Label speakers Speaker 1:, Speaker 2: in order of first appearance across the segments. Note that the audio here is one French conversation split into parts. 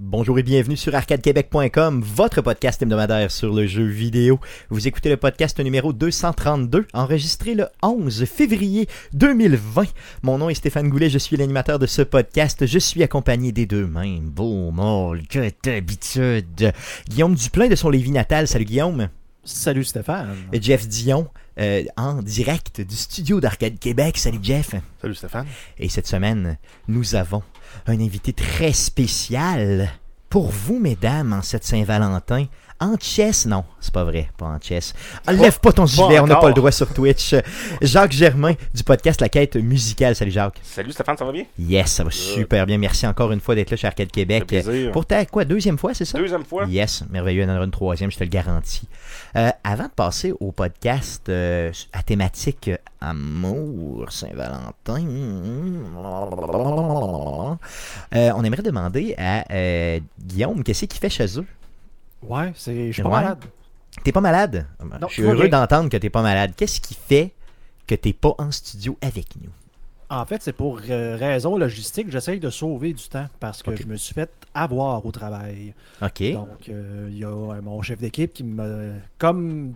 Speaker 1: Bonjour et bienvenue sur arcadequebec.com, votre podcast hebdomadaire sur le jeu vidéo. Vous écoutez le podcast numéro 232, enregistré le 11 février 2020. Mon nom est Stéphane Goulet, je suis l'animateur de ce podcast. Je suis accompagné des deux mêmes beaux mâles que d'habitude. Guillaume Duplain de son Lévis natal. Salut Guillaume.
Speaker 2: Salut Stéphane.
Speaker 1: Jeff Dion euh, en direct du studio d'Arcade Québec. Salut Jeff.
Speaker 3: Salut Stéphane.
Speaker 1: Et cette semaine, nous avons un invité très spécial pour vous, mesdames, en cette Saint-Valentin. En chess, non, c'est pas vrai, pas en chess. Ah, Lève pas ton gilet, on n'a
Speaker 3: encore.
Speaker 1: pas le droit sur Twitch. Jacques Germain du podcast La Quête Musicale. Salut Jacques.
Speaker 3: Salut Stéphane, ça va bien?
Speaker 1: Yes, ça va super bien. Merci encore une fois d'être là chez Arcade Québec.
Speaker 3: Euh, Ça fait plaisir.
Speaker 1: Pour ta quoi, deuxième fois, c'est ça?
Speaker 3: Deuxième fois?
Speaker 1: Yes, merveilleux, il y en aura une troisième, je te le garantis. Euh, avant de passer au podcast euh, à thématique euh, amour, Saint-Valentin, euh, on aimerait demander à euh, Guillaume qu'est-ce qu'il fait chez eux.
Speaker 2: Ouais, c'est. Je suis
Speaker 1: Ouais.
Speaker 2: pas malade.
Speaker 1: T'es pas malade?
Speaker 2: Non,
Speaker 1: je suis
Speaker 2: tout va
Speaker 1: heureux
Speaker 2: bien.
Speaker 1: d'entendre que t'es pas malade. Qu'est-ce qui fait que t'es pas en studio avec nous?
Speaker 2: En fait, c'est pour euh, raison logistique, j'essaye de sauver du temps parce que
Speaker 1: Ok.
Speaker 2: je me suis fait avoir au travail.
Speaker 1: OK.
Speaker 2: Donc, euh, il y a euh, mon chef d'équipe qui m'a euh, comme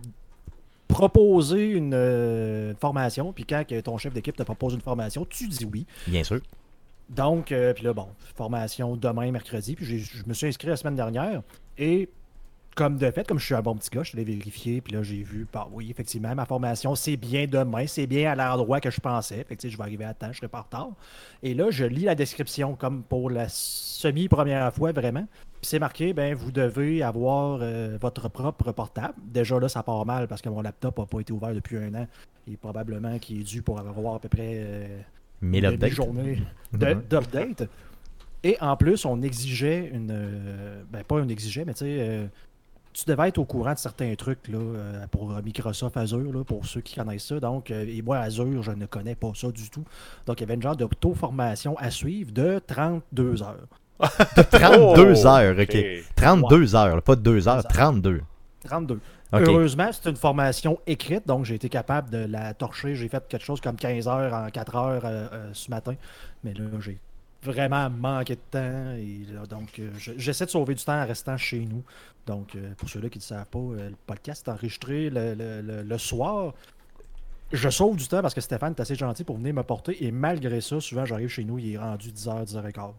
Speaker 2: proposé une euh, formation. Puis quand que ton chef d'équipe te propose une formation, tu dis oui.
Speaker 1: Bien sûr.
Speaker 2: Donc, euh, puis là, bon, formation demain, mercredi. Puis j'ai- je me suis inscrit la semaine dernière. Et comme de fait, comme je suis un bon petit gars, je suis allé vérifier. Puis là, j'ai vu, bah oui, effectivement, ma formation, c'est bien demain. C'est bien à l'endroit que je pensais. Fait que, tu sais, je vais arriver à temps, je serai pas en retard. Et là, je lis la description comme pour la semi-première fois, vraiment. Puis c'est marqué, ben vous devez avoir euh, votre propre portable. Déjà là, ça part mal parce que mon laptop n'a pas été ouvert depuis un an. Et probablement qu'il est dû pour avoir à peu près... euh,
Speaker 1: Mais
Speaker 2: de-
Speaker 1: l'update.
Speaker 2: des journées de-
Speaker 1: Mhm.
Speaker 2: d'update. Et en plus, on exigeait une. euh, ben, pas on exigeait, mais tu sais. euh, tu devais être au courant de certains trucs là, euh, pour euh, Microsoft Azure, là, pour ceux qui connaissent ça. Donc, euh, et moi, Azure, je ne connais pas ça du tout. Donc, il y avait une genre d'auto-formation à suivre de 32 heures.
Speaker 1: 32
Speaker 3: Oh,
Speaker 1: heures, OK.
Speaker 3: ok.
Speaker 1: 32 heures, là, pas 2 heures,
Speaker 2: Deux heures.
Speaker 1: 32.
Speaker 2: 32.
Speaker 1: OK.
Speaker 2: Heureusement, c'est une formation écrite, donc j'ai été capable de la torcher. J'ai fait quelque chose comme 15 heures en 4 heures euh, euh, ce matin. Mais là, j'ai vraiment manqué de temps. Et là, donc, euh, je- j'essaie de sauver du temps en restant chez nous. Donc, euh, pour ceux-là qui ne le savent pas, euh, le podcast est enregistré le, le- le- le soir. Je sauve du temps parce que Stéphane est assez gentil pour venir me porter. Et malgré ça, souvent, j'arrive chez nous, il est rendu 10h, 10h15.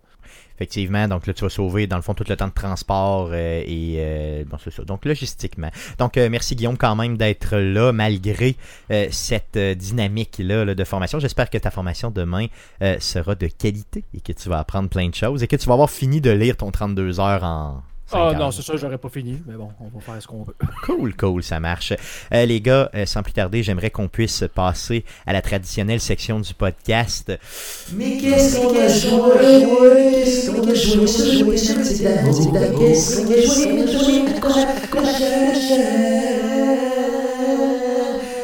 Speaker 1: Effectivement, donc là, tu vas sauver, dans le fond, tout le temps de transport euh, et... euh, bon, c'est ça. Donc, logistiquement. Donc, euh, merci Guillaume quand même d'être là, malgré euh, cette euh, dynamique-là là, de formation. J'espère que ta formation demain euh, sera de qualité et que tu vas apprendre plein de choses et que tu vas avoir fini de lire ton 32 heures en... cinq
Speaker 2: Ah
Speaker 1: heures.
Speaker 2: non, c'est ça, j'aurais pas fini. Mais bon, on va faire ce qu'on veut.
Speaker 1: Cool, cool, ça marche. Euh, les gars, euh, sans plus tarder, j'aimerais qu'on puisse passer à la traditionnelle section du podcast.
Speaker 4: Mais qu'est-ce qu'on a joué joué Qu'est-ce qu'on a joué Ça, joué ça, c'est de la musique, de la- Qu'est-ce qu'on a joué On a joué à quoi à quoi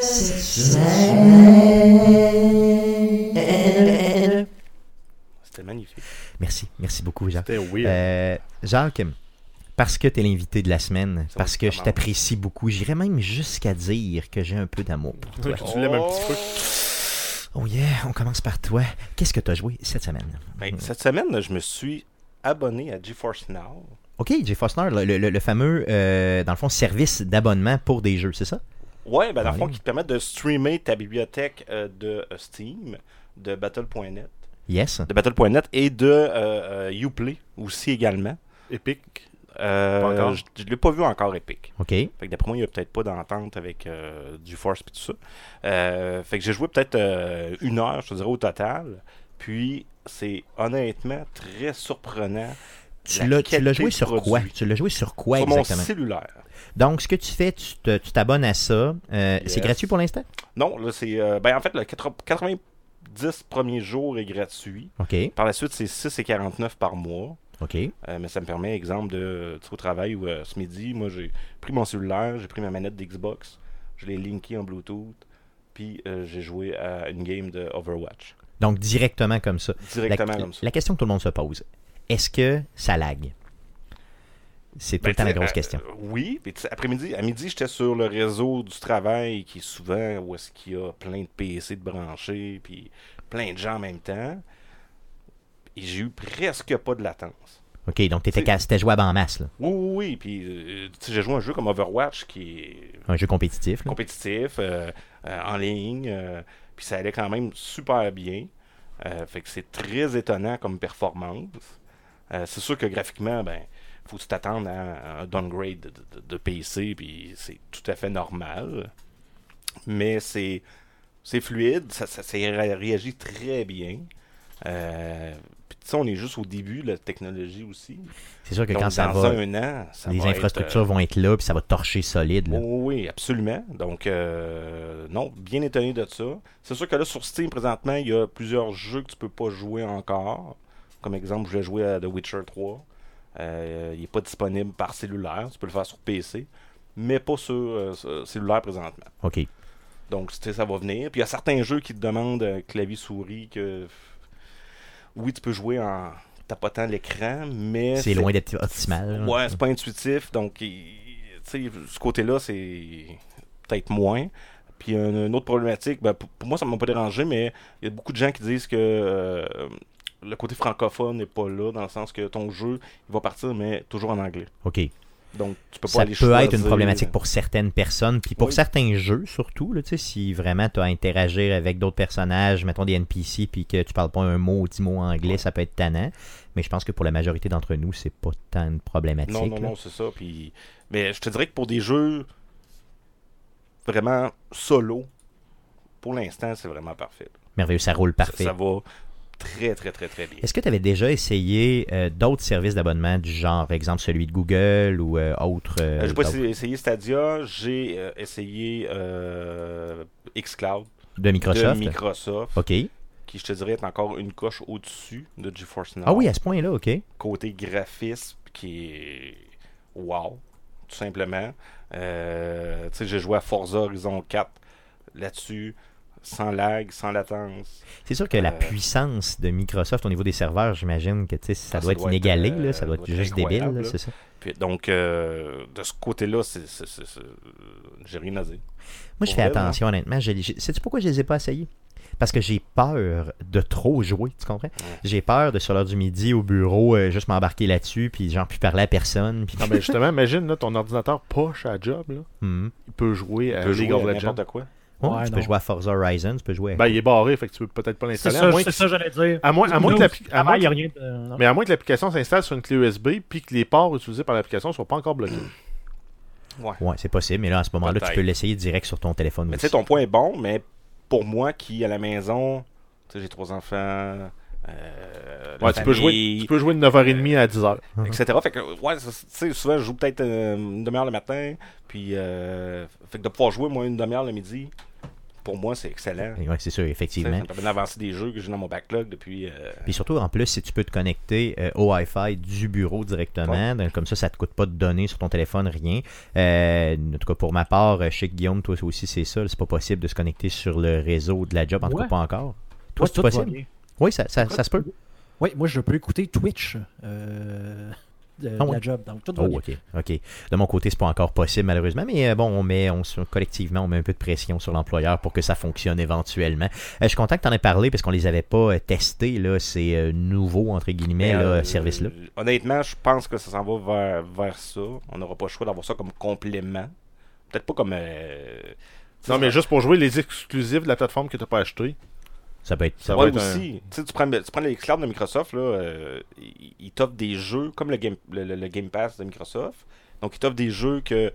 Speaker 4: Cette semaine.
Speaker 3: C'était magnifique.
Speaker 1: Merci, merci beaucoup, Jacques.
Speaker 3: C'était weird.
Speaker 1: Euh, Jacques, parce que tu es l'invité de la semaine,
Speaker 3: Ça
Speaker 1: parce
Speaker 3: va,
Speaker 1: que
Speaker 3: ça
Speaker 1: je
Speaker 3: marche.
Speaker 1: t'apprécie beaucoup, j'irais même jusqu'à dire que j'ai un peu d'amour pour toi.
Speaker 3: tu l'aimes un petit peu.
Speaker 1: Oh yeah, on commence par toi. Qu'est-ce que tu as joué cette semaine?
Speaker 3: Ben, cette semaine, je me suis abonné à GeForce Now.
Speaker 1: Ok, Jay Faulkner, le, le- le fameux, euh, dans le fond, service d'abonnement pour des jeux, c'est ça?
Speaker 3: Ouais, ben, dans le
Speaker 1: Ouais.
Speaker 3: fond, qui te permet de streamer ta bibliothèque euh, de euh, Steam, de Battle.net,
Speaker 1: Yes.
Speaker 3: de Battle.net et de euh, euh, Uplay aussi également.
Speaker 5: épique.
Speaker 3: Euh,
Speaker 5: Pas encore.
Speaker 3: je je l'ai pas vu encore Epic.
Speaker 1: Ok.
Speaker 3: Fait que d'après moi, il n'y a peut-être pas d'entente avec euh, du Force et tout ça. Euh, fait que j'ai joué peut-être euh, une heure, je te dirais, au total. Puis, c'est honnêtement très surprenant.
Speaker 1: Tu
Speaker 3: La
Speaker 1: l'as tu l'as
Speaker 3: qualité
Speaker 1: joué
Speaker 3: du
Speaker 1: sur
Speaker 3: produit.
Speaker 1: quoi? Tu l'as joué sur quoi
Speaker 3: Sur mon
Speaker 1: exactement?
Speaker 3: cellulaire.
Speaker 1: Donc, ce que tu fais, tu te- tu t'abonnes à ça. Euh,
Speaker 3: Yes.
Speaker 1: C'est gratuit pour l'instant?
Speaker 3: Non, là, c'est. euh, ben, en fait, le 80 90 premiers jours est gratuit.
Speaker 1: Ok,
Speaker 3: Par la suite, c'est 6 et 49 par mois.
Speaker 1: ok.
Speaker 3: Euh, mais ça me permet, exemple, de. Tu sais, au travail ou euh, ce midi, moi, j'ai pris mon cellulaire, j'ai pris ma manette d'Xbox, je l'ai linké en Bluetooth, puis euh, j'ai joué à une game de Overwatch.
Speaker 1: Donc, directement comme ça. La,
Speaker 3: Directement comme ça.
Speaker 1: la question que tout le monde se pose, est-ce que ça lag? C'est tout
Speaker 3: Ben,
Speaker 1: le temps la
Speaker 3: tu sais,
Speaker 1: grosse
Speaker 3: euh,
Speaker 1: question.
Speaker 3: euh, oui, puis tu sais, après-midi, à midi, j'étais sur le réseau du travail qui est souvent où est-ce qu'il y a plein de PC de branchés, puis plein de gens en même temps. Et j'ai eu presque pas de latence.
Speaker 1: OK, donc t'étais
Speaker 3: Si.
Speaker 1: ca- c'était jouable en masse, là.
Speaker 3: Oui, oui, oui. Puis, euh, tu sais, j'ai joué à un jeu comme Overwatch qui est
Speaker 1: Un jeu compétitif, là.
Speaker 3: compétitif, euh, euh, en ligne. euh, puis ça allait quand même super bien. Euh, fait que c'est très étonnant comme performance. Euh, c'est sûr que graphiquement, ben, faut que tu t'attendes à un downgrade de, de- de PC, puis c'est tout à fait normal. Mais c'est, c'est fluide, ça, ça, ça ré- réagit très bien. Euh, puis tu sais, on est juste au début de la technologie aussi.
Speaker 1: C'est sûr que
Speaker 3: Donc,
Speaker 1: quand ça
Speaker 3: dans
Speaker 1: va,
Speaker 3: un an, ça
Speaker 1: les
Speaker 3: va être,
Speaker 1: infrastructures vont être là, puis ça va torcher solide, là.
Speaker 3: Oh oui, absolument. Donc, euh, non, bien étonné de ça. C'est sûr que là, sur Steam, présentement, il y a plusieurs jeux que tu peux pas jouer encore. Comme exemple, je vais jouer à The Witcher 3. Euh, il n'est pas disponible par cellulaire. Tu peux le faire sur PC, mais pas sur euh, sur cellulaire présentement.
Speaker 1: OK.
Speaker 3: Donc, tu sais, ça va venir. Puis il y a certains jeux qui te demandent euh, clavier-souris que. Oui, tu peux jouer en tapotant l'écran, mais.
Speaker 1: C'est loin d'être optimal. là.
Speaker 3: Ouais, c'est pas intuitif. Donc, il- tu sais, ce côté-là, c'est peut-être moins. Puis, un- une, autre problématique, ben, pour, pour moi, ça m'a pas dérangé, mais il y a beaucoup de gens qui disent que euh, le côté francophone n'est pas là, dans le sens que ton jeu, il va partir, mais toujours en anglais.
Speaker 1: OK.
Speaker 3: Donc, tu peux pas
Speaker 1: Ça
Speaker 3: aller
Speaker 1: peut être une
Speaker 3: choisir- euh,
Speaker 1: problématique pour certaines personnes, puis pour
Speaker 3: Oui.
Speaker 1: certains jeux surtout, là, tu sais, si vraiment tu as à interagir avec d'autres personnages, mettons des NPC, puis que tu parles pas un mot ou dix mots en anglais, ça peut être tannant. Mais je pense que pour la majorité d'entre nous, c'est pas tant une problématique.
Speaker 3: euh, Non, non,
Speaker 1: là.
Speaker 3: non, c'est ça. Puis... Mais je te dirais que pour des jeux vraiment solo, pour l'instant, c'est vraiment parfait.
Speaker 1: Merveilleux, ça roule
Speaker 3: Ça-
Speaker 1: parfait.
Speaker 3: ça va très, très, très, très bien.
Speaker 1: Est-ce que tu avais déjà essayé euh, d'autres services d'abonnement du genre, exemple celui de Google ou euh, autre euh,
Speaker 3: Euh, j'ai pas
Speaker 1: d'autres-
Speaker 3: essayé- essayé Stadia, j'ai euh, essayé euh, xCloud
Speaker 1: de Microsoft?
Speaker 3: de Microsoft,
Speaker 1: OK.
Speaker 3: qui je te dirais est encore une coche au-dessus de GeForce Now.
Speaker 1: Ah oui, à ce point-là, OK.
Speaker 3: Côté graphisme qui est wow, tout simplement. Euh, tu sais, j'ai joué à Forza Horizon 4 là-dessus, sans lag, sans latence.
Speaker 1: C'est sûr que la
Speaker 3: Euh,
Speaker 1: puissance de Microsoft au niveau des serveurs, j'imagine que tu sais, ça
Speaker 3: Ah,
Speaker 1: doit être inégalé, là, ça doit être juste débile,
Speaker 3: incroyable,
Speaker 1: là,
Speaker 3: là.
Speaker 1: c'est ça.
Speaker 3: Puis, donc, euh, de ce côté-là, c'est, c'est- c'est- c'est- euh, j'ai rien à dire.
Speaker 1: Moi, je
Speaker 3: Pour
Speaker 1: fais
Speaker 3: vrai, moi.
Speaker 1: attention, honnêtement. Je, je- sais-tu pourquoi je les ai pas essayés? Parce que j'ai peur de trop jouer, tu comprends? J'ai peur de, sur l'heure du midi, au bureau, euh, juste m'embarquer là-dessus, puis genre, plus parler à personne, puis...
Speaker 5: Non, mais justement, imagine là, ton ordinateur poche à job. Là.
Speaker 1: Mhm.
Speaker 5: Il peut jouer à
Speaker 3: Tu peux
Speaker 5: League
Speaker 3: jouer
Speaker 5: of
Speaker 3: à
Speaker 5: Legends.
Speaker 3: n'importe quoi.
Speaker 1: Ouais,
Speaker 2: Ouais,
Speaker 1: tu
Speaker 2: non.
Speaker 1: peux jouer à Forza Horizon, tu peux jouer à...
Speaker 5: Ben, il est barré, fait que tu peux peut-être pas
Speaker 2: C'est
Speaker 5: l'installer. à
Speaker 2: ça,
Speaker 5: moins
Speaker 2: c'est
Speaker 5: que-
Speaker 2: ça, j'allais dire.
Speaker 5: à moins- à moins que
Speaker 2: Windows,
Speaker 5: l'appli- à
Speaker 2: avant,
Speaker 5: moins
Speaker 2: il n'y a
Speaker 5: que-
Speaker 2: rien de. non.
Speaker 5: Mais à moins que l'application s'installe sur une clé USB puis que les ports utilisés par l'application ne soient pas encore bloqués.
Speaker 1: Ouais, c'est possible, mais là, à ce moment-là, tu
Speaker 3: Peut-être.
Speaker 1: peux l'essayer direct sur ton téléphone
Speaker 3: Mais
Speaker 1: aussi.
Speaker 3: tu sais, ton point est bon, mais pour moi qui, à la maison, tu sais, j'ai trois enfants, euh, la
Speaker 5: Ouais, tu, peux jouer,
Speaker 3: famille,
Speaker 5: tu peux jouer de 9h30 à 10h.
Speaker 3: etc. Fait que, ouais, ça, tu sais, souvent, je joue peut-être euh, une demi-heure le matin, puis, euh, fait que de pouvoir jouer, moi, une demi-heure le midi, pour moi, c'est excellent.
Speaker 1: Ouais, c'est sûr,
Speaker 3: Tu sais, Ça
Speaker 1: effectivement.
Speaker 3: me permet d'avancer des jeux que j'ai dans mon backlog depuis... euh,
Speaker 1: Puis surtout, en plus, si tu peux te connecter euh, au Wi-Fi du bureau directement, donc comme ça, ça te coûte pas de données sur ton téléphone, rien. Euh, en tout cas, pour ma part, euh, chez Guillaume, toi aussi, c'est ça. C'est pas possible de se connecter sur le réseau de la job, en tout
Speaker 2: Ouais.
Speaker 1: cas, pas encore. Toi,
Speaker 2: Ouais,
Speaker 1: c'est
Speaker 2: tout va
Speaker 1: possible?
Speaker 2: bien.
Speaker 1: Oui, ça, ça, ça se peut.
Speaker 2: Oui, moi, je peux écouter Twitch euh, de, de
Speaker 1: Ah ouais.
Speaker 2: la job. Donc, tout va
Speaker 1: Oh,
Speaker 2: bien.
Speaker 1: ok, ok. De mon côté, c'est pas encore possible, malheureusement, mais euh, bon, on met, on, se- collectivement, on met un peu de pression sur l'employeur pour que ça fonctionne éventuellement. Euh, je suis content que t'en aies parlé parce qu'on les avait pas euh, testés, là, ces euh, nouveaux, entre guillemets, là,
Speaker 3: euh,
Speaker 1: services-là.
Speaker 3: Honnêtement, je pense que ça s'en va vers, vers ça. On n'aura pas le choix d'avoir ça comme complément. Peut-être pas comme... euh, tu sais,
Speaker 5: Non, mais
Speaker 3: ça-
Speaker 5: juste pour jouer les exclusifs de la plateforme que tu n'as pas acheté.
Speaker 1: Ça peut être,
Speaker 5: Ça
Speaker 3: Ouais,
Speaker 5: va être un-
Speaker 3: aussi. Tu sais, Tu prends, le- tu prends les clouds de Microsoft, là, euh, ils ils t'offrent des jeux comme le Game, le, le- le Game Pass de Microsoft. Donc, ils t'offrent des jeux que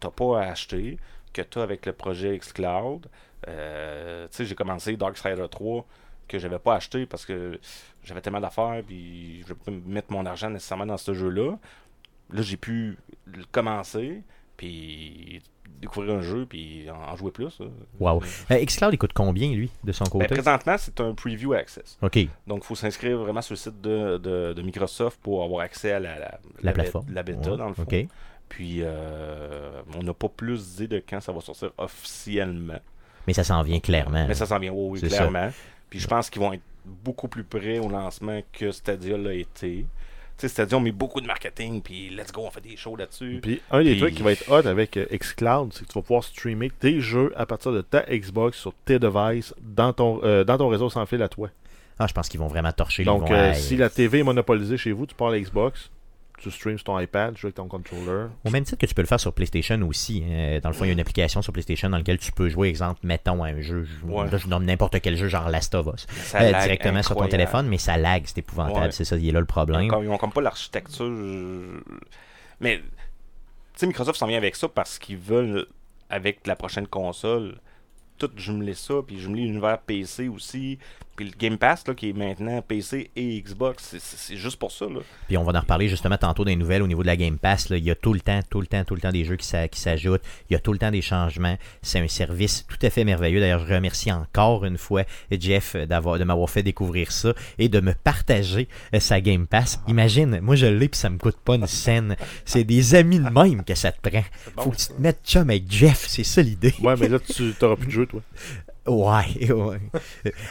Speaker 3: t'as pas à acheter, que t'as avec le projet xCloud. Euh, tu sais, j'ai commencé Darksider 3 que j'avais pas acheté parce que j'avais tellement d'affaires puis je pouvais pas mettre mon argent nécessairement dans ce jeu-là. Là, j'ai pu le commencer puis découvrir un jeu puis en, en jouer plus. là.
Speaker 1: Wow. Euh, XCloud, il coûte combien, lui, de son
Speaker 3: Ben,
Speaker 1: côté
Speaker 3: présentement, c'est un preview access.
Speaker 1: OK.
Speaker 3: Donc, il faut s'inscrire vraiment sur le site de, de- de Microsoft pour avoir accès à la, la,
Speaker 1: La
Speaker 3: la bê-
Speaker 1: plateforme.
Speaker 3: La bêta,
Speaker 1: Ouais,
Speaker 3: dans le fond.
Speaker 1: OK.
Speaker 3: Puis, euh, on n'a pas plus d'idée de quand ça va sortir officiellement.
Speaker 1: Mais ça s'en vient clairement.
Speaker 3: Mais ça s'en vient, oui, oui,
Speaker 1: C'est ça.
Speaker 3: clairement. Puis, je pense qu'ils vont être beaucoup plus près au lancement que Stadia l'a été. Tu sais, Stadia, on met beaucoup de marketing, puis let's go, on fait des shows là-dessus.
Speaker 5: Puis un des
Speaker 3: Puis-
Speaker 5: trucs qui va être hot avec euh, xCloud, c'est que tu vas pouvoir streamer tes jeux à partir de ta Xbox sur tes devices dans ton, euh, dans ton réseau sans fil à toi.
Speaker 1: Ah, je pense qu'ils vont vraiment torcher.
Speaker 5: Donc,
Speaker 1: ils vont,
Speaker 5: euh,
Speaker 1: Aïe.
Speaker 5: si la TV est monopolisée chez vous, tu pars à la Xbox, tu streams sur ton iPad, tu joues avec ton controller.
Speaker 1: Au même titre que tu peux le faire sur PlayStation aussi. hein. Dans le fond, il y a une application sur PlayStation dans laquelle tu peux jouer, exemple, mettons, à un jeu. je-
Speaker 3: Ouais.
Speaker 1: Là, je nomme n'importe quel jeu, genre Last of Us.
Speaker 3: Ça
Speaker 1: Euh,
Speaker 3: lag
Speaker 1: directement sur ton
Speaker 3: incroyable.
Speaker 1: téléphone, mais ça lag, c'est épouvantable.
Speaker 3: Ouais.
Speaker 1: C'est ça, il est là le
Speaker 3: Ils ont
Speaker 1: problème.
Speaker 3: comme- Ils ont comme pas l'architecture. euh, Mais, tu sais, Microsoft s'en vient avec ça parce qu'ils veulent, avec la prochaine console, tout jumeler ça, puis jumeler l'univers PC aussi. Puis le Game Pass, là, qui est maintenant PC et Xbox, c'est- c'est c'est juste pour ça. Là.
Speaker 1: Puis on va en reparler justement tantôt des nouvelles au niveau de la Game Pass. là. Il y a tout le temps, tout le temps, tout le temps des jeux qui s'a- qui s'ajoutent. Il y a tout le temps des changements. C'est un service tout à fait merveilleux. D'ailleurs, je remercie encore une fois Jeff d'avoir de m'avoir fait découvrir ça et de me partager euh, sa Game Pass. Imagine, moi je l'ai puis ça me coûte pas une scène. C'est des amis de même que ça te prend. Faut que tu te mettes chum avec Jeff, c'est ça l'idée.
Speaker 5: Ouais, mais là, tu n'auras plus de jeu, toi.
Speaker 1: Ouais, ouais.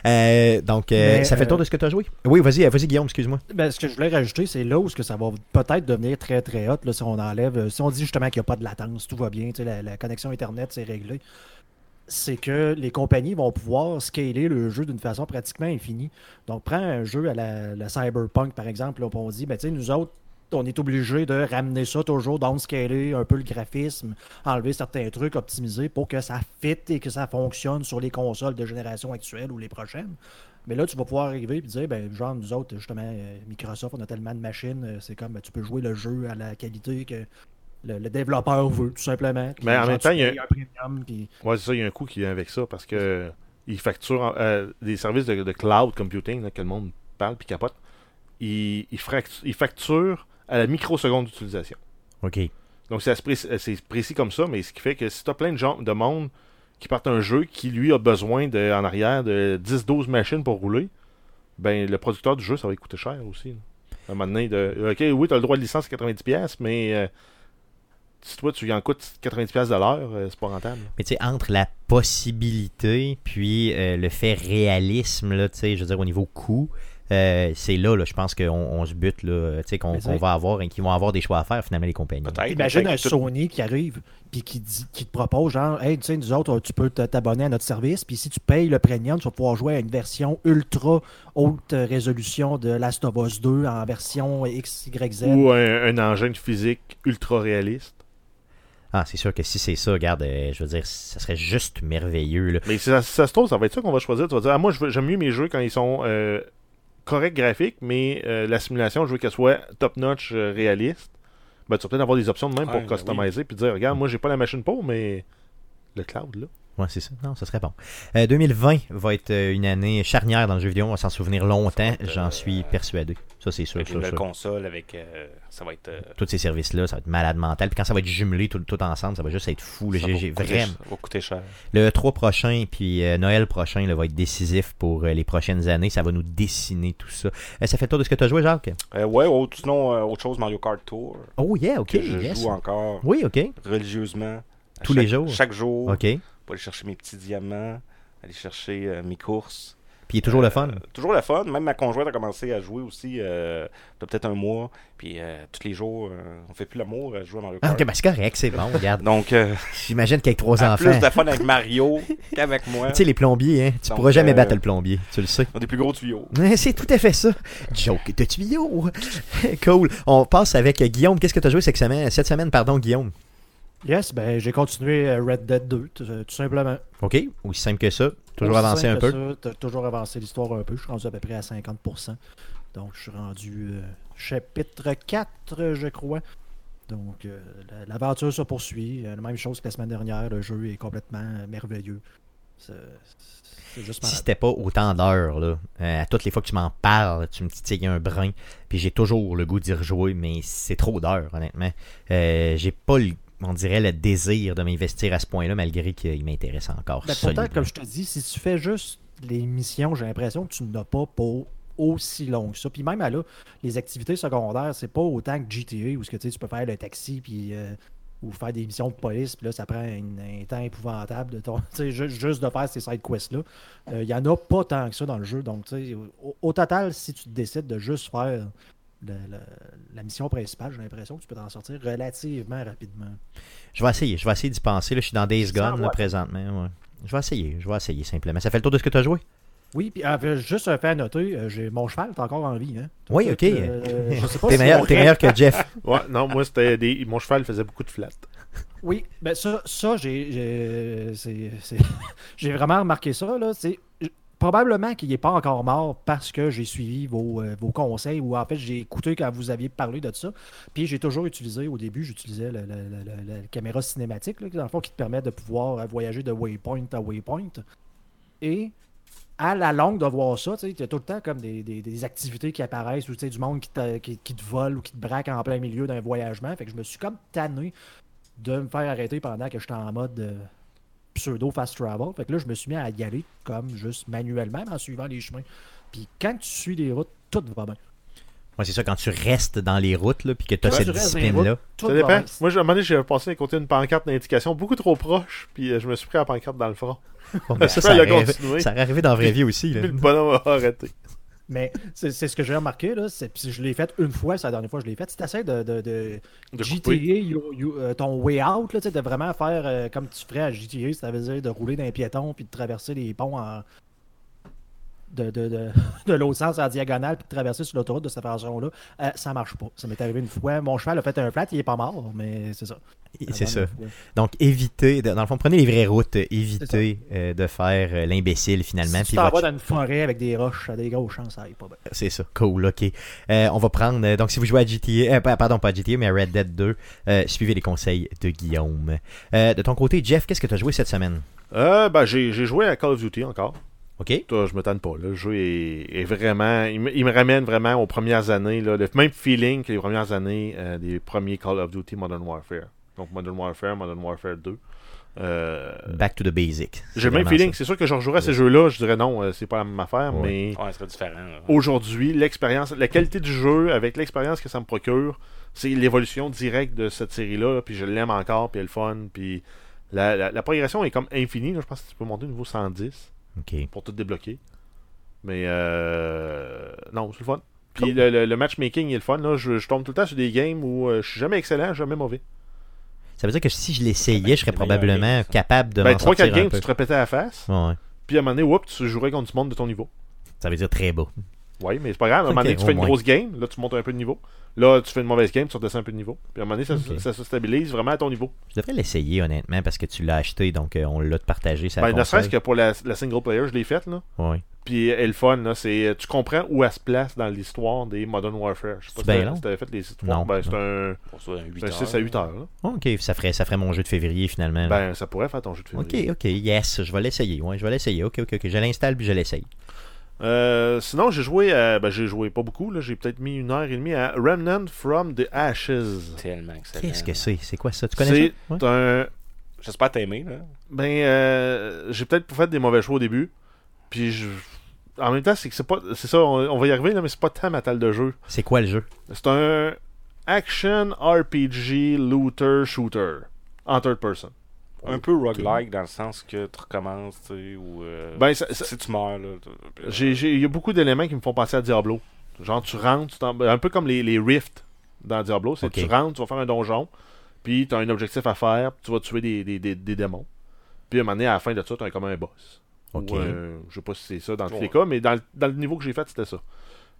Speaker 1: Euh, donc, euh,
Speaker 2: Mais,
Speaker 1: ça fait le tour
Speaker 2: euh,
Speaker 1: de ce que tu as joué? Oui, vas-y, euh, vas-y Guillaume, excuse-moi.
Speaker 2: Ben, ce que je voulais rajouter, c'est là où ce que ça va peut-être devenir très très hot là, si on enlève, euh, si on dit justement qu'il n'y a pas de latence, tout va bien, tu sais, la, la connexion Internet c'est réglé. C'est que les compagnies vont pouvoir scaler le jeu d'une façon pratiquement infinie. Donc, prends un jeu à la, la Cyberpunk, par exemple, là, puis on dit, ben, tu sais, nous autres, on est obligé de ramener ça toujours, downscaler un peu le graphisme, enlever certains trucs, optimiser pour que ça fit et que ça fonctionne sur les consoles de génération actuelle ou les prochaines. Mais là, tu vas pouvoir arriver et dire, ben, genre, nous autres, justement, euh, Microsoft, on a tellement de machines, euh, c'est comme, ben, tu peux jouer le jeu à la qualité que le, le développeur veut, tout simplement. Puis,
Speaker 5: Mais en
Speaker 2: genre,
Speaker 5: même
Speaker 2: tu
Speaker 5: temps, il y a-
Speaker 2: payes un premium, puis-
Speaker 5: Ouais, c'est ça, il y a un coût qui vient avec ça parce que ils facturent en- euh, des services de, de cloud computing là, que le monde parle puis capote. Ils, ils, fract- ils facturent à la microseconde d'utilisation.
Speaker 1: OK.
Speaker 5: Donc c'est à ce pré- euh, c'est précis comme ça, mais ce qui fait que si tu as plein de, gens, de monde qui partent un jeu qui lui a besoin de, en arrière de 10-12 machines pour rouler, ben le producteur du jeu, ça va lui coûter cher aussi. là. À un moment donné, de, euh, OK, oui, tu as le droit de licence à 90$, piastres, mais euh, si toi tu y en coûtes 90$ piastres de l'heure, euh, c'est pas rentable.
Speaker 1: Mais tu sais, entre la possibilité puis euh, le fait réalisme, là, tu sais, je veux dire, au niveau coût, euh, c'est là, là, je pense qu'on on se bute, là, tu sais, qu'on
Speaker 2: Mais tu
Speaker 1: qu'on
Speaker 2: sais-
Speaker 1: va avoir et qu'ils vont avoir des choix à faire, finalement, les compagnies.
Speaker 3: Peut-être.
Speaker 2: Imagine un
Speaker 3: Peut-être que tout-
Speaker 2: Sony qui arrive puis qui, dit, qui te propose genre Hey, tu sais, nous autres, tu peux te- t'abonner à notre service, puis si tu payes le premium, tu vas pouvoir jouer à une version ultra haute résolution de Last of Us 2 en version XYZ.
Speaker 5: Ou un, un engin de physique ultra réaliste.
Speaker 1: Ah, c'est sûr que si c'est ça, regarde, euh, je veux dire, ça serait juste merveilleux, là.
Speaker 5: Mais si ça, si ça se trouve, ça va être ça qu'on va choisir. Tu vas dire, ah, moi, je veux- j'aime mieux mes jeux quand ils sont euh, corrects graphiques, mais euh, la simulation, je veux qu'elle soit top-notch euh, réaliste. Ben, tu vas peut-être avoir des options de même
Speaker 3: Ouais,
Speaker 5: pour
Speaker 3: ben
Speaker 5: customiser puis dire, regarde, moi, j'ai pas la machine pour, mais le cloud, là.
Speaker 1: Ouais, c'est ça. Non, ça serait bon. Euh, 2020 va être euh, une année charnière dans le jeu vidéo. On va s'en souvenir longtemps,
Speaker 2: euh,
Speaker 1: j'en suis persuadé. Ça, c'est sûr.
Speaker 3: Avec les
Speaker 1: sûr,
Speaker 3: nouvelles
Speaker 1: sûr.
Speaker 3: consoles, avec. euh, ça va être. euh,
Speaker 1: Tous ces services-là, ça va être malade mental. Puis quand ça va être jumelé tout, tout ensemble, ça va juste être fou. là.
Speaker 3: ça
Speaker 1: J'ai
Speaker 3: va
Speaker 1: j'ai
Speaker 3: coûter-
Speaker 1: vraiment.
Speaker 3: Ça va coûter cher.
Speaker 1: Le 3 prochain, puis euh, Noël prochain, là, va être décisif pour euh, les prochaines années. Ça va nous dessiner tout ça. Euh, ça fait le tour de ce que tu as joué, Jacques?
Speaker 3: Euh, ouais, autre, sinon, euh, autre chose, Mario Kart Tour,
Speaker 1: Oh yeah, ok.
Speaker 3: que je
Speaker 1: yes.
Speaker 3: joue encore
Speaker 1: Oui, ok.
Speaker 3: religieusement. à
Speaker 1: Tous les
Speaker 3: chaque-
Speaker 1: jours?
Speaker 3: Chaque jour.
Speaker 1: Ok. Puis
Speaker 3: Pour aller chercher mes petits diamants, aller chercher euh, mes courses.
Speaker 1: il est toujours le fun.
Speaker 3: Euh, toujours le fun. Même ma conjointe a commencé à jouer aussi, euh, il y a peut-être un mois. Puis euh, tous les jours, euh, on fait plus l'amour à jouer à Mario
Speaker 1: Ah,
Speaker 3: Kart.
Speaker 1: ok, ben c'est correct, c'est bon, regarde.
Speaker 3: Donc, euh,
Speaker 1: J'imagine qu'avec trois
Speaker 3: a
Speaker 1: enfants,
Speaker 3: plus de fun avec Mario qu'avec moi.
Speaker 1: tu sais, les plombiers, hein, tu
Speaker 3: Donc,
Speaker 1: pourras jamais
Speaker 3: euh,
Speaker 1: battre le plombier, tu le sais.
Speaker 3: On a des plus gros tuyaux.
Speaker 1: Ouais, C'est tout à fait ça. Joke de tuyau. cool. On passe avec euh, Guillaume. Qu'est-ce que tu as joué cette semaine, cette semaine pardon, Guillaume?
Speaker 2: Yes, ben j'ai continué euh, Red Dead 2, tout, tout simplement.
Speaker 1: OK. Aussi simple que ça. Toujours
Speaker 2: Aussi
Speaker 1: avancer un peu.
Speaker 2: simple que ça, t'as toujours avancé l'histoire un peu. Je suis rendu à peu près à 50%. Donc, je suis rendu euh, chapitre 4, je crois. Donc, euh, la- l'aventure se poursuit. Euh, la même chose que la semaine dernière. Le jeu est complètement euh, merveilleux. C'est c'est juste
Speaker 1: si
Speaker 2: malade.
Speaker 1: c'était pas autant d'heures, là, euh, à toutes les fois que tu m'en parles, tu me titilles un brin, puis j'ai toujours le goût d'y rejouer, mais c'est trop d'heures, honnêtement. Euh, j'ai pas, le- on dirait, le désir de m'investir à ce point-là, malgré qu'il m'intéresse encore.
Speaker 2: Ben,
Speaker 1: solidement.
Speaker 2: pourtant, comme je te dis, si tu fais juste les missions, j'ai l'impression que tu n'as pas pour aussi long que ça. Puis même à là, les activités secondaires, c'est pas autant que GTA où ce que, tu sais, tu peux faire le taxi puis euh, ou faire des missions de police, puis là, ça prend un, un temps épouvantable de ton. tu sais, ju- juste de faire ces side quests-là. Euh, Il y en a pas tant que ça dans le jeu. Donc, tu sais, au, au total, si tu décides de juste faire le- le- la mission principale, j'ai l'impression que tu peux t'en sortir relativement rapidement.
Speaker 1: Je vais essayer, je vais essayer d'y penser. Là, je suis dans Days
Speaker 2: Ça
Speaker 1: Gone,
Speaker 2: va.
Speaker 1: là, présentement. ouais. Je vais essayer, je vais essayer simplement. Ça fait le tour de ce que tu as joué?
Speaker 2: Oui, puis ah, puis juste un fait à noter, euh, j'ai mon cheval est encore en vie. Hein. Tout
Speaker 1: Oui,
Speaker 2: de
Speaker 1: ok.
Speaker 2: suite, euh,
Speaker 1: eh,
Speaker 2: je sais pas
Speaker 1: T'es
Speaker 2: si on
Speaker 1: meilleur, t'es
Speaker 2: ré-
Speaker 1: meilleur que Jeff.
Speaker 5: Ouais, non, moi, c'était des... mon cheval faisait beaucoup de flat.
Speaker 2: Oui, ben ça, ça j'ai- j'ai c'est- c'est- j'ai vraiment remarqué ça. Là. C'est- j- Probablement qu'il n'est pas encore mort parce que j'ai suivi vos, euh, vos conseils ou en fait j'ai écouté quand vous aviez parlé de ça. Puis j'ai toujours utilisé, au début, j'utilisais la, la- la- la- la caméra cinématique, là, dans le fond, qui te permet de pouvoir euh, voyager de waypoint à waypoint. Et à la longue de voir ça, tu as tout le temps comme des, des- des activités qui apparaissent ou tu sais, du monde qui te, qui- qui te vole ou qui te braque en plein milieu d'un voyagement. Fait que je me suis comme tanné de me faire arrêter pendant que j'étais en mode euh, pseudo fast travel. Fait que là, je me suis mis à y aller comme juste manuellement, mais en suivant les chemins. Puis quand tu suis les routes, tout va bien.
Speaker 1: Moi, c'est ça, quand tu restes dans les routes, là, puis que t'as
Speaker 2: Quand
Speaker 1: cette
Speaker 2: tu restes dans les routes,
Speaker 1: discipline-là.
Speaker 2: tout
Speaker 5: Ça
Speaker 2: va
Speaker 5: dépend.
Speaker 2: bien.
Speaker 5: Moi, j'ai- à un moment donné, j'ai passé à côté d'une pancarte d'indication beaucoup trop proche, puis euh, je me suis pris la pancarte dans le front.
Speaker 1: Oh, mais
Speaker 5: Ça,
Speaker 1: ça, ça,
Speaker 5: il a
Speaker 1: arrive-
Speaker 5: continué.
Speaker 1: ça aurait arrivé dans la vraie vie aussi.
Speaker 5: Puis
Speaker 1: là.
Speaker 5: le bonhomme a arrêté.
Speaker 2: Mais c'est c'est ce que j'ai remarqué, là. c'est- Puis je l'ai fait une fois, c'est la dernière fois que je l'ai fait. Si t'essaies de, de, de,
Speaker 5: De
Speaker 2: GTA,
Speaker 5: couper.
Speaker 2: you- you- euh, ton way out, là, tu sais, de vraiment faire euh, comme tu ferais à GTA, ça veut dire de rouler dans les piétons, puis de traverser les ponts en... de, de, de, de l'autre sens en diagonale, puis de traverser sur l'autoroute de cette façon-là, euh, ça marche pas. Ça m'est arrivé une fois. Mon cheval a fait un flat, il est pas mort, mais c'est ça.
Speaker 1: C'est ça.
Speaker 2: Une fois.
Speaker 1: Donc, évitez, de- dans le fond, prenez les vraies routes. euh,
Speaker 2: ben ça.
Speaker 1: Évitez euh, de faire euh, l'imbécile finalement.
Speaker 2: Si tu
Speaker 1: puis
Speaker 2: t'en
Speaker 1: votre-
Speaker 2: vas dans une forêt avec des roches, ça a des grosses chances, ça aille pas bien.
Speaker 1: C'est ça, cool, ok. Euh, on va prendre, euh, donc si vous jouez à GTA, euh, pa- pardon, pas à GTA, mais à Red Dead 2, euh, suivez les conseils de Guillaume. Euh, de ton côté, Jeff, qu'est-ce que tu as joué cette semaine
Speaker 5: Euh, ben, j'ai j'ai joué à Call of Duty encore.
Speaker 1: Ok
Speaker 5: Toi, je me tanne pas. Là. Le jeu est, est vraiment. Il me, il me ramène vraiment aux premières années. Là, le même feeling que les premières années euh, des premiers Call of Duty Modern Warfare. Donc Modern Warfare, Modern Warfare 2. Euh,
Speaker 1: Back to the basics.
Speaker 5: J'ai le même
Speaker 1: vraiment
Speaker 5: feeling.
Speaker 1: ça.
Speaker 5: C'est sûr que je rejouerais à ces
Speaker 1: Oui.
Speaker 5: jeux-là. Je dirais non, euh, c'est pas la même affaire.
Speaker 1: Oui.
Speaker 5: Mais
Speaker 3: Ouais, ce serait différent. là.
Speaker 5: aujourd'hui, l'expérience, la qualité du jeu avec l'expérience que ça me procure, c'est l'évolution directe de cette série-là. Puis je l'aime encore. Puis elle est le fun. Puis la, la- la progression est comme infinie. là. Je pense que tu peux monter au niveau 110
Speaker 1: Ok.
Speaker 5: pour tout débloquer. Mais euh, non, c'est le fun. Puis le, le- le matchmaking est le fun. Là. Je, je tombe tout le temps sur des games où euh, je suis jamais excellent, jamais mauvais.
Speaker 1: Ça veut dire que si je l'essayais, je serais
Speaker 3: Les meilleurs
Speaker 1: probablement
Speaker 3: games, ça.
Speaker 1: capable de
Speaker 5: Ben,
Speaker 1: m'en
Speaker 5: 3-4
Speaker 1: sortir un
Speaker 5: games,
Speaker 1: peu.
Speaker 5: tu te répétais à la face.
Speaker 1: Ouais, ouais.
Speaker 5: Puis à un moment donné, whoop, tu jouerais contre du monde de ton niveau.
Speaker 1: Ça veut dire très beau.
Speaker 5: Oui, mais c'est pas grave. À un
Speaker 1: Ok,
Speaker 5: moment donné, tu
Speaker 1: au
Speaker 5: fais une
Speaker 1: moins.
Speaker 5: grosse game, là, tu montes un peu de niveau. Là, tu fais une mauvaise game, tu redescends un peu de niveau. Puis à un moment donné, ça,
Speaker 1: Ok.
Speaker 5: ça se stabilise vraiment à ton niveau.
Speaker 1: Je devrais l'essayer honnêtement parce que tu l'as acheté, donc euh, on l'a partagé. Ça
Speaker 5: Ben, ne serait-ce que pour la, la single player, je l'ai faite. là.
Speaker 1: Ouais.
Speaker 5: Puis elle est le fun, là, c'est tu comprends où elle se place dans l'histoire des Modern Warfare. Je sais pas
Speaker 1: C'est bien
Speaker 5: si t'as-
Speaker 1: long.
Speaker 5: si t'avais fait les histoires.
Speaker 1: Non,
Speaker 5: Ben, c'est un,
Speaker 3: Pour ça, un 8
Speaker 1: Ben,
Speaker 5: c'est un 6 à 8 heures. là.
Speaker 1: Ok, ça ferait, ça ferait mon jeu de février finalement. là.
Speaker 5: Ben, ça pourrait faire ton jeu de film.
Speaker 1: ok, ok, yes, je vais l'essayer. Ouais, je vais l'essayer. Ok, ok, ok. Je l'installe puis je l'essaye.
Speaker 5: Euh, sinon, j'ai joué, à- ben, j'ai joué pas beaucoup, là. J'ai peut-être mis une heure et demie à Remnant from the Ashes.
Speaker 3: Tellement excellent.
Speaker 1: Qu'est-ce que c'est C'est quoi ça Tu connais
Speaker 5: C'est
Speaker 1: ça Ouais.
Speaker 5: un,
Speaker 3: J'espère t'aimer. là.
Speaker 5: ben, euh, j'ai peut-être fait des mauvais choix au début. Puis je- en même temps, c'est que c'est pas, c'est ça, on, on va y arriver là, mais c'est pas tant ma taille de jeu.
Speaker 1: C'est quoi le jeu
Speaker 5: C'est un action RPG looter shooter en third person.
Speaker 3: Un peu roguelike dans le sens que tu recommences, tu sais, ou. euh,
Speaker 5: Ben, ça- ça-
Speaker 3: si tu meurs, là. euh, tu-
Speaker 5: J'ai- j'ai- Il y a beaucoup d'éléments qui me font penser à Diablo. Genre, tu rentres, tu t'en- un peu comme les, les rifts dans Diablo, c'est que
Speaker 1: Ok.
Speaker 5: tu rentres, tu vas faire un donjon, puis tu as un objectif à faire, puis tu vas tuer des, des, des, des démons. Puis à un moment donné, à la fin de ça, tu as comme un boss.
Speaker 1: Ok.
Speaker 5: Ou, euh, je sais pas si c'est ça dans tous
Speaker 3: Ouais.
Speaker 5: les cas, mais dans, le- dans le niveau que j'ai fait, c'était ça.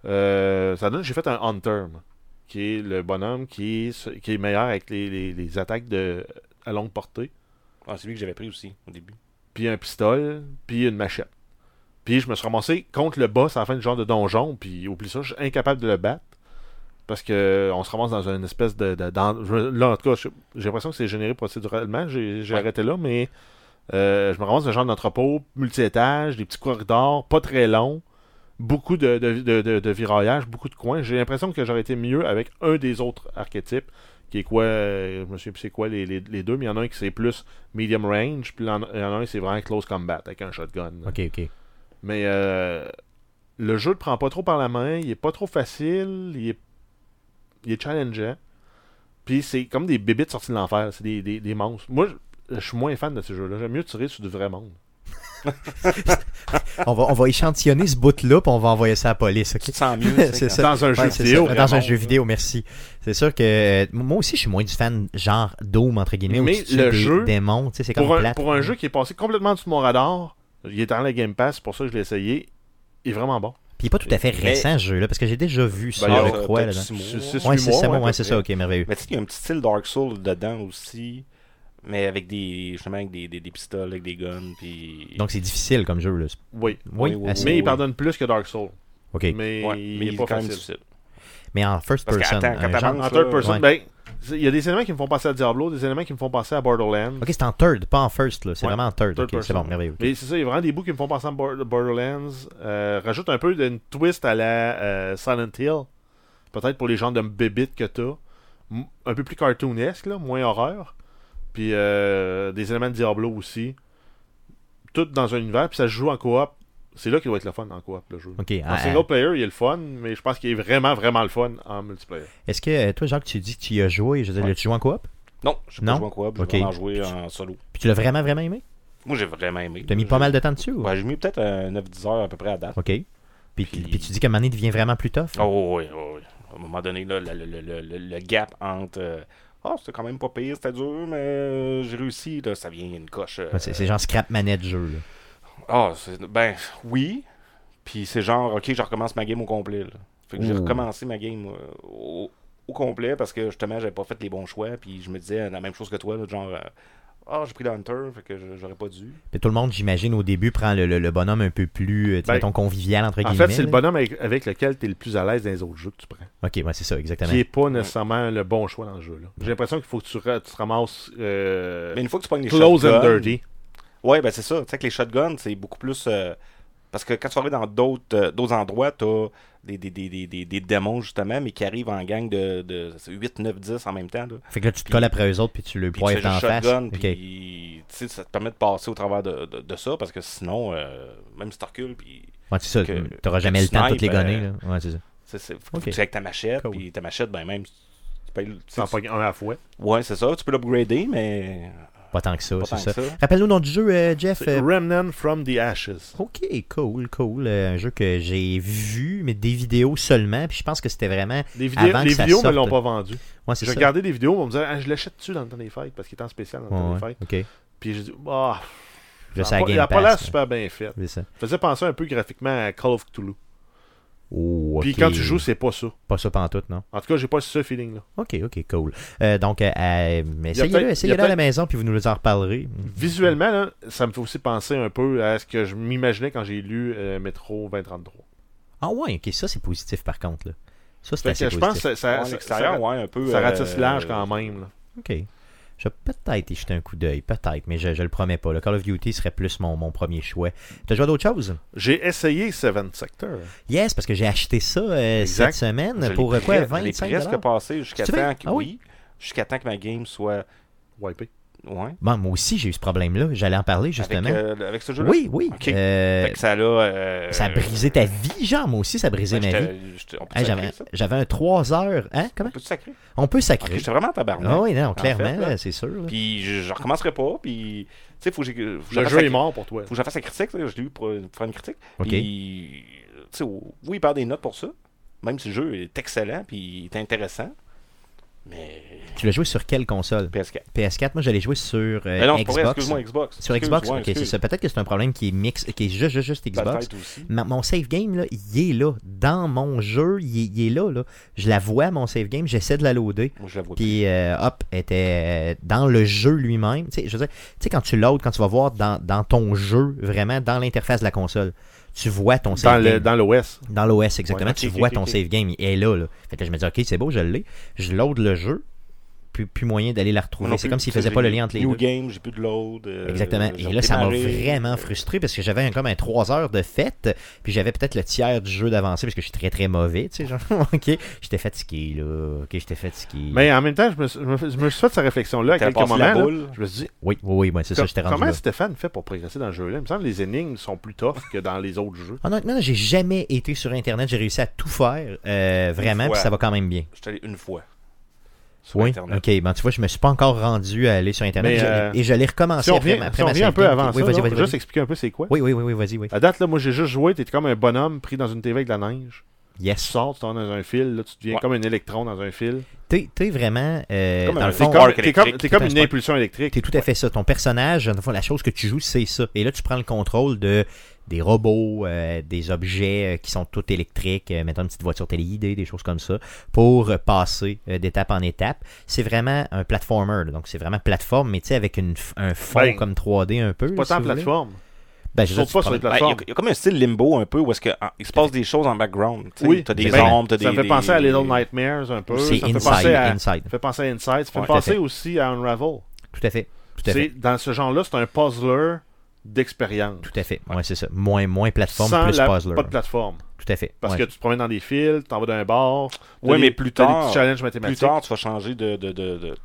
Speaker 5: Euh, ça donne, j'ai fait un Hunter, moi, qui est le bonhomme qui est, ce- qui est meilleur avec les, les, les attaques de, à longue portée
Speaker 3: Ah, c'est lui que j'avais pris aussi au début.
Speaker 5: puis un pistolet, puis une machette. Puis je me suis ramassé contre le boss à la fin du genre de donjon, puis oublie ça, je suis incapable de le battre. Parce que euh, on se ramasse dans une espèce de. de- dans- je- là, en tout cas, je- j'ai l'impression que c'est généré procéduralement. J'ai j'ai
Speaker 3: Ouais.
Speaker 5: arrêté là, mais euh, je me ramasse dans un genre d'entrepôt, multi-étages, des petits corridors, pas très longs, beaucoup de, de, de- de- de viraillages, beaucoup de coins. J'ai l'impression que j'aurais été mieux avec un des autres archétypes, qui est quoi euh, Je me souviens plus c'est quoi les, les- les deux, mais il y en a un qui c'est plus medium range, puis il y en a il y en a un c'est vraiment close combat avec un shotgun.
Speaker 1: Ok, ok.
Speaker 5: Mais euh, le jeu ne prend pas trop par la main, il est pas trop facile, il est, il est challengeant. Puis c'est comme des bébites sorties de l'enfer, c'est des, des- des monstres. Moi, je je suis moins fan de ces jeux-là. J'aime mieux tirer sur du vrai monde.
Speaker 1: On va, on va échantillonner ce bout-là, puis on va envoyer ça à la police, ok
Speaker 3: Tu te sens mieux. tu sais,
Speaker 1: C'est
Speaker 3: quand-
Speaker 1: ça.
Speaker 5: Dans un
Speaker 1: Ouais,
Speaker 5: jeu
Speaker 1: c'est
Speaker 5: vidéo.
Speaker 1: ça, Dans un
Speaker 3: vraiment.
Speaker 1: jeu vidéo, merci. C'est sûr que euh, moi aussi, je suis moins du fan genre Doom, entre guillemets, où
Speaker 5: Mais
Speaker 1: tu tues des
Speaker 5: le jeu,
Speaker 1: démons, tu sais, c'est comme
Speaker 5: Pour un,
Speaker 1: plate.
Speaker 5: pour un jeu qui est passé complètement sous mon radar, il est dans la Game Pass, c'est pour ça que je l'ai essayé. Il est vraiment bon.
Speaker 1: Puis il n'est pas tout à fait récent ce jeu-là, parce que j'ai déjà vu ça,
Speaker 5: il y a,
Speaker 1: je
Speaker 5: euh,
Speaker 1: crois.
Speaker 3: peut-être
Speaker 1: là-dedans.
Speaker 3: six mois.
Speaker 5: Six- six-
Speaker 1: Ouais,
Speaker 5: huit
Speaker 1: c'est
Speaker 5: mois,
Speaker 1: ça,
Speaker 5: ouais, à
Speaker 1: ouais,
Speaker 5: peu
Speaker 1: c'est
Speaker 5: près.
Speaker 1: ça, ok, merveilleux.
Speaker 3: Mais tu sais, il y a un petit style Dark Souls dedans aussi, mais avec des justement avec des, des, des pistoles, avec des guns, puis.
Speaker 1: Donc c'est difficile comme jeu, là.
Speaker 5: Oui.
Speaker 1: Oui,
Speaker 3: Oui, oui,
Speaker 1: assez.
Speaker 5: Mais
Speaker 3: oui.
Speaker 5: il pardonne plus que Dark Souls.
Speaker 1: Ah, Ok.
Speaker 5: Mais,
Speaker 3: Ouais,
Speaker 5: il est pas
Speaker 3: quand même
Speaker 5: facile.
Speaker 3: difficile.
Speaker 1: Mais en first
Speaker 3: Parce que,
Speaker 1: person.
Speaker 3: attends, quand
Speaker 1: un
Speaker 3: t'as
Speaker 1: genre-
Speaker 3: mal-
Speaker 5: En third person,
Speaker 1: Ouais.
Speaker 5: ben, c'est- il y a des éléments qui me font penser à Diablo, des éléments qui me font penser à Borderlands.
Speaker 1: Ok, c'est en third, pas en first, là. C'est
Speaker 5: Ouais,
Speaker 1: vraiment en third.
Speaker 5: third
Speaker 1: ok, c'est
Speaker 5: person.
Speaker 1: bon, merveilleux. ok.
Speaker 5: Mais c'est ça, il y a vraiment des bouts qui me font penser à Bor- Borderlands. Euh, rajoute un peu d'une twist à la euh, Silent Hill. Peut-être pour les genres de bébites que t'as. M- Un peu plus cartoonesque, là, moins horreur. Puis euh, des éléments de Diablo aussi. Tout dans un univers, puis ça se joue en coop. C'est là qu'il doit être le fun en coop, le jeu.
Speaker 1: Ok,
Speaker 5: En
Speaker 1: ah,
Speaker 5: single player, il est le fun, mais je pense qu'il est vraiment, vraiment le fun en multiplayer.
Speaker 1: ah, Est-ce que euh, toi, Jacques, tu dis que tu y as joué Je veux dire,
Speaker 5: Ouais.
Speaker 1: l'as-tu joué en coop
Speaker 3: Non, je n'ai
Speaker 1: Non?
Speaker 3: pas joué en coop, j'ai
Speaker 1: Ok.
Speaker 3: vraiment joué en solo.
Speaker 1: Puis tu l'as vraiment, vraiment aimé
Speaker 3: Moi, j'ai vraiment aimé.
Speaker 1: T'as mis pas mal de temps dessus ou-
Speaker 3: Euh, Ouais, j'ai mis peut-être euh, 9-10 heures à peu près à date.
Speaker 1: Ok. Puis,
Speaker 3: Puis-
Speaker 1: puis tu dis que Mané devient vraiment plus tough
Speaker 3: Oh, oui, oui, oui. À un moment donné, là, le, le- le- le- le gap entre. euh, Ah, c'était quand même pas pire, c'était dur, mais euh, j'ai réussi, là, ça vient une coche. euh,
Speaker 1: Ouais, C'est c'est genre scrap manette de jeu, là.
Speaker 3: Ah, c'est- ben oui. Puis c'est genre, ok, je recommence ma game au complet. là. Fait que j'ai
Speaker 5: Hmm.
Speaker 1: Ouh.
Speaker 3: recommencé ma game euh, au, au complet parce que justement, j'avais pas fait les bons choix. Puis je me disais euh, la même chose que toi, là, genre, euh, ah, j'ai pris le Hunter, fait que je- j'aurais pas dû.
Speaker 1: Puis tout le monde, j'imagine, au début, prend le, le- le bonhomme un peu plus, euh, tu sais,
Speaker 5: Ben,
Speaker 1: mettons, convivial, entre
Speaker 5: En
Speaker 1: guillemets.
Speaker 5: fait, c'est le
Speaker 1: là.
Speaker 5: bonhomme avec, avec lequel tu es le plus à l'aise dans les autres jeux que tu prends.
Speaker 1: Ok, ouais, c'est ça, exactement.
Speaker 5: Qui est pas nécessairement le bon choix dans le jeu. là. J'ai l'impression qu'il faut que tu, ra- tu te ramasses euh,
Speaker 3: Mais une fois que tu pognes les
Speaker 5: close and
Speaker 3: shotguns.
Speaker 5: dirty.
Speaker 3: Ouais, ben c'est ça. Tu sais que les shotguns, c'est beaucoup plus. euh, parce que quand tu vas dans d'autres euh, d'autres endroits, t'as des, des, des, des, des, des démons justement, mais qui arrivent en gang de, de 8, 9, 10 en même temps. Là.
Speaker 1: Fait que là, tu te
Speaker 3: Puis-
Speaker 1: colles après eux autres, puis tu le
Speaker 3: Puis tu
Speaker 1: poives
Speaker 3: fais
Speaker 1: en
Speaker 3: juste
Speaker 1: face.
Speaker 3: shotgun,
Speaker 1: Ok.
Speaker 3: puis tu sais, ça te permet de passer au travers de, de- de ça, parce que sinon, euh, même si tu recules, puis
Speaker 1: Ouais, c'est ça.
Speaker 3: que-
Speaker 1: T'auras jamais
Speaker 3: que
Speaker 1: le temps de
Speaker 3: snipe,
Speaker 1: toutes les gonner,
Speaker 3: euh,
Speaker 1: là. Ouais, c'est ça.
Speaker 3: tu sais, c'est- faut
Speaker 1: Ok.
Speaker 3: que tu avec ta machette,
Speaker 1: Cool.
Speaker 3: puis ta machette, ben même, tu peux, tu sais,
Speaker 5: T'en pognes un à la fois.
Speaker 3: tu- ouais, c'est ça, tu peux l'upgrader, mais
Speaker 1: Pas tant que ça,
Speaker 3: pas
Speaker 1: c'est
Speaker 3: tant
Speaker 1: ça.
Speaker 3: que ça.
Speaker 1: Rappelle-nous le nom du jeu, euh, Jeff.
Speaker 5: C'est
Speaker 1: euh,
Speaker 5: Remnant from the Ashes.
Speaker 1: Ok, cool, cool. Euh, Un jeu que j'ai vu, mais des vidéos seulement. Puis je pense que c'était vraiment.
Speaker 5: Les, vidéos-
Speaker 1: Avant que
Speaker 5: les
Speaker 1: ça
Speaker 5: vidéos ne
Speaker 1: sorte.
Speaker 5: me l'ont pas vendu.
Speaker 1: Ouais, c'est
Speaker 5: J'ai
Speaker 1: ça.
Speaker 5: regardé des vidéos, on me disait, ah, je l'achète-tu dans le temps des fêtes parce qu'il est en spécial dans le temps
Speaker 1: Ouais,
Speaker 5: des
Speaker 1: ouais,
Speaker 5: fêtes.
Speaker 1: ok.
Speaker 5: Puis j'ai dit, ah,
Speaker 1: Je
Speaker 5: ça
Speaker 1: sais
Speaker 5: a
Speaker 1: à
Speaker 5: pas- il
Speaker 1: Game
Speaker 5: a pas
Speaker 1: Pass,
Speaker 5: l'air
Speaker 1: ouais.
Speaker 5: super bien fait.
Speaker 1: C'est ça.
Speaker 5: Ça faisait penser un peu graphiquement à Call of Cthulhu.
Speaker 1: Oh,
Speaker 5: Puis
Speaker 1: ok.
Speaker 5: quand tu joues, c'est pas ça.
Speaker 1: Pas ça pantoute, non?
Speaker 5: En tout cas, j'ai pas ce feeling-là.
Speaker 1: Ok, ok, cool. Euh, donc, euh, euh, essayez-le,
Speaker 5: peut-être-
Speaker 1: essayez-le
Speaker 5: il y a
Speaker 1: à la maison, puis vous nous en reparlerez.
Speaker 5: Visuellement, là, ça me fait aussi penser un peu à ce que je m'imaginais quand j'ai lu euh, Metro 2033.
Speaker 1: Ah ouais, ok, ça c'est positif par contre. Là. Ça c'est
Speaker 5: Fait
Speaker 1: assez
Speaker 5: que je
Speaker 1: positif.
Speaker 5: pense que ça, ça,
Speaker 3: Ouais,
Speaker 5: ça-
Speaker 3: l'extérieur,
Speaker 5: ça-
Speaker 3: ouais, un peu.
Speaker 5: ça
Speaker 3: euh,
Speaker 5: ratisse large quand même. là.
Speaker 1: Ok. Je vais peut-être y jeter un coup d'œil, peut-être, mais je, je le promets pas. Le Call of Duty serait plus mon, mon premier choix. T'as joué à d'autres choses?
Speaker 5: J'ai essayé Seven Sector.
Speaker 1: Yes, parce que j'ai acheté ça euh,
Speaker 5: Exact.
Speaker 1: cette semaine
Speaker 3: Je l'ai
Speaker 1: pour euh, quoi,
Speaker 3: pre- je l'ai
Speaker 1: 25
Speaker 3: presque passé jusqu'à
Speaker 1: C'est vrai?
Speaker 3: temps que,
Speaker 1: Ah oui?
Speaker 3: oui, jusqu'à temps que ma game soit,
Speaker 5: Wipé.
Speaker 3: ouais,
Speaker 1: Bon, moi aussi j'ai eu ce problème-là, j'allais en parler justement.
Speaker 3: Avec, euh, avec ce jeu-là.
Speaker 1: oui, oui.
Speaker 3: Ok.
Speaker 1: Euh,
Speaker 3: Fait que ça l'a. euh,
Speaker 1: ça a brisé ta vie, genre, moi aussi ça a brisé
Speaker 3: ben,
Speaker 1: ma
Speaker 3: j'étais-
Speaker 1: vie.
Speaker 3: j'étais- On peut
Speaker 1: Hey,
Speaker 3: sacrer
Speaker 1: j'avais,
Speaker 3: ça?
Speaker 1: j'avais un 3 heures. Hein?
Speaker 3: On
Speaker 1: Comment?
Speaker 3: peut sacrer?
Speaker 1: On peut
Speaker 3: Ok,
Speaker 1: sacrer.
Speaker 3: j'étais vraiment tabarnak.
Speaker 1: Ah oui, non,
Speaker 3: fait,
Speaker 1: clairement,
Speaker 3: là.
Speaker 1: là, c'est sûr. là.
Speaker 3: Puis je, je recommencerai pas. Puis, tu sais, faut que j'ai- faut que
Speaker 5: Le
Speaker 3: j'en
Speaker 5: jeu
Speaker 3: fasse
Speaker 5: est
Speaker 3: la-
Speaker 5: mort pour toi.
Speaker 3: Faut que j'en fasse la critique. là, Je l'ai eu pour, euh, pour faire une critique.
Speaker 1: Ok.
Speaker 3: Puis, tu sais, au- oui, il perd des notes pour ça. Même si le jeu est excellent, puis il est intéressant. Mais.
Speaker 1: Tu l'as joué sur quelle console?
Speaker 3: PS4.
Speaker 1: PS4, moi j'allais jouer sur euh,
Speaker 3: Mais non, c'est
Speaker 1: Xbox.
Speaker 3: pas vrai, excuse-moi, Xbox.
Speaker 1: Sur
Speaker 3: Excuse-moi,
Speaker 1: Xbox, ok, c'est
Speaker 3: excuse.
Speaker 1: ça. Peut-être que c'est un problème qui est mix, qui est juste, juste, juste Xbox.
Speaker 3: Peut-être aussi.
Speaker 1: Ma- mon save game, là, il est là. Dans mon jeu, il est, il est là, là. Je la vois, mon save game, j'essaie de la loader.
Speaker 3: Moi, je la vois
Speaker 1: Puis, euh, hop, était euh, dans le jeu lui-même. Tu sais, je veux dire, tu sais, quand tu loads, quand tu vas voir dans, dans ton jeu, vraiment, dans l'interface de la console, tu vois ton
Speaker 5: Dans
Speaker 1: save
Speaker 5: le-
Speaker 1: game.
Speaker 5: dans l'OS.
Speaker 1: Dans l'OS, exactement.
Speaker 5: Ouais, ok,
Speaker 1: tu
Speaker 5: ok,
Speaker 1: vois
Speaker 5: ok,
Speaker 1: ton
Speaker 5: ok.
Speaker 1: save game, il est là. là. Fait que je me dis, OK, c'est beau, je l'ai. Je load le jeu, puis, plus moyen d'aller la
Speaker 3: Moi
Speaker 1: retrouver.
Speaker 3: non
Speaker 1: C'est
Speaker 3: plus,
Speaker 1: comme s'il
Speaker 3: tu sais,
Speaker 1: faisait pas
Speaker 3: j'ai
Speaker 1: le lien entre les
Speaker 3: New
Speaker 1: deux.
Speaker 3: game, j'ai plus de load. euh,
Speaker 1: Exactement.
Speaker 3: j'ai
Speaker 1: Et là, ça m'a
Speaker 3: redémarré.
Speaker 1: vraiment frustré parce que j'avais un- comme un 3 heures de fête, puis j'avais peut-être le tiers du jeu d'avancé parce que je suis très très mauvais, tu sais, genre, ok, j'étais fatigué, là, ok, j'étais fatigué.
Speaker 5: Mais en même temps, je me, suis- je me fais- je me suis fait cette réflexion-là à
Speaker 3: T'as
Speaker 5: quelques
Speaker 3: passé
Speaker 5: moments.
Speaker 3: la
Speaker 5: là.
Speaker 3: boule.
Speaker 5: je me suis dit,
Speaker 1: Oui, oui, oui, ouais, c'est ça,
Speaker 5: com-
Speaker 1: j'étais rendu
Speaker 5: comment
Speaker 1: là.
Speaker 5: Stéphane fait pour progresser dans le jeu-là Il me semble que les énigmes sont plus tough que dans les autres jeux.
Speaker 1: Honnêtement, j'ai jamais été sur Internet, j'ai réussi à tout faire, euh, vraiment,
Speaker 3: fois.
Speaker 1: puis ça va quand même bien.
Speaker 3: Je suis allé une fois. Sur
Speaker 1: Oui,
Speaker 3: Internet.
Speaker 1: ok, ben tu vois, je me suis pas encore rendu à aller sur Internet
Speaker 5: Mais,
Speaker 1: je-
Speaker 5: euh,
Speaker 1: et je l'ai recommencé
Speaker 5: Si on
Speaker 1: après,
Speaker 5: revient,
Speaker 1: ma- Ah, après
Speaker 5: si on
Speaker 1: ma
Speaker 5: revient un
Speaker 1: save
Speaker 5: peu
Speaker 1: game.
Speaker 5: avant
Speaker 1: oui,
Speaker 5: ça,
Speaker 1: vas-y,
Speaker 5: là,
Speaker 1: vas-y,
Speaker 5: juste
Speaker 1: vas-y.
Speaker 5: expliquer un peu c'est quoi.
Speaker 1: Oui, oui, oui, oui, vas-y, oui.
Speaker 5: À date, là, moi j'ai juste joué, t'es comme un bonhomme pris dans une TV avec de la neige. Tu
Speaker 1: Yes.
Speaker 5: sors, tu t'en vas dans un fil, là, tu deviens
Speaker 3: Ouais.
Speaker 5: comme un électron dans un fil.
Speaker 1: T'es t'es vraiment, euh,
Speaker 3: Comme
Speaker 1: dans
Speaker 3: un-
Speaker 1: le
Speaker 5: T'es
Speaker 1: fond,
Speaker 3: arc
Speaker 5: comme, t'es
Speaker 3: électrique.
Speaker 5: comme, t'es comme
Speaker 1: Putain,
Speaker 5: une
Speaker 1: c'est pas-
Speaker 5: impulsion électrique.
Speaker 1: C'est tout à fait ça. Ton personnage, dans le fond, la chose que tu joues, c'est ça. Et là, tu prends le contrôle de des robots, euh, des objets euh, qui sont tout électriques, euh, mettons une petite voiture télé-idée, des choses comme ça, pour euh, passer euh, d'étape en étape. C'est vraiment un platformer, là. donc c'est vraiment plateforme, mais tu sais, avec une f- un fond
Speaker 5: Ben,
Speaker 1: comme 3D un peu.
Speaker 5: C'est
Speaker 1: là,
Speaker 5: pas
Speaker 1: si
Speaker 5: tant
Speaker 1: vous voulez.
Speaker 5: plateforme.
Speaker 1: Ben, je sais
Speaker 5: Ils sont pas
Speaker 1: pas,
Speaker 5: sur les
Speaker 3: Il y, a-
Speaker 5: plateformes.
Speaker 3: il y a comme un style limbo un peu où est-ce que ah, il se passe des choses en background. tu sais.
Speaker 5: Oui.
Speaker 3: T'as des
Speaker 5: Ben,
Speaker 3: ombres, t'as des.
Speaker 5: Ça me fait
Speaker 3: des-
Speaker 5: penser à Little Nightmares un peu.
Speaker 1: c'est
Speaker 5: ça me
Speaker 1: inside,
Speaker 5: fait penser à, ça
Speaker 1: inside.
Speaker 5: me fait penser à Inside. Ça me
Speaker 3: Ouais.
Speaker 5: fait
Speaker 1: Tout à fait.
Speaker 5: penser aussi à Unravel.
Speaker 1: Tout à fait. Tout à
Speaker 5: C'est-
Speaker 1: fait.
Speaker 5: Dans ce genre-là, c'est un puzzler d'expérience.
Speaker 1: Tout à fait. Ouais, c'est ça. Moins, moins plateforme,
Speaker 5: Sans
Speaker 1: plus
Speaker 5: la-
Speaker 1: puzzler.
Speaker 5: Pas de plateforme.
Speaker 1: Tout à fait.
Speaker 5: Parce
Speaker 1: Ouais.
Speaker 5: que tu te promènes dans des fils, t'en vas d'un bar. t'as
Speaker 3: Ouais,
Speaker 5: des-
Speaker 3: mais plus
Speaker 5: t'as
Speaker 3: tard-
Speaker 5: des petits challenges
Speaker 3: Plus
Speaker 5: mathématiques.
Speaker 3: tard, tu vas changer de. de- de- de-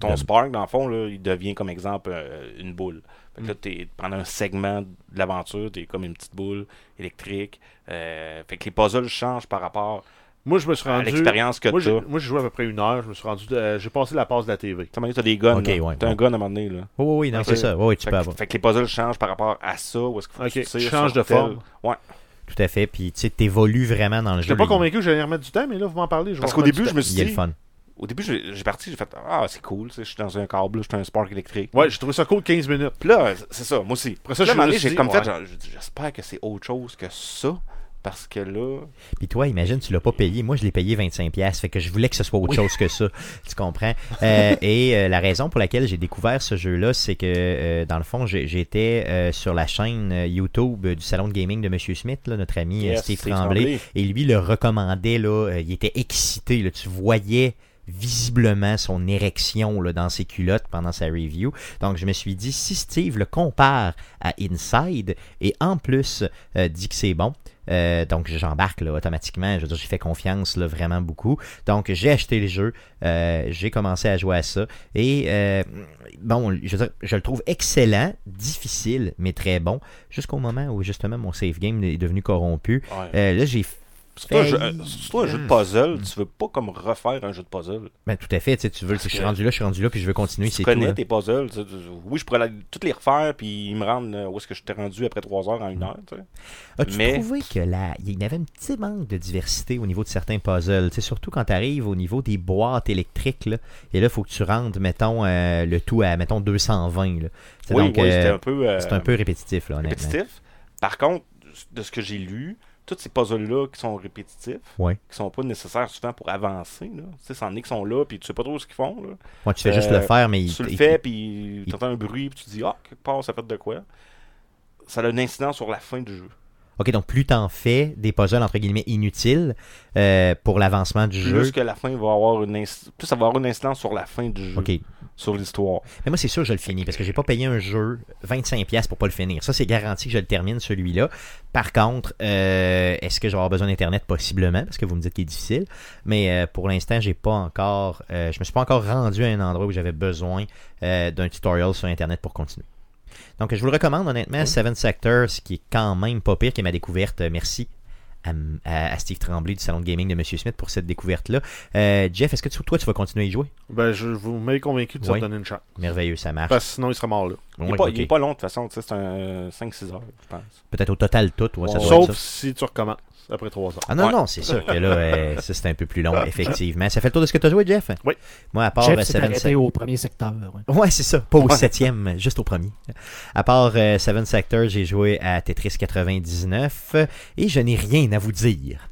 Speaker 3: Ton
Speaker 1: De-
Speaker 3: spark, dans le fond, là, il devient comme exemple euh, une boule. Fait
Speaker 5: Mm.
Speaker 3: que là, t'es- pendant un segment de l'aventure, t'es comme une petite boule électrique. Euh, fait que les puzzles changent par rapport
Speaker 5: Moi, je me suis
Speaker 3: à
Speaker 5: rendu.
Speaker 3: l'expérience que
Speaker 5: Moi, j'ai
Speaker 3: t'as.
Speaker 5: moi, j'ai joué à peu près une heure. Je me suis rendu. euh, j'ai passé la passe de la TV.
Speaker 3: T'as t'as des guns.
Speaker 1: Ok,
Speaker 3: là.
Speaker 1: ouais,
Speaker 3: t'as un
Speaker 1: bon.
Speaker 3: gun à un moment donné. Là.
Speaker 1: Oui, oui, oui, non,
Speaker 3: Ok.
Speaker 1: c'est ça. Oui, tu
Speaker 3: Fait,
Speaker 1: peux
Speaker 3: que,
Speaker 1: avoir.
Speaker 3: fait que les puzzles changent par rapport à ça. Où est-ce qu'il faut
Speaker 5: Ok,
Speaker 3: que tu tires
Speaker 5: change
Speaker 3: sur
Speaker 5: de
Speaker 3: tel-
Speaker 5: forme.
Speaker 3: Ouais.
Speaker 1: Tout à fait. Puis, tu sais, t'évolues vraiment dans le
Speaker 5: Je
Speaker 1: jeu.
Speaker 5: pas
Speaker 1: les-
Speaker 5: convaincu que j'allais remettre du temps, mais là, vous m'en parlez. je vais
Speaker 3: Parce qu'au
Speaker 5: remettre
Speaker 3: début,
Speaker 5: du
Speaker 3: je me
Speaker 1: Il
Speaker 3: suis
Speaker 1: y a le
Speaker 3: dit.
Speaker 1: fun.
Speaker 3: Au début, j'ai j'ai parti, j'ai fait Ah, c'est cool, tu sais, je suis dans un câble, je suis un spark électrique.
Speaker 5: temps. Ouais, j'ai trouvé ça cool 15 minutes.
Speaker 3: Puis là, c'est ça, moi aussi.
Speaker 5: Après ça,
Speaker 3: Puis là,
Speaker 5: je
Speaker 3: à un moment
Speaker 5: me
Speaker 3: donné,
Speaker 5: suis
Speaker 3: j'ai
Speaker 5: dit,
Speaker 3: comme
Speaker 5: ouais.
Speaker 3: fait, genre, j'ai dit, j'espère que c'est autre chose que ça, parce que là,
Speaker 1: Puis toi, imagine, tu l'as pas payé. Moi, je l'ai payé 25$. piastres, Fait que je voulais que ce soit autre chose que ça. Tu comprends? Euh, et euh, la raison pour laquelle j'ai découvert ce jeu-là, c'est que, euh, dans le fond, j'ai- j'étais euh, sur la chaîne euh, YouTube du salon de gaming de M. Smith, là, notre ami euh,
Speaker 3: yes,
Speaker 1: Steve
Speaker 3: c'est
Speaker 1: Tremblay. Et lui le recommandait, là, euh, il était excité, là, tu voyais visiblement son érection là, dans ses culottes pendant sa review. Donc je me suis dit, si Steve le compare à Inside et en plus euh, dit que c'est bon, euh, donc j'embarque là, automatiquement, je veux dire, j'ai fait confiance là, vraiment beaucoup. Donc j'ai acheté le jeu, euh, j'ai commencé à jouer à ça et euh, bon, je, veux dire, je le trouve excellent, difficile, mais très bon, jusqu'au moment où justement mon save game est devenu corrompu.
Speaker 3: Ouais.
Speaker 1: Euh, Ben, hmm. là, j'ai.
Speaker 3: Surtout, un jeu,
Speaker 1: failli-
Speaker 3: euh, surtout un jeu de puzzle, tu veux pas comme refaire un jeu de puzzle.
Speaker 1: Ben, tout à fait, tu sais, tu veux, je suis rendu là, je suis rendu là, puis je veux continuer,
Speaker 3: tu
Speaker 1: c'est tout. hein.
Speaker 3: connais
Speaker 1: là.
Speaker 3: tes puzzles, tu sais, tu- oui, je pourrais la- toutes les refaire, puis ils me rendent euh, où est-ce que je t'ai rendu après 3 heures en 1 heure, tu sais.
Speaker 1: As-tu
Speaker 3: mais-
Speaker 1: trouvé que là, il y avait un petit manque de diversité au niveau de certains puzzles, tu sais, surtout quand tu arrives au niveau des boîtes électriques, là, et là, il faut que tu rendes, mettons, euh, le tout à, mettons, 220, là. Tu sais,
Speaker 3: Oui,
Speaker 1: donc,
Speaker 3: oui, c'était
Speaker 1: euh,
Speaker 3: un peu. euh,
Speaker 1: c'est un peu répétitif, là, honnêtement.
Speaker 3: répétitif. Par contre, de ce que j'ai lu, tous ces puzzles-là qui sont répétitifs,
Speaker 1: Ouais.
Speaker 3: qui sont pas nécessaires souvent pour avancer, là. tu sais, c'en est qui sont là, puis tu sais pas trop ce qu'ils font, là.
Speaker 1: Moi, tu fais juste
Speaker 3: Euh,
Speaker 1: le faire, mais il-
Speaker 3: tu le
Speaker 1: il-
Speaker 3: fais, puis
Speaker 1: il-
Speaker 3: tu entends un bruit, puis tu te dis, ah, quelque part, ça fait de quoi. Ça a un incident sur la fin du jeu.
Speaker 1: OK, donc plus t'en fais des puzzles, entre guillemets, inutiles euh, pour l'avancement du
Speaker 3: Plus
Speaker 1: jeu.
Speaker 3: que la fin va avoir une inc- plus ça va avoir une incidence sur la fin du jeu,
Speaker 1: OK,
Speaker 3: sur l'histoire.
Speaker 1: Mais moi, c'est sûr que je le finis parce que j'ai pas payé un jeu 25$ pour pas le finir. Ça, c'est garanti que je le termine, celui-là. Par contre, euh, est-ce que je vais avoir besoin d'Internet Possiblement, parce que vous me dites qu'il est difficile. Mais euh, pour l'instant, j'ai pas encore. euh, je me suis pas encore rendu à un endroit où j'avais besoin euh, d'un tutorial sur Internet pour continuer. Donc, je vous le recommande, honnêtement, Seven Sectors, ce qui est quand même pas pire, qui est ma découverte. Euh, Merci. À, à- à Steve Tremblay du salon de gaming de Monsieur Smith pour cette découverte-là. Euh, Jeff, est-ce que tu- toi, tu vas continuer à y jouer
Speaker 5: Ben, je vous m'avez convaincu de
Speaker 1: Oui.
Speaker 5: ça donner une chance.
Speaker 1: Merveilleux, ça marche.
Speaker 5: Parce que sinon, il serait mort là.
Speaker 3: Il
Speaker 1: Ouais,
Speaker 3: est pas,
Speaker 1: ok.
Speaker 3: il est pas long, de toute façon, tu sais, c'est un 5-6 heures, je pense.
Speaker 1: Peut-être au total tout, ouais, ça
Speaker 3: Ouais.
Speaker 1: doit
Speaker 5: Sauf
Speaker 1: être ça.
Speaker 5: si tu recommences après 3 heures.
Speaker 1: Ah non,
Speaker 3: Ouais.
Speaker 1: non, c'est sûr que là, euh, ça c'est un peu plus long, effectivement. Ça fait le tour de ce que tu as joué, Jeff?
Speaker 5: Oui.
Speaker 1: Moi, à part
Speaker 2: Jeff
Speaker 1: euh,
Speaker 2: s'est
Speaker 1: Seven
Speaker 2: arrêté
Speaker 1: Sec-
Speaker 2: au premier secteur. ouais.
Speaker 1: Ouais, c'est ça. Pas au
Speaker 3: Ouais.
Speaker 1: septième, juste au premier. À part euh, Seven Sector, j'ai joué à Tetris 99 euh, et je n'ai rien à vous dire.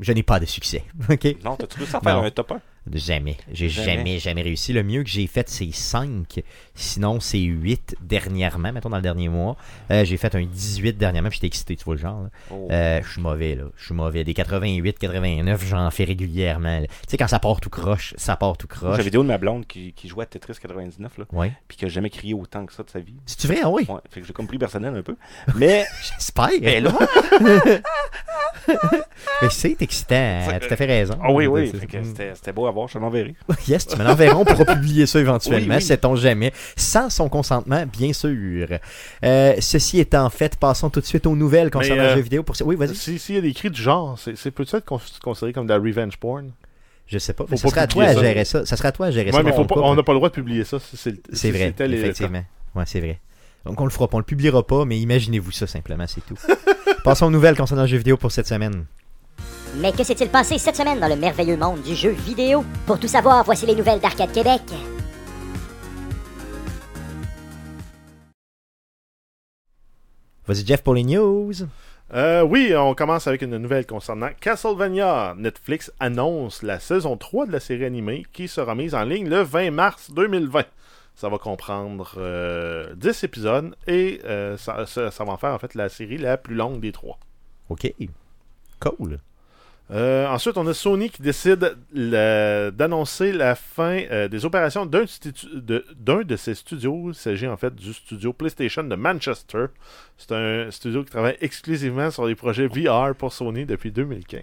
Speaker 1: Je n'ai pas de succès. OK?
Speaker 3: Non, t'as-tu réussi à faire
Speaker 1: Non.
Speaker 3: un top 1?
Speaker 1: Jamais. J'ai jamais.
Speaker 3: Jamais.
Speaker 1: jamais, réussi. Le mieux que j'ai fait, c'est 5. Sinon, c'est 8 dernièrement, mettons dans le dernier mois. Euh, j'ai fait un 18 dernièrement, puis j'étais excité, tu vois le genre. là.
Speaker 3: Oh.
Speaker 1: Euh, je suis mauvais, là. Je suis mauvais. Des 88, 89, j'en fais régulièrement. là. Tu sais, quand ça part tout croche, ça part tout
Speaker 3: Oh. J'ai la
Speaker 1: croche.
Speaker 3: vidéo de ma blonde qui, qui jouait à Tetris 99, là,
Speaker 1: Ouais.
Speaker 3: puis qui a jamais crié autant que ça de sa vie.
Speaker 1: C'est-tu vrai? Ah Oui,
Speaker 3: Ouais, fait que j'ai compris personnel un peu. Mais
Speaker 1: j'espère.
Speaker 3: elle a
Speaker 1: Mais c'est excitant.
Speaker 3: Ça-
Speaker 1: Tu tout à fait raison.
Speaker 3: Ah oui, oui.
Speaker 1: C'est-
Speaker 3: Fait que C'était c'était beau à voir, je te l'enverrai.
Speaker 1: Yes, tu me l'enverrons pour publier ça éventuellement,
Speaker 3: Oui, oui.
Speaker 1: sait-on jamais, sans son consentement, bien sûr. Euh, ceci étant fait, passons tout de suite aux nouvelles concernant
Speaker 5: Mais, euh,
Speaker 1: le jeu vidéo. Pour... ce- Oui, vas-y.
Speaker 5: S'il si y a des cris du genre, c'est c'est- peut-être être cons- considéré comme de la revenge porn.
Speaker 1: Je sais pas.
Speaker 5: Faut
Speaker 1: Mais ça
Speaker 5: pas
Speaker 1: serait à toi
Speaker 5: publier
Speaker 1: à
Speaker 5: ça.
Speaker 1: gérer ça. Ça serait à toi à gérer ça.
Speaker 5: Ouais, mais
Speaker 1: dans
Speaker 5: faut
Speaker 1: ton
Speaker 5: pas-
Speaker 1: couple.
Speaker 5: on n'a pas le droit de publier ça. si si- si
Speaker 1: C'est vrai,
Speaker 5: c'était les-
Speaker 1: effectivement. Ouais, c'est vrai. Donc on le fera pas, on le publiera pas, mais imaginez-vous ça simplement, c'est tout. Passons aux nouvelles concernant le jeu vidéo pour cette semaine.
Speaker 6: Mais que s'est-il passé cette semaine dans le merveilleux monde du jeu vidéo Pour tout savoir, voici les nouvelles d'Arcade Québec.
Speaker 1: Vas-y, Jeff, pour les news.
Speaker 5: Euh, oui, on commence avec une nouvelle concernant Castlevania. Netflix annonce la saison 3 de la série animée qui sera mise en ligne le 20 mars 2020. Ça va comprendre euh, 10 épisodes et euh, ça, ça- ça va en faire en fait la série la plus longue des trois.
Speaker 1: OK. Cool.
Speaker 5: Euh, ensuite, on a Sony qui décide la- d'annoncer la fin euh, des opérations d'un stitu- de, d'un de ses studios. Il s'agit en fait du studio PlayStation de Manchester. C'est un studio qui travaille exclusivement sur des projets VR pour Sony depuis 2015.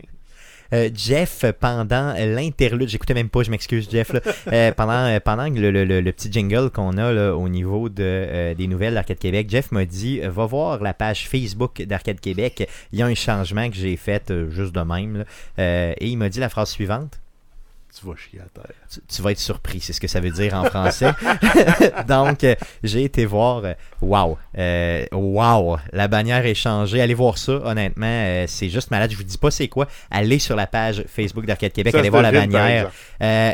Speaker 1: Euh, Jeff, pendant l'interlude, j'écoutais même pas, je m'excuse, Jeff, là. Euh, pendant, euh, pendant le, le- le- le petit jingle qu'on a là, au niveau de, euh, des nouvelles d'Arcade Québec, Jeff m'a dit euh, va voir la page Facebook d'Arcade Québec. Il y a un changement que j'ai fait euh, juste de même. là. Euh, et il m'a dit la phrase suivante.
Speaker 5: Tu vas chier à terre.
Speaker 1: Tu, tu vas être surpris, c'est ce que ça veut dire en français. Donc, euh, j'ai été voir. euh, Wow! Euh, wow! La bannière est changée. Allez voir ça, honnêtement. euh, c'est juste malade. Je vous dis pas c'est quoi. Allez sur la page Facebook d'Arcade Québec.
Speaker 5: Ça,
Speaker 1: allez
Speaker 5: c'est
Speaker 1: voir la
Speaker 5: devine, par
Speaker 1: bannière.
Speaker 5: exemple.
Speaker 1: Euh,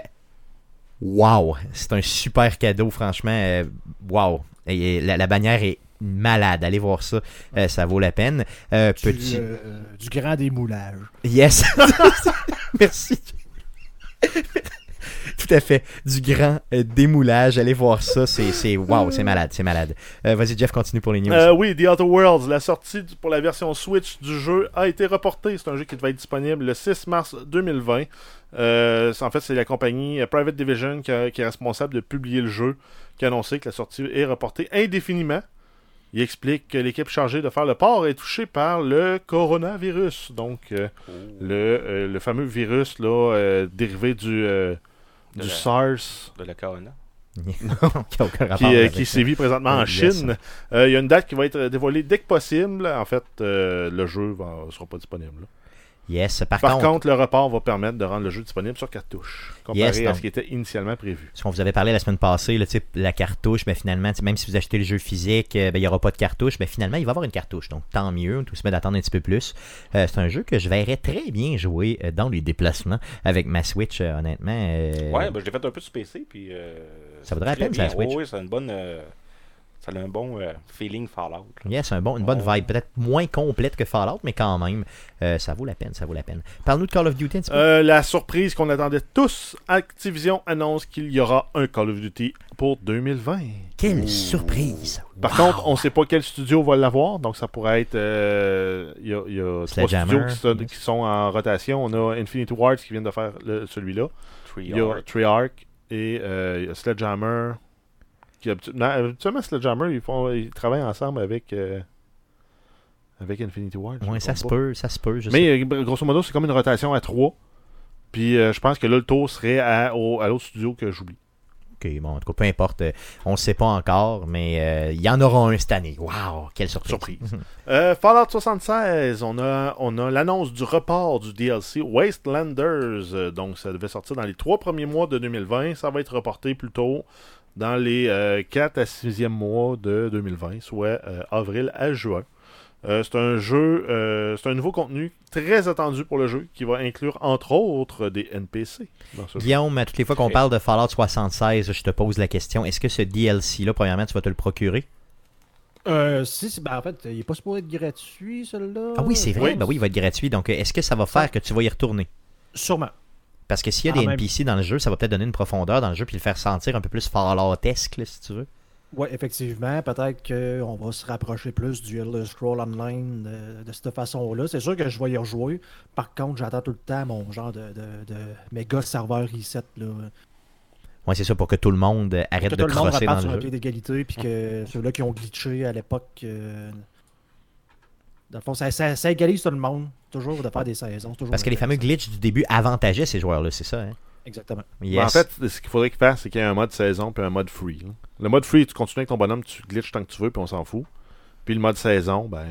Speaker 1: wow! C'est un super cadeau, franchement. euh, wow! Et, et la, la bannière est malade. Allez voir ça. euh, ça vaut la peine. Euh,
Speaker 2: Du,
Speaker 1: petit.
Speaker 2: euh, du grand démoulage.
Speaker 1: Yes. Merci. Tout à fait. Du grand euh, démoulage. Allez voir ça. C'est, c'est, wow, c'est malade. C'est malade. Euh, vas-y, Jeff, continue pour les news.
Speaker 5: Euh, oui, The Outer Worlds, la sortie du- pour la version Switch du jeu a été reportée. C'est un jeu qui devait être disponible le 6 mars 2020. Euh, c'est- en fait, c'est la compagnie euh, Private Division qui, a- qui est responsable de publier le jeu, qui a annoncé que la sortie est reportée indéfiniment. Il explique que l'équipe chargée de faire le port est touchée par le coronavirus, donc euh,
Speaker 3: Oh.
Speaker 5: le, euh, le fameux virus là, euh, dérivé du, euh,
Speaker 3: De
Speaker 5: du
Speaker 3: la-
Speaker 5: SARS
Speaker 3: de la Kahana.
Speaker 1: Qui a aucun rapport
Speaker 5: qui, euh,
Speaker 1: avec
Speaker 5: qui
Speaker 1: ça.
Speaker 5: sévit présentement en
Speaker 1: Oui, yes.
Speaker 5: Chine. Euh, Il y a une date qui va être dévoilée dès que possible. En fait, euh, le jeu ne sera pas disponible. là.
Speaker 1: Yes. Par,
Speaker 5: Par
Speaker 1: contre,
Speaker 5: contre, le report va permettre de rendre le jeu disponible sur cartouche, comparé
Speaker 1: Yes,
Speaker 5: à
Speaker 1: donc.
Speaker 5: ce qui était initialement prévu.
Speaker 1: ce qu'on vous avait parlé la semaine passée, là, tu sais, la cartouche, mais finalement, tu sais, même si vous achetez le jeu physique, euh, ben, il n'y aura pas de cartouche, mais finalement, il va y avoir une cartouche. Donc, tant mieux, tout se met d'attendre un petit peu plus. Euh, c'est un jeu que je verrais très bien jouer euh, dans les déplacements avec ma Switch, euh, honnêtement. euh,
Speaker 3: Ouais, ben, je l'ai fait un peu sur PC, puis... euh,
Speaker 1: Ça vaudrait la
Speaker 3: très
Speaker 1: peine, ça, la
Speaker 3: bien.
Speaker 1: Switch.
Speaker 3: Ouais, ouais, ça a une bonne... euh, ça a un bon euh, feeling Fallout. là.
Speaker 1: Yes, un bon, une
Speaker 5: Oh.
Speaker 1: bonne
Speaker 3: Ouais.
Speaker 1: vibe. Peut-être moins complète que Fallout, mais quand même, euh, ça vaut la peine, ça vaut la peine. Parle-nous de Call of Duty un petit peu.
Speaker 5: Euh, la surprise qu'on attendait tous, Activision annonce qu'il y aura un Call of Duty pour 2020.
Speaker 1: Quelle
Speaker 5: oh.
Speaker 1: surprise!
Speaker 5: Par
Speaker 1: Wow!
Speaker 5: contre, on ne sait pas quel studio va l'avoir, donc ça pourrait être. euh, Il y a- il y a, trois
Speaker 1: Sledgehammer,
Speaker 5: studios qui sont,
Speaker 1: yes.
Speaker 5: qui sont en rotation. On a Infinity Ward qui vient de faire le- celui-là.
Speaker 3: Tree
Speaker 5: Il y a
Speaker 3: Art.
Speaker 5: Treyarch et euh, il y a Sledgehammer. Qui habitu- non, habituellement, Sledgehammer, ils, font, ils travaillent ensemble avec, euh, avec Infinity Ward. je
Speaker 1: Ouais,
Speaker 5: me
Speaker 1: ça
Speaker 5: trompe
Speaker 1: se
Speaker 5: pas.
Speaker 1: peut, ça se peut. je sais.
Speaker 5: Mais euh, grosso modo, c'est comme une rotation à trois. Puis euh, je pense que là, le tour serait à, au- à l'autre studio que j'oublie.
Speaker 1: Ok, bon, en tout cas, peu importe. euh, on ne sait pas encore, mais euh, il y en aura un cette année. Wow! Quelle surprise!
Speaker 5: Surprise. Euh, Fallout 76, on a, on a l'annonce du report du DLC Wastelanders. Euh, donc, ça devait sortir dans les trois premiers mois de 2020. Ça va être reporté plus tôt dans les 4 à 6e mois de 2020, soit euh, avril à juin. Euh, c'est un jeu, euh, c'est un nouveau contenu très attendu pour le jeu qui va inclure entre autres des NPC dans ce jeu.
Speaker 1: Guillaume, à toutes les fois qu'on
Speaker 3: Ok.
Speaker 1: parle de Fallout 76, je te pose la question est-ce que ce DLC-là, premièrement, tu vas te le procurer
Speaker 2: Euh, si, si, ben en fait, il est pas supposé être gratuit, celui-là.
Speaker 1: Ah oui, c'est vrai.
Speaker 5: Oui.
Speaker 1: Ben oui, il va être gratuit. Donc, euh, est-ce que ça va faire que tu vas y retourner
Speaker 2: Sûrement.
Speaker 1: Parce que s'il y a
Speaker 2: Quand
Speaker 1: des
Speaker 2: même.
Speaker 1: NPC dans le jeu, ça va peut-être donner une profondeur dans le jeu puis le faire sentir un peu plus Falloutesque, là, si tu veux.
Speaker 2: Oui, effectivement. Peut-être qu'on va se rapprocher plus du Elder Scroll Online euh, de, de cette façon-là. C'est sûr que je vais y rejouer. Par contre, j'attends tout le temps mon genre de, de, de méga serveur reset. Là.
Speaker 1: Ouais, c'est ça, pour que tout le monde euh, arrête
Speaker 2: Que
Speaker 1: de
Speaker 2: tout le monde
Speaker 1: crosser dans
Speaker 2: reparte
Speaker 1: le
Speaker 2: sur un
Speaker 1: jeu.
Speaker 2: pied d'égalité. Puis que ceux-là qui ont glitché à l'époque. euh, Dans le fond, ça, ça- ça égalise tout le monde. Toujours de faire des saisons. toujours
Speaker 1: Parce que les fameux
Speaker 2: intéressant.
Speaker 1: glitches du début avantageaient ces joueurs-là, c'est ça, hein?
Speaker 2: Exactement.
Speaker 5: Mais
Speaker 1: Yes.
Speaker 5: Ben, En fait, ce qu'il faudrait qu'il fasse, c'est qu'il y ait un mode saison puis un mode free. là. Le mode free, tu continues avec ton bonhomme, tu glitches tant que tu veux, puis on s'en fout. Puis le mode saison, ben,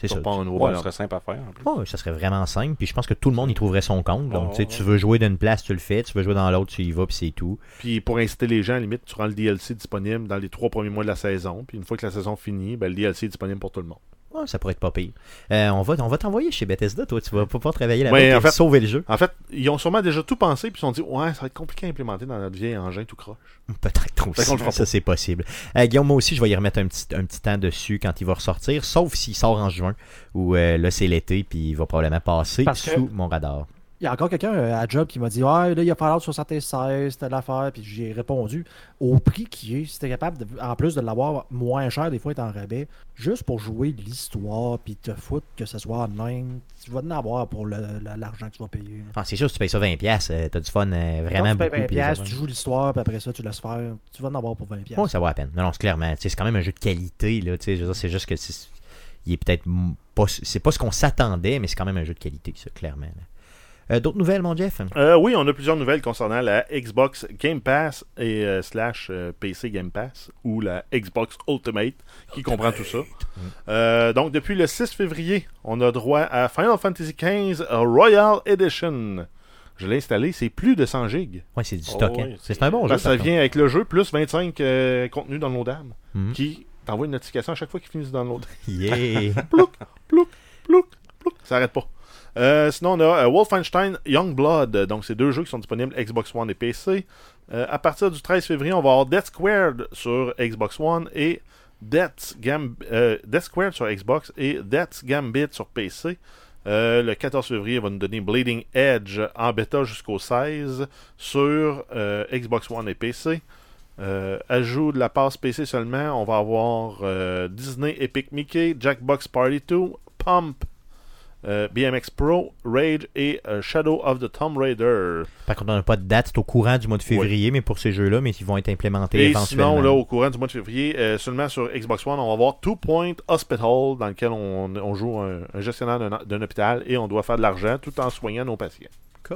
Speaker 1: c'est
Speaker 5: tu
Speaker 1: ça.
Speaker 5: repars un nouveau
Speaker 3: Ouais,
Speaker 5: bonhomme.
Speaker 3: ce serait simple à faire, en plus.
Speaker 1: Ouais, ça serait vraiment simple, puis je pense que tout le monde y trouverait son compte. Donc,
Speaker 3: Ouais,
Speaker 1: tu sais,
Speaker 3: ouais,
Speaker 1: tu veux jouer d'une place, tu le fais, tu veux jouer dans l'autre, tu y vas, puis c'est tout.
Speaker 5: Puis pour inciter les gens, à la limite, tu rends le DLC disponible dans les trois premiers mois de la saison. Puis une fois que la saison finit, ben, le DLC est disponible pour tout le monde.
Speaker 1: Ouais, ça pourrait être pas pire. Euh, on va, on va t'envoyer chez Bethesda, toi. Tu vas pas pouvoir travailler là-bas
Speaker 5: Ouais,
Speaker 1: et
Speaker 5: en fait-
Speaker 1: sauver le jeu.
Speaker 5: En fait, ils ont sûrement déjà tout pensé, puis ils se sont dit, ouais, ça va être compliqué à implémenter dans notre vieil engin tout croche.
Speaker 1: Peut-être
Speaker 5: Fait qu'on le
Speaker 1: aussi.
Speaker 5: fera
Speaker 1: Ça,
Speaker 5: pas.
Speaker 1: c'est possible. Euh, Guillaume, moi aussi, je vais y remettre un petit, un petit temps dessus quand il va ressortir, sauf s'il sort en juin, où euh, là, c'est l'été, puis il va probablement passer
Speaker 2: Parce que-
Speaker 1: sous mon radar.
Speaker 2: Il y a encore quelqu'un euh, à Job qui m'a dit Ah, là, il y a Fallout 76, telle affaire. Puis j'ai répondu au prix qui est, si t'es capable, de- en plus de l'avoir moins cher, des fois, est en rabais, juste pour jouer de l'histoire, puis te foutre que ce soit online, tu vas en avoir pour le- le- l'argent que tu vas payer.
Speaker 1: Ah, c'est sûr, si tu payes ça 20$, pièces, t'as du fun euh, vraiment
Speaker 2: Quand tu
Speaker 1: beaucoup. puis
Speaker 2: payes 20$,
Speaker 1: les Oh,
Speaker 2: piastres,
Speaker 1: autres-
Speaker 2: tu joues l'histoire, puis après ça, tu laisses faire. Tu vas en avoir pour 20$.
Speaker 1: Ouais, ça vaut la peine. Non, non, c'est clairement. tu sais, C'est quand même un jeu de qualité. Là, tu sais, je veux dire, c'est juste que c'est- il est peut-être m- pas. C'est pas ce qu'on s'attendait, mais c'est quand même un jeu de qualité, ça, clairement. là. Euh, D'autres nouvelles, mon Jeff
Speaker 5: Euh, oui, on a plusieurs nouvelles concernant la Xbox Game Pass et euh, slash euh, PC Game Pass ou la Xbox Ultimate qui comprend tout ça. Euh, donc depuis le 6 février, on a droit à Final Fantasy XV Royal Edition. Je l'ai installé, c'est plus de 100 gigs.
Speaker 1: Ouais, c'est du
Speaker 3: Oh,
Speaker 1: stock. hein.
Speaker 3: ouais,
Speaker 1: c'est
Speaker 3: c'est-
Speaker 1: c'est un bon jeu.
Speaker 5: Parce que ça
Speaker 1: par contre.
Speaker 5: vient avec le jeu plus 25 euh, contenus downloadables
Speaker 1: Mhm.
Speaker 5: qui t'envoie une notification à chaque fois qu'ils finissent de download.
Speaker 1: Yeah.
Speaker 5: plouc, plouc, plouc, plouc. Ça arrête pas. Euh, sinon, on a euh, Wolfenstein Youngblood. Donc, c'est deux jeux qui sont disponibles Xbox One et PC. Euh, à partir du 13 février, on va avoir Death Squared sur Xbox One et Death, Gam- euh, Death Squared sur Xbox et Death Gambit sur PC. Euh, le 14 février, on va nous donner Bleeding Edge en bêta jusqu'au 16 sur euh, Xbox One et PC. Euh, ajout de la passe PC seulement, on va avoir euh, Disney Epic Mickey, Jackbox Party 2, Pump, euh, BMX Pro, Rage et euh, Shadow of the Tomb Raider.
Speaker 1: Par contre, on n'a pas de date. C'est au courant du mois de février, mais pour ces jeux-là, mais ils vont être implémentés
Speaker 5: Et
Speaker 1: éventuellement.
Speaker 5: sinon, là, au courant du mois de février, euh, seulement sur Xbox One, on va avoir Two Point Hospital, dans lequel on, on joue un, un gestionnaire d'un- d'un hôpital et on doit faire de l'argent tout en soignant nos patients.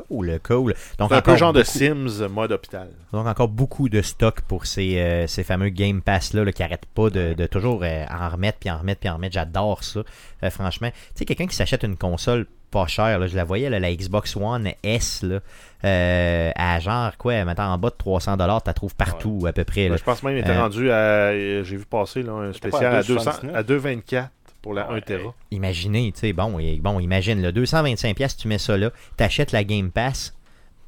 Speaker 1: Cool, cool. Donc,
Speaker 5: C'est un peu
Speaker 1: encore
Speaker 5: genre de
Speaker 1: beaucoup-
Speaker 5: Sims mode hôpital.
Speaker 1: Donc encore beaucoup de stock pour ces, euh, ces fameux Game Pass là, là, qui n'arrêtent pas de, de toujours euh, en remettre puis en remettre puis en remettre. J'adore ça, Euh, franchement. Tu sais, quelqu'un qui s'achète une console pas chère, là, je la voyais, là, la Xbox One S, là, euh, à genre quoi, maintenant en bas de 300$, tu la trouves partout à peu près. là.
Speaker 5: Ouais, je pense même qu'il était
Speaker 1: Euh,
Speaker 5: rendu à. euh, J'ai vu passer là, un
Speaker 3: pas à
Speaker 5: spécial à, 200,
Speaker 3: 2,79?
Speaker 5: à 2,24 pour la
Speaker 3: Ah Ouais.
Speaker 5: 1 Tera.
Speaker 1: Imaginez, tu sais, bon, et- bon, imagine, le 225$, tu mets ça là, t'achètes la Game Pass,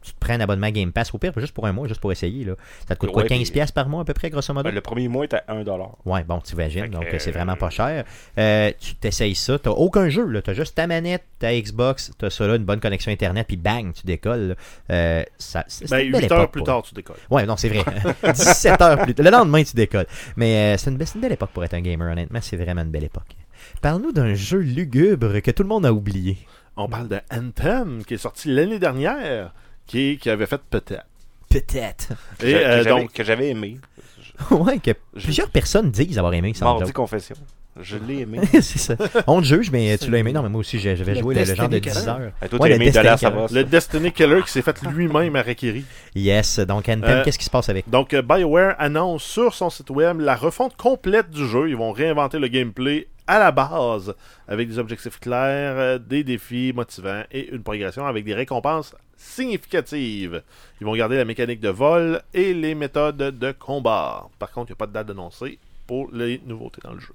Speaker 1: tu te prends un abonnement Game Pass, au pire, juste pour un mois, juste pour essayer, là. Ça te coûte quoi,
Speaker 3: Ouais, puis-
Speaker 1: 15$ piastres par mois à peu près, grosso modo?
Speaker 3: Ben, le premier mois est à 1$.
Speaker 1: Ouais, bon, tu imagines,
Speaker 3: Fait que,
Speaker 1: donc euh, c'est
Speaker 3: euh,
Speaker 1: vraiment pas cher. Euh, tu t'essayes ça, t'as aucun jeu, là. T'as juste ta manette, ta Xbox, t'as ça là, une bonne connexion Internet, puis bang, tu décolles. là. Euh, ça, c'est- c'était
Speaker 5: Ben,
Speaker 1: une belle
Speaker 5: 8 heures
Speaker 1: époque,
Speaker 5: plus
Speaker 1: pour-
Speaker 5: tard, tu décolles.
Speaker 1: Ouais, non, c'est vrai. 17 heures plus tard. Le lendemain, tu décolles. Mais euh, c'est une, be- c'est une belle époque pour être un gamer, honnêtement. C'est vraiment une belle époque. Parle-nous d'un jeu lugubre que tout le monde a oublié.
Speaker 5: On parle de Anthem, qui est sorti l'année dernière, qui, est- qui avait fait peut-être.
Speaker 1: Peut-être.
Speaker 3: Que-
Speaker 5: Et
Speaker 3: que
Speaker 5: euh,
Speaker 3: j'avais-
Speaker 5: donc,
Speaker 3: que j'avais aimé.
Speaker 1: ouais, que
Speaker 3: Je-
Speaker 1: plusieurs personnes disent avoir aimé, sans
Speaker 3: Mardi
Speaker 1: doute.
Speaker 3: confession. Je l'ai aimé.
Speaker 1: c'est ça. On te juge, mais tu l'as aimé. Non, mais moi aussi, j'ai- j'avais
Speaker 2: Le
Speaker 1: joué le, le genre de
Speaker 2: Destiny
Speaker 1: 10 heures.
Speaker 3: Et toi,
Speaker 1: Ouais,
Speaker 3: t'as
Speaker 1: le
Speaker 3: aimé Dollar, ça
Speaker 1: Destiny
Speaker 3: va. ça.
Speaker 5: le Destiny Killer qui s'est fait lui-même à Requiri.
Speaker 1: Yes, donc Anthem,
Speaker 5: Euh,
Speaker 1: qu'est-ce qui se passe avec
Speaker 5: Donc, euh, BioWare annonce sur son site web la refonte complète du jeu. Ils vont réinventer le gameplay à la base, avec des objectifs clairs, euh, des défis motivants et une progression avec des récompenses significatives. Ils vont garder la mécanique de vol et les méthodes de combat. Par contre, il n'y a pas de date annoncée pour les nouveautés dans le jeu.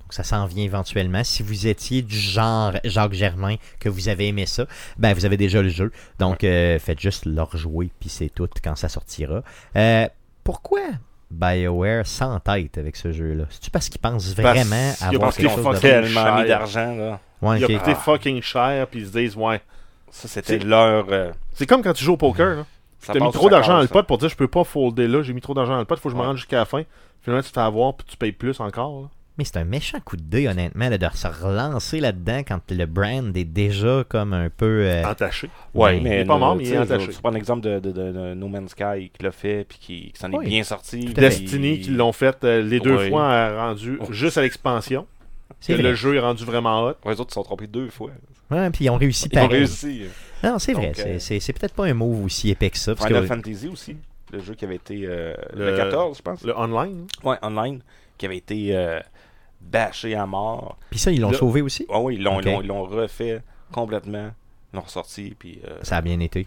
Speaker 1: Donc, ça s'en vient éventuellement. Si vous étiez du genre Jacques Germain, que vous avez aimé ça, ben vous avez déjà le jeu. Donc, euh, faites juste le rejouer, puis c'est tout quand ça sortira. Euh, pourquoi BioWare s'entête avec ce jeu-là? C'est-tu parce qu'ils pensent
Speaker 5: Parce-
Speaker 1: vraiment
Speaker 5: il
Speaker 1: avoir
Speaker 5: pense
Speaker 1: quelque
Speaker 5: qu'ils
Speaker 1: chose
Speaker 5: font
Speaker 1: de...
Speaker 5: quelque-
Speaker 3: tellement
Speaker 5: cher.
Speaker 3: mis d'argent, là.
Speaker 1: Ouais,
Speaker 5: Il a
Speaker 1: ok.
Speaker 3: Ah.
Speaker 5: coûté fucking cher, puis ils se disent, ouais.
Speaker 3: Ça, c'était
Speaker 5: C'est-
Speaker 3: leur. euh,
Speaker 5: C'est comme quand tu joues au poker, là.
Speaker 3: ça
Speaker 5: T'as mis
Speaker 3: passe ou
Speaker 5: trop
Speaker 3: ça
Speaker 5: d'argent dans le
Speaker 3: casse, hein.
Speaker 5: pot pour dire je peux pas folder là, j'ai mis trop d'argent dans le pot, faut que je me
Speaker 3: Ouais.
Speaker 5: rende jusqu'à la fin. Finalement, tu te fais avoir puis tu payes plus encore. là.
Speaker 1: Mais c'est un méchant coup de dé, honnêtement, là, de se relancer là-dedans quand le brand est déjà comme un peu... euh,
Speaker 3: Ah,
Speaker 5: Entaché.
Speaker 3: Ouais,
Speaker 1: Ben,
Speaker 3: mais
Speaker 5: il est pas mort, mais
Speaker 3: tu
Speaker 5: il
Speaker 3: sais,
Speaker 5: est
Speaker 3: je-
Speaker 5: attaché.
Speaker 3: Tu prends l'exemple de, de- de- de No Man's Sky qui l'a fait, puis qui, qui s'en est
Speaker 1: Oui.
Speaker 3: bien sorti.
Speaker 1: Tout à fait.
Speaker 5: Destiny qui l'ont fait euh, les deux
Speaker 3: Ouais.
Speaker 5: fois euh, rendu
Speaker 3: Oh.
Speaker 5: juste à l'expansion. que
Speaker 1: c'est vrai.
Speaker 5: Le jeu est rendu vraiment hot.
Speaker 3: Ouais, les autres se sont trompés deux fois.
Speaker 1: Ouais, puis ils ont réussi
Speaker 3: Ils ont
Speaker 1: pareil.
Speaker 3: réussi.
Speaker 1: Non, c'est vrai.
Speaker 3: Donc, euh,
Speaker 1: c'est- C'est c'est peut-être pas un move aussi épais que ça. Parce
Speaker 3: Final
Speaker 1: que-
Speaker 3: Fantasy aussi, le jeu qui avait été. euh,
Speaker 5: Le-
Speaker 3: le 14, je pense.
Speaker 5: Le online.
Speaker 3: Ouais, online, qui avait été euh, bâché à mort.
Speaker 1: Puis ça, ils l'ont
Speaker 5: Là-
Speaker 1: sauvé aussi.
Speaker 3: Ah oui, ils l'ont
Speaker 1: Ok.
Speaker 3: ils l'ont- ils l'ont refait complètement. Ils l'ont ressorti, puis... euh,
Speaker 1: Ça a bien été.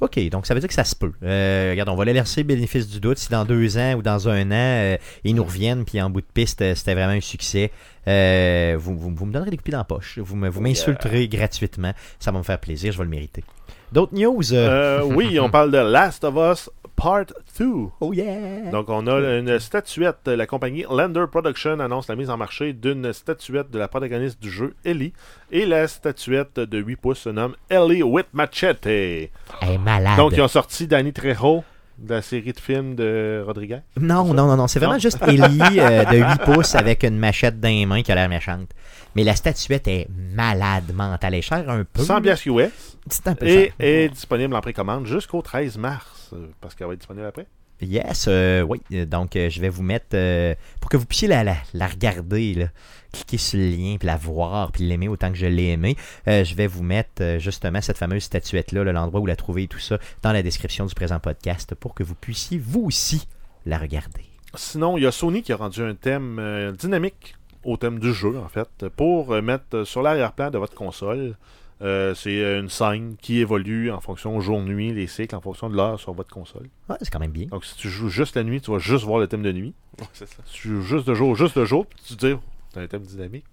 Speaker 1: OK, donc ça veut dire que ça se peut. Euh, regarde, on va les laisser bénéfice du doute. Si dans deux ans ou dans un an, euh, ils nous reviennent, puis en bout de piste, euh, c'était vraiment un succès, euh, vous, vous- vous me donnerez des coups dans la poche. Vous
Speaker 5: Oh,
Speaker 1: me- vous m'insulterez gratuitement. Ça va me faire plaisir, je vais le mériter. D'autres news? euh,
Speaker 5: Euh, oui, on parle de Last of Us Part 2.
Speaker 1: oh yeah!
Speaker 5: Donc, on a une statuette. La compagnie Lander Production annonce la mise en marché d'une statuette de la protagoniste du jeu, Ellie. Et la statuette de 8 pouces se nomme Ellie with Machete.
Speaker 1: Elle est malade.
Speaker 5: Donc, ils ont sorti Danny Trejo de la série de films de Rodriguez.
Speaker 1: Non, non, non, non. C'est vraiment
Speaker 5: Non.
Speaker 1: juste Ellie euh, de 8 pouces avec une machette dans les mains qui a l'air méchante. Mais la statuette est malade mentale. Elle est chère un peu.
Speaker 5: 100 piastres US.
Speaker 1: C'est un peu
Speaker 5: Et
Speaker 1: cher.
Speaker 5: est disponible en précommande jusqu'au 13 mars. euh, Parce qu'elle va être disponible après.
Speaker 1: Yes, euh, oui. Euh, Donc, euh, je vais vous mettre. euh, pour que vous puissiez la, la, la regarder, là. cliquez sur le lien, puis la voir, puis l'aimer autant que je l'ai aimé. Euh, je vais vous mettre euh, justement cette fameuse statuette-là, là, l'endroit où la trouver et tout ça, dans la description du présent podcast pour que vous puissiez vous aussi la regarder.
Speaker 5: Sinon, il y a Sony qui a rendu un thème euh, dynamique au thème du jeu, en fait, pour euh, mettre sur l'arrière-plan de votre console. euh, c'est une scène qui évolue en fonction jour-nuit, les cycles, en fonction de l'heure sur votre console.
Speaker 1: Ouais, c'est quand même bien.
Speaker 5: Donc, si tu joues juste la nuit, tu vas juste voir le thème de nuit.
Speaker 3: Ouais, c'est ça.
Speaker 5: Si tu joues juste de jour, juste de jour, puis tu te dis, oh, c'est un thème dynamique.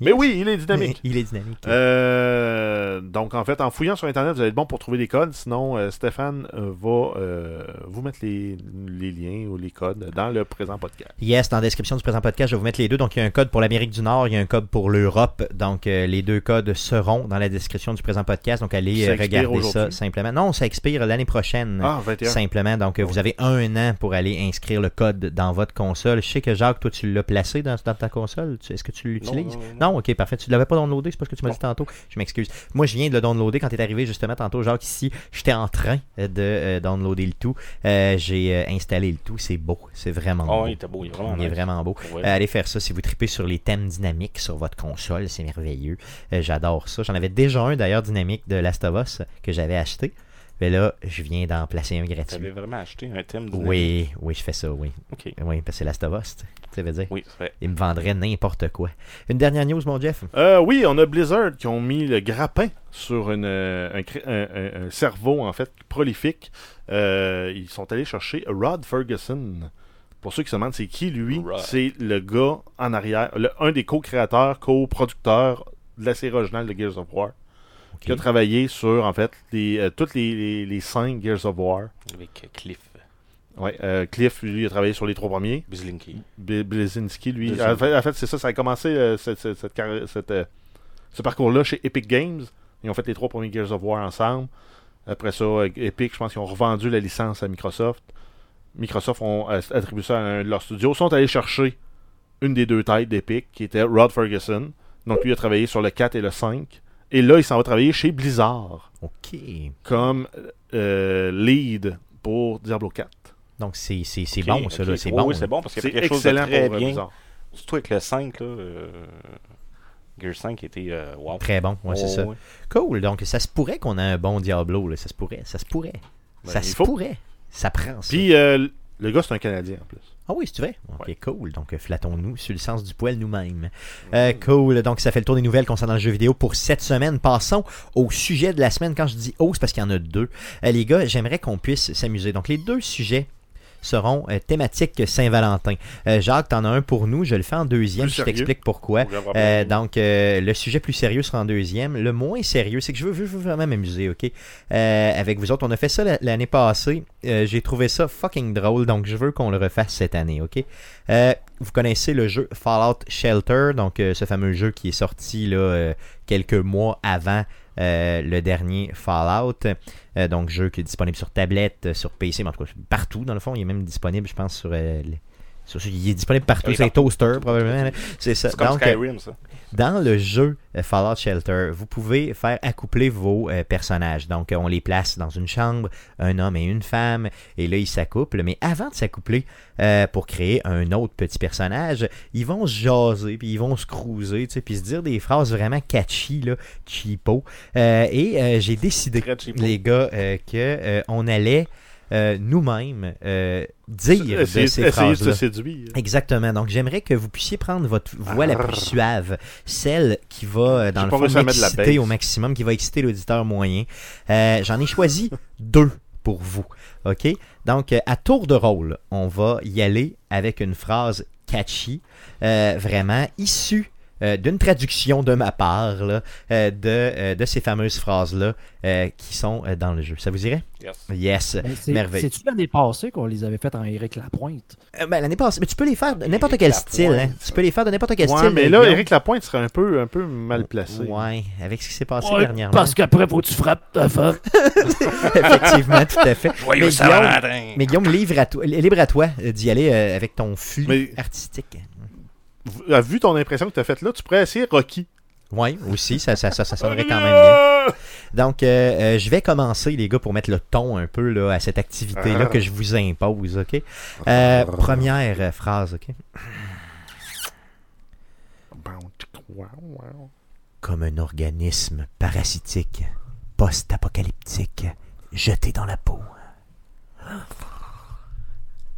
Speaker 5: Mais oui, il est dynamique.
Speaker 1: Il est dynamique.
Speaker 5: Euh, donc, en fait, en fouillant sur Internet, vous allez être bon pour trouver des codes. Sinon, euh, Stéphane euh, va euh, vous mettre les, les liens ou les codes dans le présent podcast.
Speaker 1: Yes, dans la description du présent podcast, je vais vous mettre les deux. Donc, il y a un code pour l'Amérique du Nord, il y a un code pour l'Europe. Donc, euh, les deux codes seront dans la description du présent podcast. Donc, allez
Speaker 5: Ça
Speaker 1: euh,
Speaker 5: expire
Speaker 1: regarder ça
Speaker 5: aujourd'hui?
Speaker 1: simplement. Non, ça expire l'année prochaine.
Speaker 5: Ah, 21.
Speaker 1: Simplement, donc euh, vous avez un an pour aller inscrire le code dans votre console. Je sais que Jacques, toi, tu l'as placé dans, dans ta console. Tu- Est-ce que tu l'utilises
Speaker 3: non, non,
Speaker 1: ok, parfait. Tu ne l'avais pas downloadé, c'est parce que tu m'as dit tantôt. Je m'excuse. Moi, je viens de le downloader quand tu es arrivé justement tantôt, Jacques, ici. J'étais en train euh, de euh, downloader le tout. Euh, J'ai euh, installé le tout. C'est beau. C'est vraiment
Speaker 3: Ah,
Speaker 1: beau.
Speaker 3: il était beau, il est vraiment
Speaker 1: Il est
Speaker 3: nice.
Speaker 1: vraiment beau.
Speaker 3: Ouais.
Speaker 1: Euh, allez faire ça si vous tripez sur les thèmes dynamiques sur votre console, c'est merveilleux. Euh, J'adore ça. J'en avais déjà un d'ailleurs dynamique de Last of Us que j'avais acheté. Mais là, je viens d'en placer un
Speaker 3: Tu avais
Speaker 1: gratuit.
Speaker 3: vraiment acheté un thème dynamique.
Speaker 1: Oui, oui, je fais ça, oui.
Speaker 3: Ok.
Speaker 1: Oui, parce que c'est Last of Us, tu ça veut dire.
Speaker 3: Oui, c'est vrai.
Speaker 1: Il me vendrait n'importe quoi. Une dernière news, mon Jeff.
Speaker 5: Euh, oui, on a Blizzard qui ont mis le grappin sur une, euh, un, cré- un- un- un cerveau, en fait, prolifique. Euh, ils sont allés chercher Rod Ferguson. Pour ceux qui se demandent, c'est qui lui
Speaker 3: Rod.
Speaker 5: C'est le gars en arrière, le- un des co-créateurs, co-producteurs de la série originale de Gears of War, qui a travaillé sur, en fait, les, euh, toutes les, les, les cinq Gears of War.
Speaker 3: Avec euh, Cliff
Speaker 5: Ouais, euh, Cliff, lui, il a travaillé sur les trois premiers.
Speaker 3: Buzlinky.
Speaker 5: B- Blazinski, lui.
Speaker 3: Blazinski.
Speaker 5: En fait, en fait, c'est ça, ça a commencé euh, cette- cette- cette carri- cette, euh, ce parcours-là chez Epic Games. Ils ont fait les trois premiers Gears of War ensemble. Après ça, euh, Epic, je pense qu'ils ont revendu la licence à Microsoft. Microsoft ont euh, attribué ça à un de leurs studios. Ils sont allés chercher une des deux têtes d'Epic, qui était Rod Ferguson. Donc lui a travaillé sur le 4 et le 5. Et là, il s'en va travailler chez Blizzard
Speaker 1: OK.
Speaker 5: comme euh, lead pour Diablo 4.
Speaker 1: Donc, c'est c'est- c'est
Speaker 3: Ok,
Speaker 1: bon, ça,
Speaker 3: ok,
Speaker 1: là. C'est
Speaker 3: oui,
Speaker 1: bon.
Speaker 3: oui,
Speaker 1: là.
Speaker 3: c'est bon parce qu'il y
Speaker 5: C'est
Speaker 3: a quelque chose de
Speaker 5: excellent
Speaker 3: très
Speaker 5: pour euh,
Speaker 3: bien.
Speaker 5: Blizzard.
Speaker 3: Surtout avec le 5, là. euh, Gear 5 était. euh, wow.
Speaker 1: Très bon, ouais, c'est
Speaker 3: Oh,
Speaker 1: ça.
Speaker 3: ouais.
Speaker 1: Cool. Donc, ça se pourrait qu'on ait un bon Diablo, là. Ça se pourrait. Ça se pourrait.
Speaker 5: Ben,
Speaker 1: ça
Speaker 5: il
Speaker 1: se
Speaker 5: faut.
Speaker 1: pourrait. Ça prend, ça.
Speaker 5: Puis euh, le gars, c'est un Canadien en plus.
Speaker 1: Ah oui, c'est vrai. Ok,
Speaker 5: Ouais. Mm.
Speaker 1: cool. Donc, euh, flattons-nous sur le sens du poil nous-mêmes. Euh, cool. Donc, ça fait le tour des nouvelles concernant le jeu vidéo pour cette semaine. Passons au sujet de la semaine. Quand je dis oh, c'est parce qu'il y en a deux. Euh, les gars, j'aimerais qu'on puisse s'amuser. Donc, les deux sujets seront euh, thématiques Saint-Valentin. Euh, Jacques, t'en as un pour nous. Je le fais en deuxième.
Speaker 5: Plus
Speaker 1: Je
Speaker 5: sérieux.
Speaker 1: t'explique pourquoi.
Speaker 5: Pour avoir
Speaker 1: Euh,
Speaker 5: parlé.
Speaker 1: donc, euh, le sujet plus sérieux sera en deuxième. Le moins sérieux, c'est que je veux, je veux vraiment m'amuser, ok? Euh, avec vous autres, on a fait ça la- l'année passée. Euh, J'ai trouvé ça fucking drôle, donc je veux qu'on le refasse cette année, ok? Euh, vous connaissez le jeu Fallout Shelter, donc euh, ce fameux jeu qui est sorti là, euh, quelques mois avant euh, le dernier Fallout. Euh, donc, jeu qui est disponible sur tablette, euh, sur PC, mais en tout cas partout dans le fond. Il est même disponible, je pense, sur. euh, le- sur- il est disponible partout,
Speaker 3: Oui,
Speaker 1: c'est
Speaker 3: partout.
Speaker 1: toaster probablement. là. C'est ça.
Speaker 3: C'est comme
Speaker 1: Donc, euh,
Speaker 3: Skyrim, ça.
Speaker 1: dans le jeu euh, Fallout Shelter, vous pouvez faire accoupler vos euh, personnages. Donc, euh, on les place dans une chambre, un homme et une femme, et là, ils s'accouplent. Mais avant de s'accoupler, euh, pour créer un autre petit personnage, ils vont se jaser, puis ils vont se cruiser, tu sais, puis se dire des phrases vraiment catchy, là, cheapo. Euh, et euh, j'ai décidé,
Speaker 3: Très cheapo.
Speaker 1: les gars, euh, que euh, on allait euh, nous-mêmes euh, dire
Speaker 5: Essayer
Speaker 1: de ces
Speaker 5: essayer de se
Speaker 1: phrases-là.
Speaker 5: séduire.
Speaker 1: Exactement. Donc, j'aimerais que vous puissiez prendre votre voix la plus suave, celle qui va, euh, dans
Speaker 5: Ah. J'ai
Speaker 1: le
Speaker 5: pas
Speaker 1: fond,
Speaker 5: réussi à mettre de la
Speaker 1: exciter au
Speaker 5: bass.
Speaker 1: maximum, qui va exciter l'auditeur moyen. Euh, J'en ai choisi deux pour vous. OK? Donc, euh, à tour de rôle, on va y aller avec une phrase catchy, euh, vraiment issue euh, d'une traduction de ma part là, euh, de, euh, de ces fameuses phrases-là euh, qui sont euh, dans le jeu. Ça vous irait?
Speaker 3: Yes.
Speaker 1: Yes.
Speaker 2: Ben, c'est-
Speaker 1: Merveille.
Speaker 2: C'est-tu l'année passée qu'on les avait faites en Éric Lapointe?
Speaker 1: Euh, ben, L'année passée, mais tu peux les faire de n'importe quel
Speaker 3: Lapointe.
Speaker 1: style. hein. Tu peux les faire de n'importe quel
Speaker 5: Ouais,
Speaker 1: style.
Speaker 5: mais
Speaker 1: euh,
Speaker 5: là,
Speaker 1: Guillaume.
Speaker 5: Éric Lapointe serait un peu, un peu mal placé.
Speaker 1: Ouais, avec ce qui s'est passé
Speaker 2: Ouais,
Speaker 1: dernièrement.
Speaker 2: qu'après, faut que tu frappes ta femme.
Speaker 1: Effectivement, tout à fait.
Speaker 3: Joyeux
Speaker 1: Mais
Speaker 3: Saint-Valentin!
Speaker 1: Mais Guillaume, livre à toi, libre à toi euh, d'y aller euh, avec ton flux
Speaker 5: Mais-
Speaker 1: artistique.
Speaker 5: V- à- Vu ton impression que tu as faite là, tu pourrais essayer Rocky.
Speaker 1: Oui, aussi, ça, ça, ça, ça sonnerait quand même bien.
Speaker 2: Ah!
Speaker 1: Donc, euh, euh, je vais commencer, les gars, pour mettre le ton un peu là, à cette
Speaker 5: Ah.
Speaker 1: activité-là que je vous impose, OK? Euh, première euh, phrase, OK? Comme un organisme parasitique, post-apocalyptique, jeté dans la peau.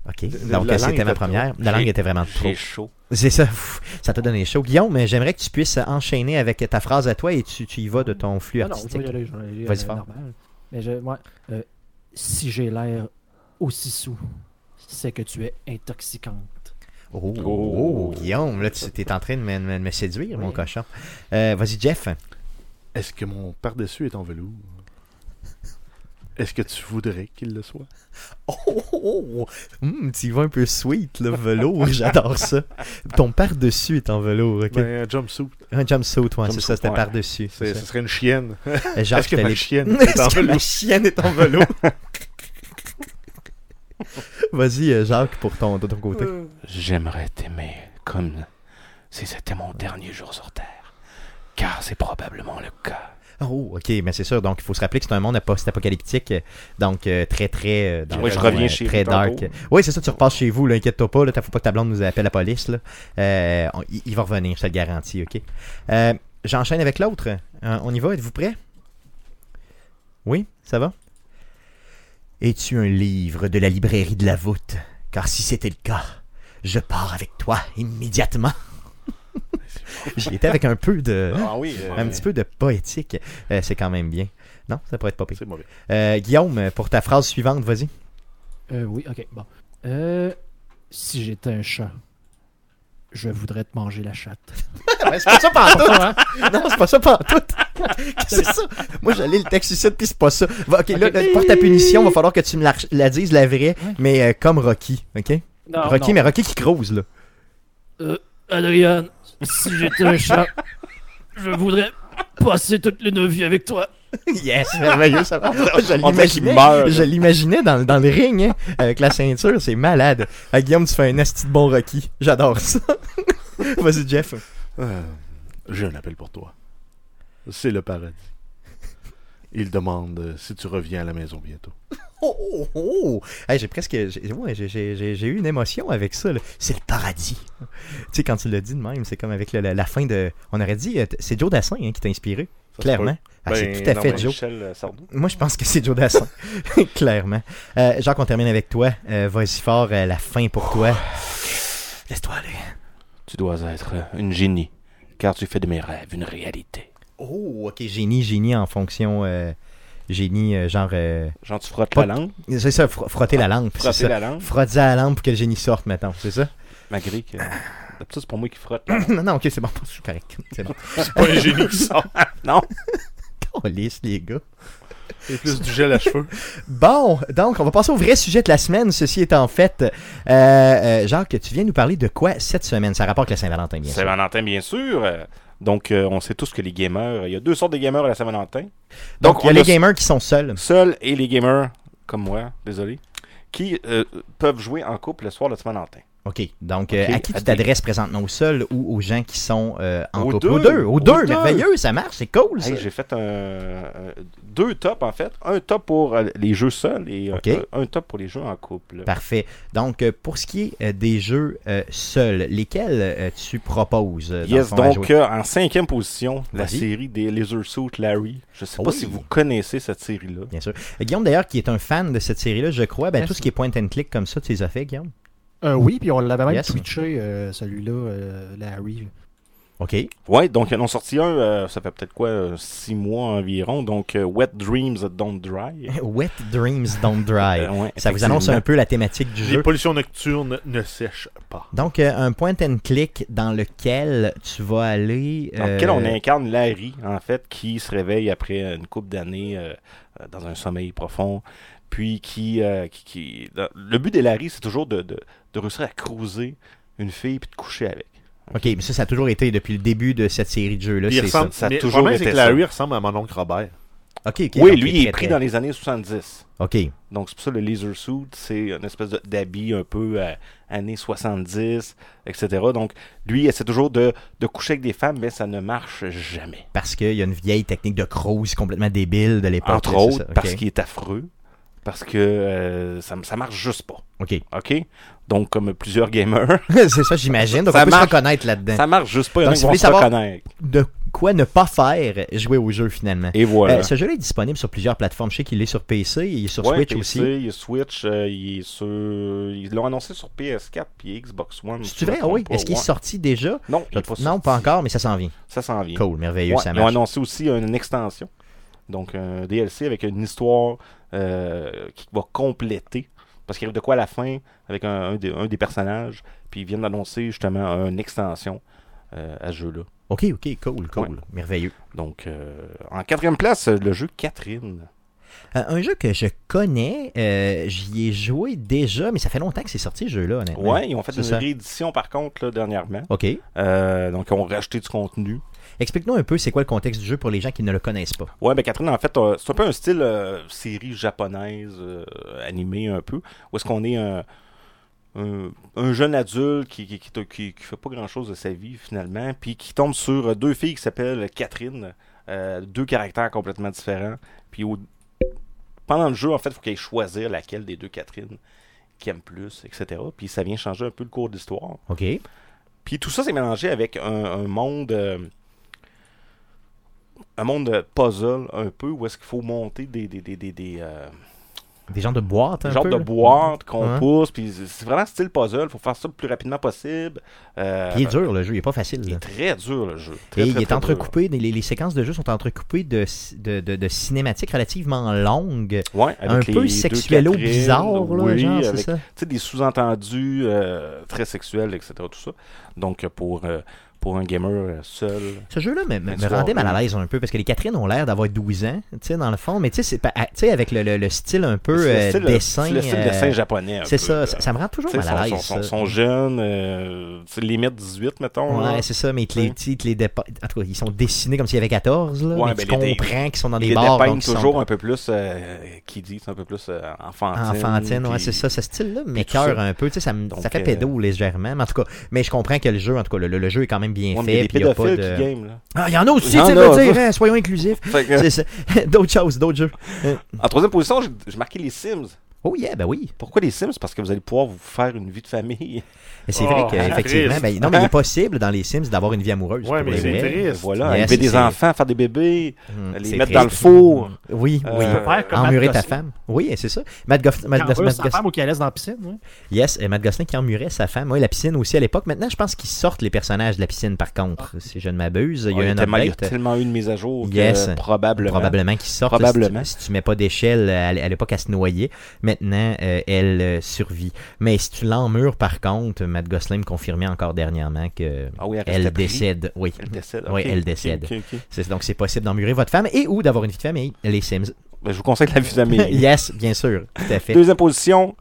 Speaker 1: OK,
Speaker 5: la
Speaker 1: donc euh,
Speaker 5: langue
Speaker 1: c'était ma
Speaker 5: était
Speaker 1: première. La langue
Speaker 3: J'ai-
Speaker 1: était vraiment trop.
Speaker 3: J'ai chaud.
Speaker 1: C'est ça, Ouf, ça t'a donné chaud. Guillaume, mais j'aimerais que tu puisses enchaîner avec ta phrase à toi et tu, tu y vas de ton flux
Speaker 2: Ah non, je
Speaker 1: artistique.
Speaker 2: vais y aller, je vais y aller,
Speaker 1: Vas-y
Speaker 2: euh,
Speaker 1: fort.
Speaker 2: normal. Mais je, ouais, euh, si j'ai l'air aussi sous, c'est que tu es intoxicante.
Speaker 1: Oh,
Speaker 3: Oh.
Speaker 1: oh, Guillaume, là, tu es en train de me, me- me séduire, mon
Speaker 2: Oui.
Speaker 1: cochon. Euh, Vas-y, Jeff.
Speaker 5: Est-ce que mon par-dessus est en velours? Est-ce que tu voudrais qu'il le soit?
Speaker 1: Oh, oh, oh. Hum, tu y vas un peu sweet, le velours, j'adore ça. Ton par-dessus est en velours, ok?
Speaker 5: Ben, un jumpsuit,
Speaker 1: Un jumpsuit, ouais, c'est
Speaker 5: Jumpsuit,
Speaker 1: ça, c'était
Speaker 5: ouais.
Speaker 1: par-dessus.
Speaker 5: c'est-
Speaker 1: c'est
Speaker 5: ce
Speaker 1: ça.
Speaker 5: serait une chienne.
Speaker 1: Euh, Genre,
Speaker 5: Est-ce que
Speaker 1: je te
Speaker 5: ma
Speaker 1: l'ai-
Speaker 5: chienne est en
Speaker 1: Est-ce que
Speaker 5: velours?
Speaker 1: ma chienne est en velours? Vas-y, euh, Jacques, pour ton, de ton côté.
Speaker 3: J'aimerais t'aimer comme si c'était mon dernier jour sur Terre. Car c'est probablement le cas.
Speaker 1: Oh, ok, mais c'est sûr. Donc, il faut se rappeler que c'est un monde post-apocalyptique. Donc, euh, très, très. euh, dans
Speaker 3: Oui,
Speaker 1: le
Speaker 3: je
Speaker 1: fond,
Speaker 3: reviens
Speaker 1: euh,
Speaker 3: chez
Speaker 1: Très
Speaker 3: vous
Speaker 1: dark.
Speaker 3: tantôt.
Speaker 1: Oui, c'est ça, tu repasses chez vous. là, Inquiète-toi pas. Là, faut pas que ta blonde nous appelle la police. Là. Euh, on- il, il va revenir, je te le garantis. Ok. Euh, J'enchaîne avec l'autre. Euh, on y va. Êtes-vous prêts Oui, ça va Es-tu un livre de la librairie de la voûte Car si c'était le cas, je pars avec toi immédiatement. J'y étais avec un peu de.
Speaker 5: Ah oui, euh,
Speaker 1: Un petit peu de poétique, Euh, c'est quand même bien. Non, ça pourrait être pas pire.
Speaker 5: c'est mauvais.
Speaker 1: Euh, Guillaume, pour ta phrase suivante, vas-y.
Speaker 2: Euh, oui, ok, bon. Euh, si j'étais un chat, je voudrais te manger la chatte.
Speaker 1: Ah c'est pas ça pantoute!
Speaker 2: Hein?
Speaker 1: non, c'est pas ça pantoute! c'est ça! Moi, j'allais le texte ici, puis c'est pas ça. Va, ok, là, là, pour ta punition, va falloir que tu me la, la dises la vraie,
Speaker 2: Ouais.
Speaker 1: mais euh, comme Rocky, ok?
Speaker 2: Non,
Speaker 1: Rocky,
Speaker 2: non.
Speaker 1: mais Rocky qui crouse, là.
Speaker 2: Adrian, si j'étais un chat, je voudrais passer toute une vie avec toi.
Speaker 1: yes, merveilleux, ça va. Je
Speaker 3: On dirait qu'il
Speaker 1: l'imaginais.
Speaker 3: meurt.
Speaker 1: Je l'imaginais dans, dans le ring, hein, avec la ceinture, c'est malade. Ah, Guillaume, tu fais un asti de bon Rocky. J'adore ça. vas-y, Jeff.
Speaker 5: Ah, J'ai un appel pour toi. C'est le paradis. Il demande euh, si tu reviens à la maison bientôt.
Speaker 1: Oh, oh, oh. Hey, j'ai presque. J'ai ouais, j'ai- j'ai- j'ai- j'ai eu une émotion avec ça. là. C'est le paradis. tu sais, quand tu l'as dit de même, c'est comme avec le- la, la fin de. On aurait dit, euh, t- c'est Joe Dassin hein, qui t'a inspiré,
Speaker 5: Ça se
Speaker 1: clairement. Ah,
Speaker 5: Ben,
Speaker 1: c'est tout à
Speaker 5: non,
Speaker 1: fait
Speaker 5: mais
Speaker 1: Joe.
Speaker 3: Michel euh, Sardou.
Speaker 1: Moi, je pense que c'est Joe Dassin, clairement. Euh, Jacques, on termine avec toi. Euh, Vas-y fort, euh, la fin pour toi. Laisse-toi aller.
Speaker 3: Tu dois être une génie. Car tu fais de mes rêves une réalité.
Speaker 1: Oh, ok, génie, génie en fonction. euh, génie, euh, genre. euh,
Speaker 3: Genre, tu frottes
Speaker 1: Pas-
Speaker 3: la langue.
Speaker 1: c'est ça, fro- frotter la lampe. c'est
Speaker 3: Frotter
Speaker 1: ça.
Speaker 3: la langue.
Speaker 1: Frotter la lampe pour que le génie sorte maintenant, c'est ça?
Speaker 3: Malgré que. D'habitude, c'est pour moi qui frotte. la langue.
Speaker 1: non, non, ok, c'est bon, je suis correct. C'est bon.
Speaker 5: C'est pas un génie qui sort.
Speaker 3: non!
Speaker 1: Calisse, les gars.
Speaker 5: C'est plus du gel à cheveux.
Speaker 1: Bon, donc, on va passer au vrai sujet de la semaine. Ceci étant fait, euh, euh, Jacques, tu viens nous parler de quoi cette semaine Ça rapporte la Saint-Valentin, bien sûr.
Speaker 3: Saint-Valentin, bien sûr. Euh, Donc, euh, on sait tous que les gamers. Il y a deux sortes de gamers à la Saint-Valentin.
Speaker 1: Donc, il y a
Speaker 3: on
Speaker 1: les
Speaker 3: a-
Speaker 1: gamers qui sont seuls.
Speaker 3: seuls et les gamers comme moi, désolé, qui euh, peuvent jouer en couple le soir de Saint-Valentin.
Speaker 1: OK. Donc, euh,
Speaker 5: OK,
Speaker 1: à qui tu
Speaker 5: à des-
Speaker 1: t'adresses présentement au seul ou aux gens qui sont euh, en
Speaker 3: Aux
Speaker 1: couple?
Speaker 3: deux.
Speaker 1: Aux deux. Aux
Speaker 3: Aux
Speaker 1: deux.
Speaker 3: deux.
Speaker 1: Merveilleux, ça marche, c'est cool. ça.
Speaker 3: Hey, j'ai fait un, un- deux tops en fait. Un top pour euh, les jeux seuls et euh,
Speaker 1: Ok.
Speaker 3: un, un top pour les jeux en couple.
Speaker 1: Parfait. Donc, euh, pour ce qui est euh, des jeux euh, seuls, lesquels euh, tu proposes euh, dans
Speaker 3: Yes,
Speaker 1: le fond, à
Speaker 3: donc
Speaker 1: jouer?
Speaker 3: euh, en cinquième position, la
Speaker 1: Vas-y.
Speaker 3: série des Laser Suit Larry. Je sais
Speaker 1: Ah
Speaker 3: pas
Speaker 1: oui.
Speaker 3: si vous connaissez cette série-là.
Speaker 1: Bien sûr. Euh, Guillaume, d'ailleurs, qui est un fan de cette série-là, je crois, ben, tout ce qui est point and click comme ça, tu les as fait, Guillaume?
Speaker 2: Euh, oui, puis on l'avait même
Speaker 1: Yes.
Speaker 2: twitché, euh, celui-là, euh, Larry.
Speaker 1: OK.
Speaker 3: Ouais, donc ils en ont sorti un, euh, ça fait peut-être quoi, euh, six mois environ. Donc euh, Wet Dreams Don't Dry.
Speaker 1: Wet Dreams Don't Dry.
Speaker 3: Euh, ouais,
Speaker 1: ça vous annonce un
Speaker 3: effectivement.
Speaker 1: peu la thématique du
Speaker 5: Les
Speaker 1: jeu.
Speaker 5: pollutions nocturnes ne sèchent pas.
Speaker 1: Donc, euh, un point and click dans lequel tu vas aller.
Speaker 3: Dans
Speaker 1: euh,
Speaker 3: lequel on incarne Larry, en fait, qui se réveille après une couple d'années euh, euh, dans un sommeil profond. Puis qui. euh, qui, qui- dans- Le but des Larry, c'est toujours de, de, de réussir à croiser une fille puis de coucher avec.
Speaker 1: euh, OK, mais ça, ça a toujours été depuis le début de cette série de jeux-là.
Speaker 5: Puis il
Speaker 1: c'est
Speaker 5: ressemble-
Speaker 3: ça a
Speaker 5: mais
Speaker 3: toujours
Speaker 5: le problème, c'est
Speaker 3: été
Speaker 5: que
Speaker 3: ça.
Speaker 5: Larry ressemble à mon oncle Robert.
Speaker 1: ça. OK, OK. donc,
Speaker 3: oui, lui,
Speaker 1: très,
Speaker 3: il est pris
Speaker 1: très-
Speaker 3: dans les années 70.
Speaker 1: OK.
Speaker 3: Donc, c'est pour ça le Laser Suit, c'est une espèce de- d'habit un peu euh, années 70, etc. Donc, lui, il essaie toujours de, de coucher avec des femmes, mais ça ne marche jamais.
Speaker 1: Parce qu'il y a une vieille technique de Croze complètement débile de l'époque.
Speaker 3: Entre
Speaker 1: c'est
Speaker 3: autres,
Speaker 1: ça, ok.
Speaker 3: parce qu'il est affreux, parce que euh, ça, ça marche juste pas.
Speaker 1: OK.
Speaker 3: OK? Donc, comme plusieurs gamers,
Speaker 1: c'est ça, j'imagine. Donc,
Speaker 3: Ça
Speaker 1: on peut
Speaker 3: marche.
Speaker 1: se reconnaître là-dedans.
Speaker 3: ça marche juste pas. Il y en
Speaker 1: Ben, Donc, si
Speaker 3: a
Speaker 1: vous
Speaker 3: qui vont
Speaker 1: voulez
Speaker 3: se
Speaker 1: savoir-
Speaker 3: reconnaître.
Speaker 1: De quoi ne pas faire jouer au jeu, finalement.
Speaker 3: Et voilà.
Speaker 1: Euh, ce jeu-là est disponible sur plusieurs plateformes. Je sais qu'il est sur PC, il est sur
Speaker 3: Ouais,
Speaker 1: Switch
Speaker 3: PC,
Speaker 1: aussi.
Speaker 3: Il est Switch, euh, il est sur... Ils l'ont annoncé sur PS4 puis Xbox One. si
Speaker 1: C'est
Speaker 3: je me
Speaker 1: vrai, Ah
Speaker 3: trompe
Speaker 1: oui.
Speaker 3: pas.
Speaker 1: Est-ce qu'il est
Speaker 3: Ouais.
Speaker 1: sorti déjà
Speaker 3: Non, il est pas
Speaker 1: Non,
Speaker 3: sorti.
Speaker 1: pas encore, mais ça s'en vient.
Speaker 3: Ça s'en vient.
Speaker 1: Cool, merveilleux,
Speaker 3: Ouais,
Speaker 1: ça
Speaker 3: ils ont
Speaker 1: marche.
Speaker 3: annoncé aussi une extension, donc un DLC avec une histoire euh, qui va compléter. Parce qu'il arrive de quoi à la fin avec un, un des, un des personnages, puis ils viennent d'annoncer justement une extension euh, à ce jeu-là.
Speaker 1: Ok, ok, cool, cool,
Speaker 3: Ouais.
Speaker 1: merveilleux.
Speaker 3: Donc, euh, en quatrième place, le jeu Catherine.
Speaker 1: Euh, un jeu que je connais, euh, j'y ai joué déjà, mais ça fait longtemps que c'est sorti ce jeu-là, honnêtement.
Speaker 3: Ouais, ils ont fait
Speaker 1: c'est
Speaker 3: une
Speaker 1: ça.
Speaker 3: réédition par contre là, dernièrement.
Speaker 1: Ok.
Speaker 3: Euh, donc, ils ont racheté du contenu.
Speaker 1: Explique-nous un peu c'est quoi le contexte du jeu pour les gens qui ne le connaissent pas.
Speaker 3: Ouais, ben Catherine, en fait, euh, c'est un peu un style euh, série japonaise, euh, animée un peu, où est-ce qu'on est un, un- un jeune adulte qui, qui, qui- qui- qui fait pas grand-chose de sa vie finalement, puis qui tombe sur euh, deux filles qui s'appellent Catherine, euh, deux caractères complètement différents, puis au- pendant le jeu, en fait, il faut qu'elle choisir laquelle des deux Catherine qu'elle aime plus, etc. Puis ça vient changer un peu le cours de l'histoire.
Speaker 1: Ok.
Speaker 3: Puis tout ça, c'est mélangé avec un, un monde. euh, un monde de puzzle, un peu, où est-ce qu'il faut monter des, des, des, des, des, euh,
Speaker 1: Des genres de boîtes,
Speaker 3: des
Speaker 1: un
Speaker 3: genres
Speaker 1: peu,
Speaker 3: de
Speaker 1: là.
Speaker 3: boîtes qu'on
Speaker 1: Ouais.
Speaker 3: pousse. Puis c'est- c'est vraiment style puzzle, il faut faire ça le plus rapidement possible. Euh,
Speaker 1: Il est dur, le jeu, il est pas facile.
Speaker 3: Il est
Speaker 1: là.
Speaker 3: très dur, le jeu. Très,
Speaker 1: Et il
Speaker 3: très,
Speaker 1: est
Speaker 3: très dur.
Speaker 1: entrecoupé, les, les séquences de jeu sont entrecoupées de, de, de- de cinématiques relativement longues,
Speaker 3: Ouais,
Speaker 1: un
Speaker 3: avec les
Speaker 1: peu
Speaker 3: deux
Speaker 1: sexuelo
Speaker 3: Catherine,
Speaker 1: bizarre, là,
Speaker 3: oui,
Speaker 1: genre, c'est
Speaker 3: avec
Speaker 1: ça.
Speaker 3: tu sais, des sous-entendus euh, très sexuels, etc. Tout ça. Donc pour, euh, pour un gamer euh, seul.
Speaker 1: Ce jeu-là me, me-
Speaker 3: Mais
Speaker 1: me
Speaker 3: tu vois,
Speaker 1: rendait mal à
Speaker 3: oui.
Speaker 1: l'aise un peu parce que les Catherine ont l'air d'avoir 12 ans, tu sais, dans le fond, mais tu sais, c'est pas- ah, tu sais, avec le, le- le style un peu
Speaker 3: C'est le
Speaker 1: euh,
Speaker 3: style-
Speaker 1: dessin.
Speaker 3: C'est le style
Speaker 1: euh,
Speaker 3: dessin japonais. un
Speaker 1: c'est
Speaker 3: peu,
Speaker 1: ça,
Speaker 3: là.
Speaker 1: ça, ça me rend toujours
Speaker 3: T'sais,
Speaker 1: mal à
Speaker 3: sont,
Speaker 1: l'aise.
Speaker 3: sont, sont,
Speaker 1: ça.
Speaker 3: sont jeunes, euh, t'sais, limite 18, mettons. là.
Speaker 1: Ouais, c'est ça, mais ils te les, ils te les dépa- en tout cas, ils sont dessinés comme s'il y avait 14, là,
Speaker 3: Ouais,
Speaker 1: mais
Speaker 3: ben,
Speaker 1: tu
Speaker 3: les dé-
Speaker 1: comprends qu'ils sont dans des
Speaker 3: Ils les
Speaker 1: bars,
Speaker 3: dépeignent
Speaker 1: donc ils
Speaker 3: toujours
Speaker 1: sont
Speaker 3: un peu plus, euh, qui dit, c'est un peu plus euh, enfantine.
Speaker 1: enfantine, ouais,
Speaker 3: puis-
Speaker 1: c'est ça, ce style-là
Speaker 3: tout ça.
Speaker 1: m'écœure un peu, tu sais, ça, me-
Speaker 3: Donc,
Speaker 1: ça fait
Speaker 3: euh,
Speaker 1: pédo légèrement, mais en tout cas, mais je comprends que le jeu, en tout cas, le, le- le jeu est quand même bien
Speaker 3: Ouais, mais
Speaker 1: fait,
Speaker 3: des
Speaker 1: puis il y a pas
Speaker 3: pédophiles
Speaker 1: de...
Speaker 3: qui game, là.
Speaker 1: Ah, il y en a aussi,
Speaker 3: Il y
Speaker 1: tu
Speaker 3: en
Speaker 1: sais,
Speaker 3: a,
Speaker 1: veux dire,
Speaker 3: ça.
Speaker 1: hein, soyons inclusifs.
Speaker 3: Fait que,
Speaker 1: C'est ça. d'autres choses, d'autres jeux.
Speaker 3: en troisième position, j'ai- j'ai marqué les Sims.
Speaker 1: Oh yeah, ben oui.
Speaker 3: Pourquoi les Sims? Parce que vous allez pouvoir vous faire une vie de famille.
Speaker 1: Mais C'est
Speaker 5: Oh,
Speaker 1: vrai
Speaker 5: c'est
Speaker 1: qu'effectivement,
Speaker 5: triste.
Speaker 1: ben, non, mais il est possible dans les Sims d'avoir une vie amoureuse.
Speaker 5: Ouais,
Speaker 1: pour
Speaker 5: mais
Speaker 1: les
Speaker 5: c'est
Speaker 1: vrais.
Speaker 5: triste.
Speaker 3: Voilà,
Speaker 1: Ben Yes,
Speaker 3: élever des
Speaker 1: c'est-
Speaker 3: enfants, faire des bébés,
Speaker 1: Hum,
Speaker 3: les
Speaker 1: c'est
Speaker 3: mettre dans le
Speaker 1: triste. Hmm.
Speaker 3: four.
Speaker 1: Oui, oui.
Speaker 3: Euh,
Speaker 2: Faire comme
Speaker 1: Emmurer
Speaker 2: Matt
Speaker 1: ta
Speaker 2: Gosselin.
Speaker 1: femme. Oui, c'est ça. Matt, Goff- Matt
Speaker 2: Quand
Speaker 1: Goff-
Speaker 2: eux,
Speaker 1: Matt
Speaker 2: sa
Speaker 1: Goss-
Speaker 2: femme ou qu'elle laisse dans la piscine. ouais.
Speaker 1: Yes, et Matt Gosselin qui emmurait sa femme. Oui, la piscine aussi à l'époque. Maintenant, je pense qu'ils sortent les personnages de la piscine, par
Speaker 2: Ah.
Speaker 1: contre, si je ne m'abuse. Il y
Speaker 3: Ouais,
Speaker 1: a un
Speaker 3: tellement- Ah, il y a
Speaker 1: update.
Speaker 3: tellement eu de mise à jour que
Speaker 1: Yes.
Speaker 3: euh, probablement.
Speaker 1: Probablement qu'ils sortent.
Speaker 3: Probablement.
Speaker 1: Si tu, si tu mets pas d'échelle, à l- à l'époque, elle se noyait. Maintenant, euh, elle euh, survit. Mais si tu l'emmures, par contre, Matt Gosselin me confirmait encore dernièrement que
Speaker 3: Ah oui, elle restait
Speaker 1: elle
Speaker 3: pris.
Speaker 1: décède. Oui.
Speaker 3: Elle décède.
Speaker 1: Oui,
Speaker 3: ok,
Speaker 1: elle
Speaker 3: ok,
Speaker 1: décède.
Speaker 3: ok, ok.
Speaker 1: C'est- donc, c'est possible d'emmurer votre femme et ou d'avoir une vie de famille, les Sims.
Speaker 3: Ben, je vous conseille la vie de famille.
Speaker 1: yes, bien sûr, tout à fait.
Speaker 3: Deuxième position,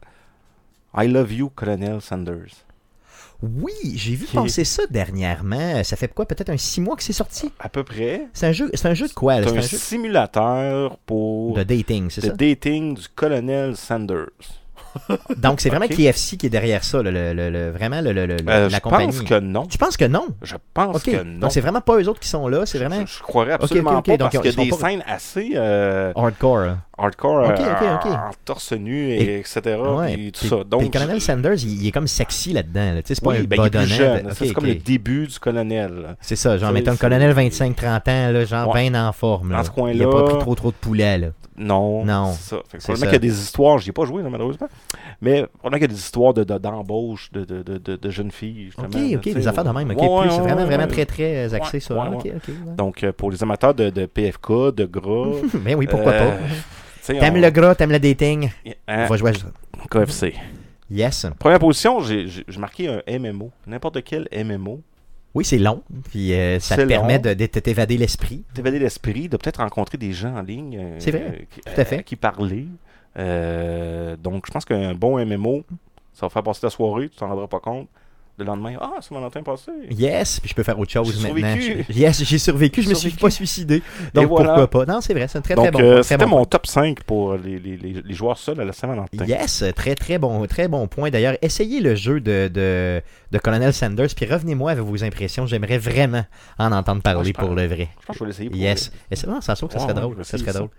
Speaker 3: I Love You, Colonel Sanders.
Speaker 1: Oui, j'ai vu
Speaker 3: Ok.
Speaker 1: passer ça dernièrement. Ça fait quoi, peut-être un six mois que c'est sorti?
Speaker 3: À peu près.
Speaker 1: C'est un jeu, c'est un jeu de quoi? là?
Speaker 3: C'est
Speaker 1: C'est
Speaker 3: un
Speaker 1: un jeu
Speaker 3: simulateur pour
Speaker 1: de dating, c'est
Speaker 3: le
Speaker 1: ça?
Speaker 3: dating du colonel Sanders.
Speaker 1: Donc, c'est vraiment
Speaker 3: Ok.
Speaker 1: KFC qui est derrière ça, le- le- le- le- vraiment le- le- le- la
Speaker 3: Euh, je
Speaker 1: compagnie.
Speaker 3: pense que non.
Speaker 1: Tu penses que non?
Speaker 3: Je pense
Speaker 1: Ok.
Speaker 3: que non.
Speaker 1: Donc, c'est vraiment pas eux autres qui sont là, c'est vraiment
Speaker 3: Je, je croirais
Speaker 1: Ok, ok,
Speaker 3: absolument
Speaker 1: ok.
Speaker 3: pas
Speaker 1: Donc,
Speaker 3: parce
Speaker 1: ils
Speaker 3: qu'il y a des
Speaker 1: sont pas-
Speaker 3: scènes assez euh,
Speaker 1: hardcore. là.
Speaker 3: hardcore,
Speaker 1: Ok,
Speaker 3: euh,
Speaker 1: ok, ok.
Speaker 3: en torse nu, et,
Speaker 1: Et- Ah
Speaker 3: etc.
Speaker 1: Ouais,
Speaker 3: puis tout
Speaker 1: puis-
Speaker 3: ça. Donc,
Speaker 1: puis le colonel
Speaker 3: je-
Speaker 1: Sanders, il, il est comme sexy là-dedans. là. Tu sais, c'est pas
Speaker 3: oui,
Speaker 1: un
Speaker 3: ben, il est
Speaker 1: badonnant,
Speaker 3: plus jeune.
Speaker 1: ben,
Speaker 3: Ça,
Speaker 1: ok,
Speaker 3: c'est comme
Speaker 1: ok.
Speaker 3: le début du colonel.
Speaker 1: C'est ça, genre,
Speaker 3: C'est-
Speaker 1: mettons, le
Speaker 3: c'est-
Speaker 1: colonel 25-30 ans, là, genre,
Speaker 3: Ouais.
Speaker 1: bien en forme. là.
Speaker 3: Dans ce coin-là.
Speaker 1: Il a pas pris trop trop de poulet, là.
Speaker 3: Non.
Speaker 1: Non,
Speaker 3: C'est ça. Fait que
Speaker 1: c'est
Speaker 3: probablement
Speaker 1: ça.
Speaker 3: qu'il y a des histoires, j'y ai pas joué là, malheureusement, mais probablement qu'il y a des histoires de- de- d'embauche de, de, de, de, de jeunes filles. justement,
Speaker 1: Ok,
Speaker 3: là,
Speaker 1: ok,
Speaker 3: tu sais,
Speaker 1: des
Speaker 3: au-
Speaker 1: affaires de même. Ok,
Speaker 3: Ouais,
Speaker 1: plus,
Speaker 3: ouais,
Speaker 1: c'est
Speaker 3: ouais,
Speaker 1: vraiment,
Speaker 3: ouais,
Speaker 1: vraiment
Speaker 3: ouais.
Speaker 1: très, très axé sur.
Speaker 3: ouais,
Speaker 1: ok, ok, ouais.
Speaker 3: Donc, euh, pour les amateurs de, de PFK, de gras.
Speaker 1: Ben oui, pourquoi
Speaker 3: euh,
Speaker 1: pas.
Speaker 3: tu sais,
Speaker 1: T'aimes
Speaker 3: on-
Speaker 1: le gras, t'aimes le dating. On
Speaker 3: Hein,
Speaker 1: va jouer à ça.
Speaker 3: KFC.
Speaker 1: Yes.
Speaker 3: Première position, j'ai j'ai- j'ai marqué un MMO. N'importe quel MMO.
Speaker 1: Oui, c'est long, puis euh, ça te
Speaker 3: C'est
Speaker 1: permet
Speaker 3: long.
Speaker 1: de, de t'évader l'esprit.
Speaker 3: T'évader l'esprit, de peut-être rencontrer des gens en ligne. euh,
Speaker 1: C'est vrai,
Speaker 3: euh, qui,
Speaker 1: tout à fait.
Speaker 3: qui parlaient. Euh, donc, je pense qu'un bon MMO, ça va faire passer ta soirée, tu t'en rendras pas compte. Le lendemain, ah, c'est Valentin passé.
Speaker 1: Yes, puis je peux faire autre chose
Speaker 3: J'ai
Speaker 1: maintenant.
Speaker 3: survécu.
Speaker 1: Je- Yes, j'ai survécu, je me
Speaker 3: J'ai
Speaker 1: suis
Speaker 3: survécu.
Speaker 1: pas suicidé. Donc
Speaker 3: Et voilà.
Speaker 1: pourquoi pas. Non, c'est vrai, c'est un très
Speaker 3: Donc,
Speaker 1: très bon.
Speaker 3: euh,
Speaker 1: très
Speaker 3: c'était
Speaker 1: bon
Speaker 3: mon top 5 pour les, les- les- les joueurs seuls à la Saint-Valentin.
Speaker 1: Yes, très très bon, très bon point. D'ailleurs, essayez le jeu de, de, de Colonel Sanders, puis revenez-moi avec vos impressions. J'aimerais vraiment en entendre
Speaker 3: Ouais,
Speaker 1: parler
Speaker 3: je pense-
Speaker 1: pour le vrai.
Speaker 3: Je pense que je vais l'essayer pour
Speaker 1: Yes. Et ça, non, ça se trouve que ça
Speaker 3: Ouais,
Speaker 1: serait
Speaker 3: ouais,
Speaker 1: drôle.
Speaker 3: je vais
Speaker 1: Ça
Speaker 3: essayer
Speaker 1: serait
Speaker 3: ça.
Speaker 1: drôle.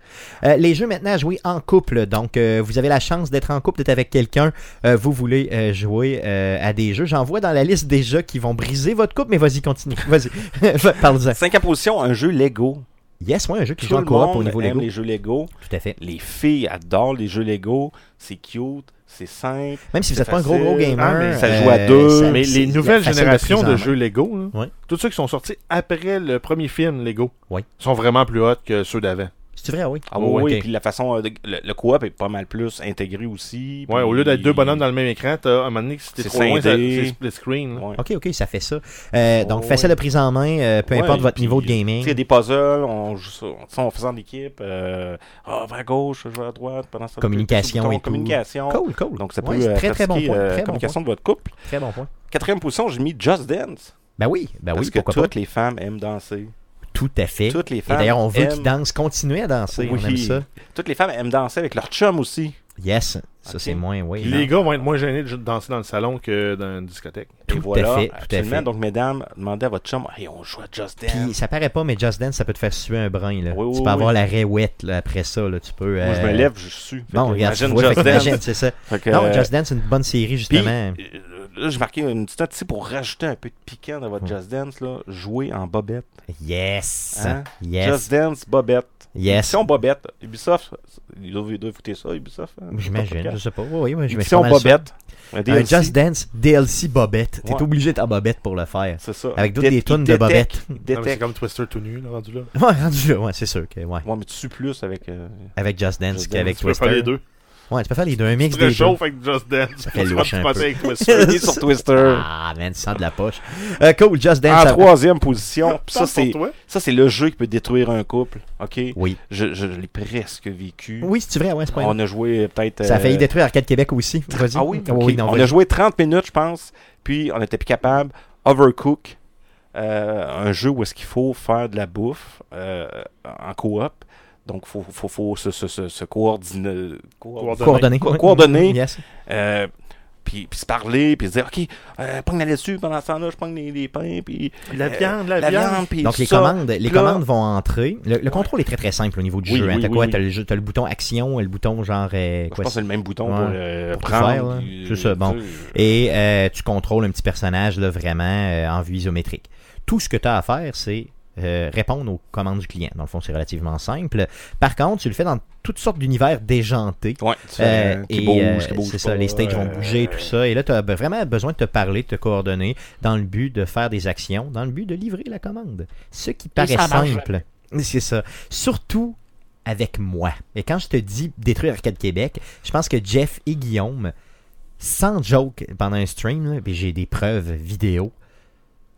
Speaker 1: Euh, les jeux maintenant à jouer en couple. Donc, euh, vous avez la chance d'être en couple, d'être avec quelqu'un. Euh, vous voulez euh, jouer euh, à des jeux. J'en vois dans la liste des jeux qui vont briser votre couple, mais vas-y, continue. Vas-y. Va- Parle-en.
Speaker 3: Cinquième position, un jeu Lego.
Speaker 1: Yes, moi, un jeu qui
Speaker 3: Tout
Speaker 1: joue
Speaker 3: le
Speaker 1: en coop
Speaker 3: monde
Speaker 1: au niveau
Speaker 3: aime
Speaker 1: Lego.
Speaker 3: les jeux Lego.
Speaker 1: Tout à fait.
Speaker 3: Les filles adorent les jeux Lego. C'est cute, c'est simple.
Speaker 1: Même si vous
Speaker 3: C'est
Speaker 1: n'êtes pas un gros gros
Speaker 3: facile.
Speaker 1: gamer, euh,
Speaker 5: Ah, mais
Speaker 3: ça joue à deux.
Speaker 1: ça-
Speaker 5: Mais
Speaker 1: c'est
Speaker 5: les nouvelles
Speaker 1: facile
Speaker 5: générations
Speaker 1: prise en
Speaker 5: de
Speaker 1: main.
Speaker 5: jeux Lego, là,
Speaker 1: Ouais.
Speaker 5: tous ceux qui sont sortis après le premier film Lego,
Speaker 1: Ouais.
Speaker 5: sont vraiment plus hauts que ceux d'avant.
Speaker 1: C'est vrai, oui.
Speaker 3: Ah oui, oui,
Speaker 1: Ok.
Speaker 3: puis la façon euh, de- le, le coop est pas mal plus intégré aussi.
Speaker 5: Ouais,
Speaker 3: puis-
Speaker 5: au lieu d'être deux bonhommes dans le même écran, t'as à un moment donné, si t'es
Speaker 3: C'est
Speaker 5: trop loin, ça-
Speaker 3: scindé.
Speaker 5: c'est split screen. là.
Speaker 3: Ouais.
Speaker 1: Ok, ok, ça fait ça. Euh, donc,
Speaker 3: Ouais.
Speaker 1: facile à prise en main, euh, peu
Speaker 3: Oh, Ouais,
Speaker 1: importe votre
Speaker 3: puis,
Speaker 1: niveau de
Speaker 3: tu sais, Il y a
Speaker 1: gaming.
Speaker 3: des puzzles, on joue ça, on- tu sais, on fait ça en équipe. euh, Ah, va à gauche, je vais à droite. Pendant ça,
Speaker 1: Communication et tout.
Speaker 3: communication.
Speaker 1: Cool, cool.
Speaker 3: Donc ça peut
Speaker 1: Ouais, c'est
Speaker 3: euh,
Speaker 1: très très bon
Speaker 3: pratiquer,
Speaker 1: point. Très
Speaker 3: euh,
Speaker 1: bon point.
Speaker 3: communication de votre couple.
Speaker 1: Très bon point.
Speaker 3: Quatrième position, j'ai mis Just Dance.
Speaker 1: Ben oui, ben
Speaker 3: parce
Speaker 1: oui,
Speaker 3: que
Speaker 1: pourquoi pas.
Speaker 3: toutes les femmes aiment danser.
Speaker 1: Tout à fait.
Speaker 3: Toutes les
Speaker 1: Et
Speaker 3: femmes
Speaker 1: d'ailleurs, on veut
Speaker 3: aiment-
Speaker 1: qu'ils dansent, continuez à danser. On
Speaker 3: Oui.
Speaker 1: aime ça.
Speaker 3: Toutes les femmes aiment danser avec leur chum aussi.
Speaker 1: Yes, ça
Speaker 3: Ok.
Speaker 1: c'est moins, oui.
Speaker 5: Les gars vont être moins gênés de danser dans le salon que dans une discothèque.
Speaker 1: Tout
Speaker 3: Et
Speaker 1: à
Speaker 3: voilà,
Speaker 1: fait, tout à
Speaker 3: absolument.
Speaker 1: fait.
Speaker 3: Donc, mesdames, demandez à votre chum, hey, on joue à Just Dance.
Speaker 1: Puis ça paraît pas, mais Just Dance, ça peut te faire suer un brin. Là.
Speaker 3: hein. Oui, oui,
Speaker 1: tu peux
Speaker 3: oui.
Speaker 1: avoir la réouette là, après ça. Là. Tu peux,
Speaker 3: Moi, je me
Speaker 1: euh,
Speaker 3: lève, je suis. Fait
Speaker 1: Bon,
Speaker 3: que
Speaker 1: regarde, tu
Speaker 3: imagine
Speaker 1: vois, fait
Speaker 3: Just Dance.
Speaker 1: qu'imagine, c'est ça.
Speaker 3: Fait que,
Speaker 1: Non,
Speaker 3: euh,
Speaker 1: Just Dance, c'est une bonne série,
Speaker 3: Puis,
Speaker 1: justement.
Speaker 3: euh, là, j'ai marqué une petite note ici pour rajouter un peu de piquant dans votre Just Dance. Là. Jouer en bobette.
Speaker 1: Yes.
Speaker 3: Hein? Just
Speaker 1: Yes.
Speaker 3: Dance, bobette.
Speaker 1: Yes.
Speaker 3: Édition bobette. Ubisoft, ils doivent, ils doivent écouter ça, Ubisoft. hein,
Speaker 1: J'imagine, je
Speaker 3: podcast.
Speaker 1: sais pas. Oui, oui, je
Speaker 3: Édition bobette. Un
Speaker 1: Un
Speaker 3: DLC.
Speaker 1: Just Dance DLC Bobette. T'es
Speaker 3: Ouais.
Speaker 1: obligé d'être en Bobette pour le faire.
Speaker 3: C'est ça.
Speaker 1: Avec toutes
Speaker 3: Dét-
Speaker 1: des
Speaker 3: il
Speaker 1: tonnes de
Speaker 3: détecte-
Speaker 1: bobettes.
Speaker 3: il
Speaker 5: Non, mais C'est
Speaker 3: Détecte.
Speaker 5: comme Twister tout nu, là, rendu là.
Speaker 1: Ouais, rendu là, ouais, c'est sûr que, ouais.
Speaker 3: Ouais, mais tu sues plus avec. euh,
Speaker 1: Avec Just Dance
Speaker 3: Just
Speaker 1: qu'avec
Speaker 5: tu peux
Speaker 1: Twister.
Speaker 5: faire les deux.
Speaker 1: Ouais, tu peux faire les deux, un mix des
Speaker 5: Très
Speaker 1: deux.
Speaker 5: chaud, fait que Just Dance.
Speaker 1: fait louche un peu.
Speaker 5: avec Twister.
Speaker 3: Soigner sur Twister. Ah,
Speaker 1: Ah, man, tu sens de la poche. Euh, cool, Just Dance.
Speaker 3: En
Speaker 1: ça-
Speaker 3: troisième position, pis ça
Speaker 5: Parle pour
Speaker 3: c'est
Speaker 5: toi.
Speaker 3: ça c'est le jeu qui peut détruire un couple, ok?
Speaker 1: Oui.
Speaker 3: Je, je l'ai presque vécu.
Speaker 1: Oui, c'est vrai, ouais, c'est pas
Speaker 3: On a joué peut-être.
Speaker 1: Ça a failli
Speaker 3: euh,
Speaker 1: détruire Arcade Québec aussi. Vas-y.
Speaker 3: Ah oui,
Speaker 1: Oh,
Speaker 3: ok.
Speaker 1: oui, non,
Speaker 3: on a
Speaker 1: vas-y.
Speaker 3: joué 30 minutes, je pense. Puis on n'était plus capable. Overcook, euh, un jeu où est-ce qu'il faut faire de la bouffe euh, en coop. Donc il faut, faut, faut se, se, se, se coordonner. coordonner.
Speaker 1: Coordonnées.
Speaker 3: Co- coordonnées.
Speaker 1: Yes.
Speaker 3: Euh, puis, puis se parler, puis se dire, OK, euh, pogne la laitue pendant ce temps-là, je pogne les, les pains, puis
Speaker 5: La
Speaker 3: euh,
Speaker 5: viande,
Speaker 1: Eh
Speaker 5: la,
Speaker 3: la
Speaker 5: viande.
Speaker 3: viande, puis
Speaker 1: Donc les
Speaker 3: ça.
Speaker 1: commandes, les
Speaker 3: Puis là-
Speaker 1: commandes vont entrer. Le, le contrôle est très très simple au niveau du
Speaker 3: Oui,
Speaker 1: jeu. hein.
Speaker 3: oui,
Speaker 1: T'as
Speaker 3: oui,
Speaker 1: quoi
Speaker 3: oui.
Speaker 1: T'as le, jeu- t'as le bouton action, le bouton genre euh,
Speaker 3: Je pense
Speaker 1: quoi
Speaker 3: que c'est le même bouton
Speaker 1: Ouais.
Speaker 3: pour, euh,
Speaker 1: Pour tout
Speaker 3: prendre.
Speaker 1: faire, là.
Speaker 3: puis,
Speaker 1: C'est ça, bon.
Speaker 3: tu sais,
Speaker 1: Et euh, tu contrôles un petit personnage là, vraiment euh, en vue isométrique. Tout ce que tu as à faire, c'est euh, répondre aux commandes du client. Dans le fond, c'est relativement simple. Par contre, tu le fais dans toutes sortes d'univers déjantés.
Speaker 3: Ouais, tu
Speaker 1: Euh,
Speaker 3: fais, qui
Speaker 1: et,
Speaker 3: bouge,
Speaker 1: euh,
Speaker 3: qui bouge
Speaker 1: c'est ça,
Speaker 3: pas,
Speaker 1: les stages vont
Speaker 3: euh,
Speaker 1: bouger, tout ça. Et là, tu as vraiment besoin de te parler, de te coordonner dans le but de faire des actions, dans le but de livrer la commande. Ce qui paraît
Speaker 2: ça marche
Speaker 1: simple. C'est ça. Surtout avec moi. Et quand je te dis détruire Arcade Québec, je pense que Jeff et Guillaume, sans joke, pendant un stream, là, puis j'ai des preuves vidéo,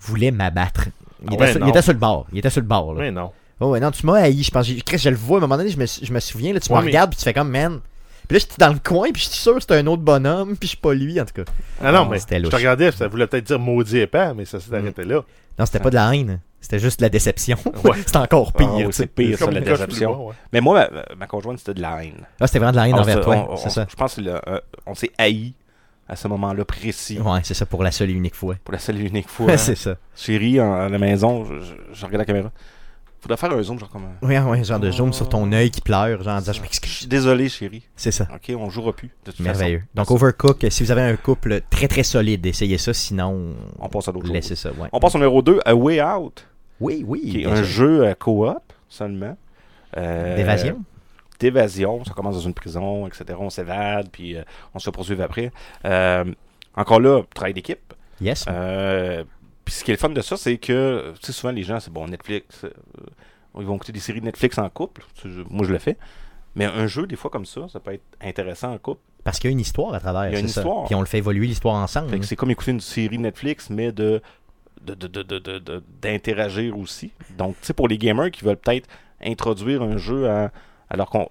Speaker 1: voulaient m'abattre. Il,
Speaker 5: Ah
Speaker 1: était
Speaker 5: ouais,
Speaker 1: sur, il
Speaker 5: non.
Speaker 1: était sur le bord. Il était sur le bord. là.
Speaker 5: Mais non.
Speaker 1: Oh ouais, non, tu m'as haï. Je pense, j'ai- Chris, je le vois. À un moment donné, je me, je me souviens, là, tu
Speaker 5: Ouais,
Speaker 1: me
Speaker 5: mais-
Speaker 1: regardes, puis tu fais comme, man. Puis là, j'étais dans le coin, puis je suis sûr que c'était un autre bonhomme, puis je suis pas lui, en tout cas.
Speaker 5: Ah non,
Speaker 1: Non,
Speaker 5: mais
Speaker 1: c'était
Speaker 5: je
Speaker 1: louche.
Speaker 5: te regardais, ça voulait peut-être dire maudit épais, mais ça s'est arrêté là.
Speaker 1: Non, c'était pas de la haine. C'était juste de la déception.
Speaker 5: Ouais.
Speaker 1: c'est encore pire.
Speaker 3: Ah oui,
Speaker 1: tu sais.
Speaker 3: c'est pire, ça,
Speaker 5: Comme
Speaker 3: la
Speaker 5: une coche
Speaker 3: déception.
Speaker 5: plus bas, ouais.
Speaker 3: Mais moi, ma, ma conjointe, c'était de la haine.
Speaker 1: Ah, c'était vraiment de la haine
Speaker 3: On
Speaker 1: envers
Speaker 3: se-
Speaker 1: toi.
Speaker 3: on- on-
Speaker 1: C'est ça.
Speaker 3: Je pense qu'on s'est haï à ce moment-là précis.
Speaker 1: Ouais, c'est ça pour la seule et unique fois.
Speaker 3: Pour la seule et unique fois. hein.
Speaker 1: c'est ça.
Speaker 3: Chérie, en- à la maison, je, je, je regarde la caméra. Faudrait faire un zoom, genre comme. un-
Speaker 1: Oui, ouais, genre de zoom sur ton œil qui pleure, genre en disant je
Speaker 3: Je
Speaker 1: m'excuse.
Speaker 3: suis désolé, chérie.
Speaker 1: C'est ça.
Speaker 3: Ok, on jouera plus. De toute
Speaker 1: Merveilleux.
Speaker 3: façon.
Speaker 1: Donc Overcook, si vous avez un couple très très solide, essayez ça, sinon
Speaker 3: On passe à d'autres choses.
Speaker 1: laissez ça. ouais.
Speaker 3: On passe au numéro 2, A Way Out,
Speaker 1: Oui, oui.
Speaker 3: qui est
Speaker 1: bien
Speaker 3: un
Speaker 1: sûr.
Speaker 3: jeu euh, co-op seulement. Euh,
Speaker 1: d'évasion.
Speaker 3: d'évasion. Ça commence dans une prison, etc. On s'évade, puis euh, on se poursuit après. Euh, encore là, travail d'équipe.
Speaker 1: Yes.
Speaker 3: Euh, puis ce qui est le fun de ça, c'est que, tu sais, souvent les gens, c'est bon, Netflix, euh, ils vont écouter des séries de Netflix en couple. Tu sais, je- moi, je le fais. Mais un jeu, des fois, comme ça, ça peut être intéressant en couple.
Speaker 1: Parce qu'il y a une histoire à travers.
Speaker 3: Il y a
Speaker 1: c'est
Speaker 3: une
Speaker 1: ça.
Speaker 3: histoire.
Speaker 1: Puis on le fait évoluer l'histoire ensemble.
Speaker 3: Fait que c'est comme écouter une série Netflix, mais de de- de- de- de- de- de- d'interagir aussi. Donc, tu sais, pour les gamers qui veulent peut-être introduire un jeu à, à leur com-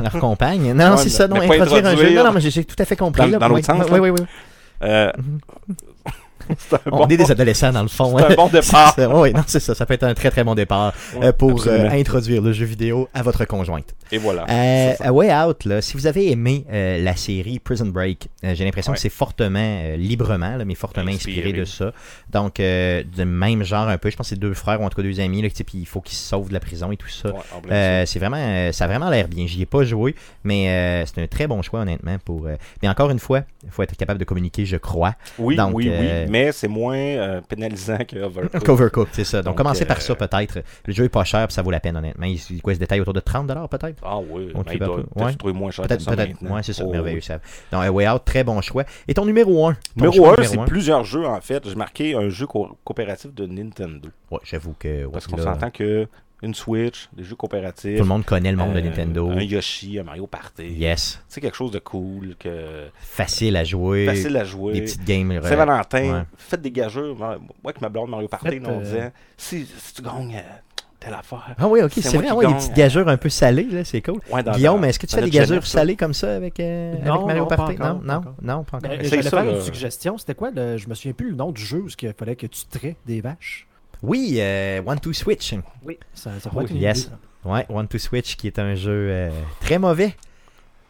Speaker 1: Leur compagne. Non,
Speaker 3: Ouais,
Speaker 1: c'est
Speaker 3: mais-
Speaker 1: ça. Non,
Speaker 3: mais pas
Speaker 1: introduire un jeu.
Speaker 3: introduire.
Speaker 1: Non, non, mais j'ai- j'ai tout à fait compris.
Speaker 3: Dans-
Speaker 1: là.
Speaker 3: dans l'autre
Speaker 1: Oui,
Speaker 3: sens,
Speaker 1: Oui,
Speaker 3: là.
Speaker 1: oui, oui.
Speaker 3: Euh, c'est un
Speaker 1: Mhm. On
Speaker 3: bon-
Speaker 1: est des adolescents dans le fond.
Speaker 3: C'est
Speaker 1: hein.
Speaker 3: un bon départ.
Speaker 1: C'est- oui, non, c'est ça. Ça peut être un très très bon départ
Speaker 3: Ouais,
Speaker 1: euh, pour euh,
Speaker 3: absolument.
Speaker 1: introduire le jeu vidéo à votre conjointe.
Speaker 3: Et voilà.
Speaker 1: Euh,
Speaker 3: C'est ça.
Speaker 1: A Way Out, là, si vous avez aimé euh, la série Prison Break, euh, j'ai l'impression
Speaker 3: Ouais.
Speaker 1: que c'est fortement, euh, librement, là, mais fortement inspiré.
Speaker 3: Inspiré.
Speaker 1: de ça. Donc, euh, du même genre un peu. Je pense que c'est deux frères ou entre deux amis, là, qui, tu sais, puis il faut qu'ils se sauvent de la prison et tout ça.
Speaker 3: Ouais, en plein
Speaker 1: Euh, c'est vraiment, euh, ça a vraiment l'air bien. J'y ai pas joué, mais euh, c'est un très bon choix, honnêtement. Pour, euh, Mais encore une fois, il faut être capable de communiquer, je crois.
Speaker 3: ça. Oui,
Speaker 1: donc,
Speaker 3: oui,
Speaker 1: euh,
Speaker 3: oui, mais c'est moins euh, pénalisant que Overcooked.
Speaker 1: Covercook, c'est ça. Donc,
Speaker 3: Donc,
Speaker 1: commencez par
Speaker 3: euh,
Speaker 1: ça, peut-être. Le jeu est pas cher, puis ça vaut la peine, honnêtement. Il, il- quoi, il se détaille autour de 30$, peut-être.
Speaker 3: Ah oui,
Speaker 1: On le
Speaker 3: mais il
Speaker 1: fait
Speaker 3: doit
Speaker 1: un peu.
Speaker 3: peut-être
Speaker 1: Ouais.
Speaker 3: se trouver moins cher que
Speaker 1: Peut-être,
Speaker 3: ça
Speaker 1: peut-être.
Speaker 3: maintenant.
Speaker 1: Ouais, c'est ça,
Speaker 3: Oh,
Speaker 1: merveilleux,
Speaker 3: oui.
Speaker 1: ça. Donc, euh, Way Out, très bon choix. Et ton numéro 1
Speaker 3: Numéro 1, c'est plusieurs jeux, en fait. J'ai marqué un jeu co- coopératif de Nintendo.
Speaker 1: Ouais, j'avoue que. ouais,
Speaker 3: Parce qu'on
Speaker 1: là,
Speaker 3: s'entend que une Switch, des jeux coopératifs...
Speaker 1: Tout le monde connaît le monde de
Speaker 3: euh,
Speaker 1: Nintendo.
Speaker 3: Un Yoshi, un Mario Party.
Speaker 1: Yes.
Speaker 3: C'est quelque chose de cool, que
Speaker 1: Facile à jouer.
Speaker 3: facile à
Speaker 1: Des
Speaker 3: jouer.
Speaker 1: petites games. euh,
Speaker 3: C'est Valentin,
Speaker 1: ouais.
Speaker 3: faites des gageurs. Moi, avec ma blonde Mario Party,
Speaker 2: Faites,
Speaker 3: on
Speaker 2: euh,
Speaker 3: disait si, si tu gagnes euh, telle affaire.
Speaker 1: Ah oui, ok,
Speaker 3: C'est
Speaker 1: c'est
Speaker 3: moi
Speaker 1: vrai.
Speaker 3: qui
Speaker 1: Ah ouais, des
Speaker 3: gagne.
Speaker 1: petites gageurs un peu salées, là, c'est cool.
Speaker 3: Ouais, dans-
Speaker 1: Guillaume,
Speaker 3: dans-
Speaker 1: est-ce que tu
Speaker 3: dans
Speaker 1: fais des
Speaker 3: notre jeunesse,
Speaker 1: gageurs
Speaker 3: ça.
Speaker 1: salées comme ça avec, euh,
Speaker 2: Non,
Speaker 1: avec Mario
Speaker 2: non, pas
Speaker 1: Party?
Speaker 2: encore,
Speaker 1: non,
Speaker 2: pas
Speaker 1: non,
Speaker 2: encore.
Speaker 1: non, pas encore.
Speaker 2: Ben,
Speaker 3: Essaye
Speaker 2: J'allais
Speaker 3: ça,
Speaker 2: faire
Speaker 3: là.
Speaker 2: une suggestion. C'était quoi le... Je me souviens plus le nom du jeu où il fallait que tu traites des vaches.
Speaker 1: Oui, euh, One Two Switch.
Speaker 2: Oui. Ça, ça pourrait
Speaker 3: Oui.
Speaker 2: être une
Speaker 1: Oh, Yes.
Speaker 2: idée, ça.
Speaker 1: Ouais, One to Switch, qui est un jeu euh, très mauvais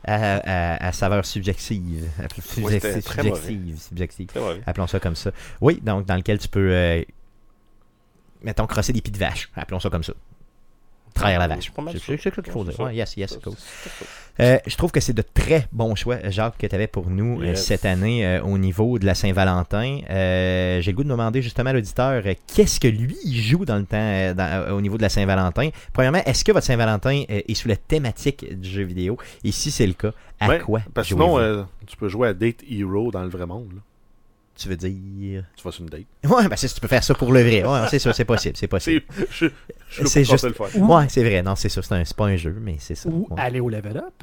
Speaker 1: à, à- à saveur subjective. Subjective,
Speaker 3: Oui, c'était très mauvais.
Speaker 1: subjective, subjective.
Speaker 3: C'est vrai.
Speaker 1: Appelons ça comme ça. Oui, donc dans lequel tu peux, euh, mettons, crosser des pieds de vache. Appelons ça comme ça. Trahir la vache.
Speaker 3: Ah, C'est pas mal
Speaker 1: C'est
Speaker 3: ça.
Speaker 1: c'est ça qu'il faut
Speaker 3: C'est
Speaker 1: dire.
Speaker 3: ça.
Speaker 1: Ouais, yes, yes,
Speaker 3: Ça,
Speaker 1: cool.
Speaker 3: c'est- c'est ça.
Speaker 1: Euh, je trouve que c'est de très bons choix, Jacques, que tu avais pour nous euh,
Speaker 3: Yes.
Speaker 1: cette année euh, au niveau de la Saint-Valentin. Euh, J'ai le goût de demander justement à l'auditeur euh, qu'est-ce que lui il joue dans le temps euh, dans- euh, au niveau de la Saint-Valentin. Premièrement, est-ce que votre Saint-Valentin euh, est sous la thématique du jeu vidéo Et si c'est le cas, à
Speaker 5: Ben,
Speaker 1: quoi
Speaker 5: Parce que
Speaker 1: jouez-vous?
Speaker 5: sinon, euh, tu peux jouer à Date Hero dans le vrai monde. là.
Speaker 1: Tu veux dire
Speaker 5: Tu vas sur une date.
Speaker 1: Ouais, ben c'est tu peux faire ça pour le vrai. Ouais, c'est ça, c'est possible, c'est possible.
Speaker 5: C'est je- je le
Speaker 1: C'est
Speaker 5: comprends
Speaker 1: juste-
Speaker 5: pas le faire.
Speaker 1: Ouais, c'est vrai. Non, c'est ça. C'est un- c'est pas un jeu, mais c'est ça.
Speaker 2: Ou
Speaker 1: Ouais.
Speaker 2: aller au level up.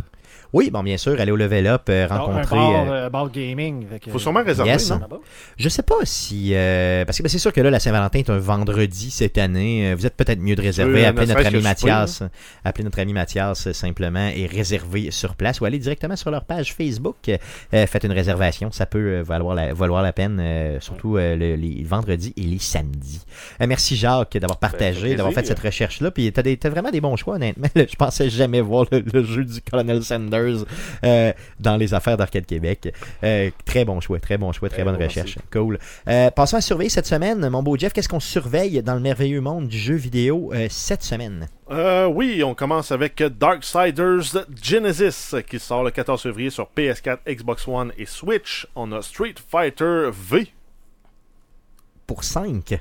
Speaker 1: Oui, bon, bien sûr, aller au level up, euh,
Speaker 2: Non,
Speaker 1: rencontrer.
Speaker 2: un bar,
Speaker 1: euh,
Speaker 2: euh, bar gaming. Fait que-
Speaker 5: Faut sûrement réserver,
Speaker 1: Yes.
Speaker 5: non?
Speaker 2: Là-bas.
Speaker 1: Je sais pas si. euh, parce que ben, c'est sûr que là, la Saint-Valentin est un vendredi cette année. Euh, Vous êtes peut-être mieux de réserver.
Speaker 5: Euh,
Speaker 1: Appelez
Speaker 5: ne
Speaker 1: notre
Speaker 5: serait-ce
Speaker 1: ami
Speaker 5: que
Speaker 1: Mathias. Appelez notre ami Mathias euh, simplement et réservez sur place ou allez directement sur leur page Facebook. Euh, faites une réservation. Ça peut euh, valoir, la, valoir la peine, euh, surtout euh, le- les vendredis et les samedis. Euh, merci Jacques d'avoir partagé,
Speaker 3: fait
Speaker 1: d'avoir fait
Speaker 3: plaisir.
Speaker 1: cette recherche-là. Puis t'as, des- t'as vraiment des bons choix, honnêtement. Je pensais jamais voir le, le jeu du Colonel Sanders euh, dans les affaires d'Arcade Québec. Euh, très bon choix, très bon choix, très
Speaker 3: Eh,
Speaker 1: bonne
Speaker 3: bon,
Speaker 1: recherche. Cool. Euh, passons à surveiller cette semaine, mon beau Jeff. Qu'est-ce qu'on surveille dans le merveilleux monde du jeu vidéo euh, cette semaine?
Speaker 5: Euh, oui, on commence avec Darksiders Genesis qui sort le 14 février sur PS4, Xbox One et Switch. On a Street Fighter V.
Speaker 1: Pour 5.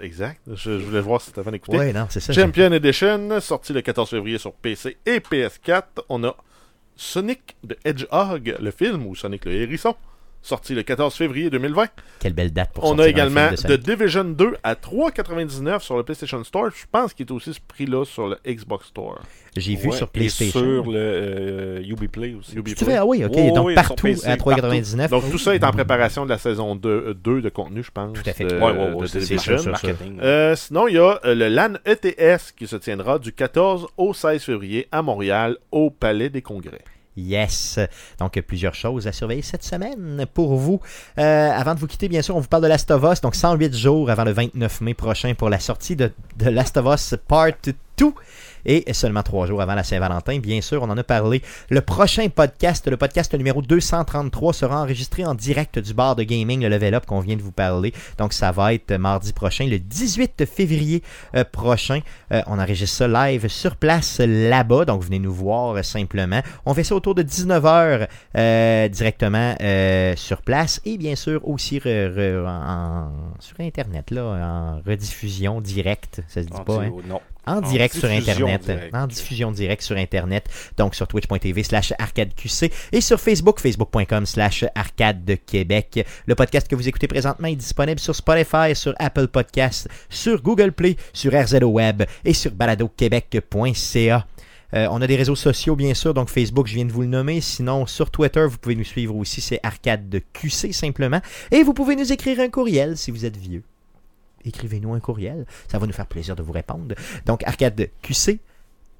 Speaker 5: Exact. Je, je voulais voir si t'avais écouté.
Speaker 1: Ouais, non, c'est ça.
Speaker 5: Champion Edition, sorti le 14 février sur PC et PS4. On a Sonic the Hedgehog, le film, ou Sonic le Hérisson, sorti le 14 février 2020.
Speaker 1: Quelle belle date pour
Speaker 5: On
Speaker 1: sortir
Speaker 5: a
Speaker 1: un film
Speaker 5: également
Speaker 1: de
Speaker 5: The
Speaker 1: Sonic.
Speaker 5: Division 2 à 3,99 sur le PlayStation Store. Je pense qu'il est aussi ce prix-là sur le Xbox Store.
Speaker 1: J'ai vu
Speaker 3: Ouais,
Speaker 1: sur
Speaker 3: et
Speaker 1: PlayStation.
Speaker 3: sur le euh, Ubiplay aussi.
Speaker 5: Ubiplay.
Speaker 1: Tu veux, ah oui, ok.
Speaker 3: Ouais,
Speaker 1: donc
Speaker 3: ouais,
Speaker 1: partout
Speaker 3: sur PC,
Speaker 1: à 3,99.
Speaker 5: Donc tout ça est en préparation de la saison 2, euh, 2 de contenu, je pense.
Speaker 1: Tout à fait.
Speaker 5: De,
Speaker 3: Ouais, ouais,
Speaker 5: de
Speaker 3: ouais, c'est
Speaker 5: Division.
Speaker 1: sûr, sûr, sûr.
Speaker 3: marketing.
Speaker 5: Euh, sinon, il y a euh, le LAN ETS qui se tiendra du 14 au 16 février à Montréal au Palais des Congrès.
Speaker 1: Yes. Donc, plusieurs choses à surveiller cette semaine pour vous. Euh, avant de vous quitter, bien sûr, on vous parle de Last of Us. Donc, 108 jours avant le 29 mai prochain pour la sortie de, de Last of Us Part 2. Et seulement trois jours avant la Saint-Valentin, bien sûr, on en a parlé. Le prochain podcast, le podcast numéro 233, sera enregistré en direct du bar de gaming, le Level Up qu'on vient de vous parler. Donc, ça va être mardi prochain, le 18 février euh, prochain. Euh, on enregistre ça live sur place euh, là-bas. Donc, venez nous voir euh, simplement. On fait ça autour de 19h directement euh, sur place et bien sûr aussi re- re- en- sur Internet, là, en rediffusion directe. Ça se dit
Speaker 3: On
Speaker 1: pas,
Speaker 3: dit,
Speaker 1: hein?
Speaker 3: oh, non.
Speaker 1: En direct sur
Speaker 3: diffusion
Speaker 1: Internet.
Speaker 3: directe.
Speaker 1: En diffusion directe sur Internet. Donc sur twitch.tv slash arcadeqc et sur Facebook, facebook.com slash arcade de Québec. Le podcast que vous écoutez présentement est disponible sur Spotify, sur Apple Podcasts, sur Google Play, sur RZO Web et sur baladoquebec.ca. Euh, on a des réseaux sociaux, bien sûr, donc Facebook, je viens de vous le nommer. Sinon, sur Twitter, vous pouvez nous suivre aussi, c'est Arcade de QC simplement. Et vous pouvez nous écrire un courriel si vous êtes vieux. Écrivez-nous un courriel, ça va nous faire plaisir de vous répondre. Donc, Arcade QC,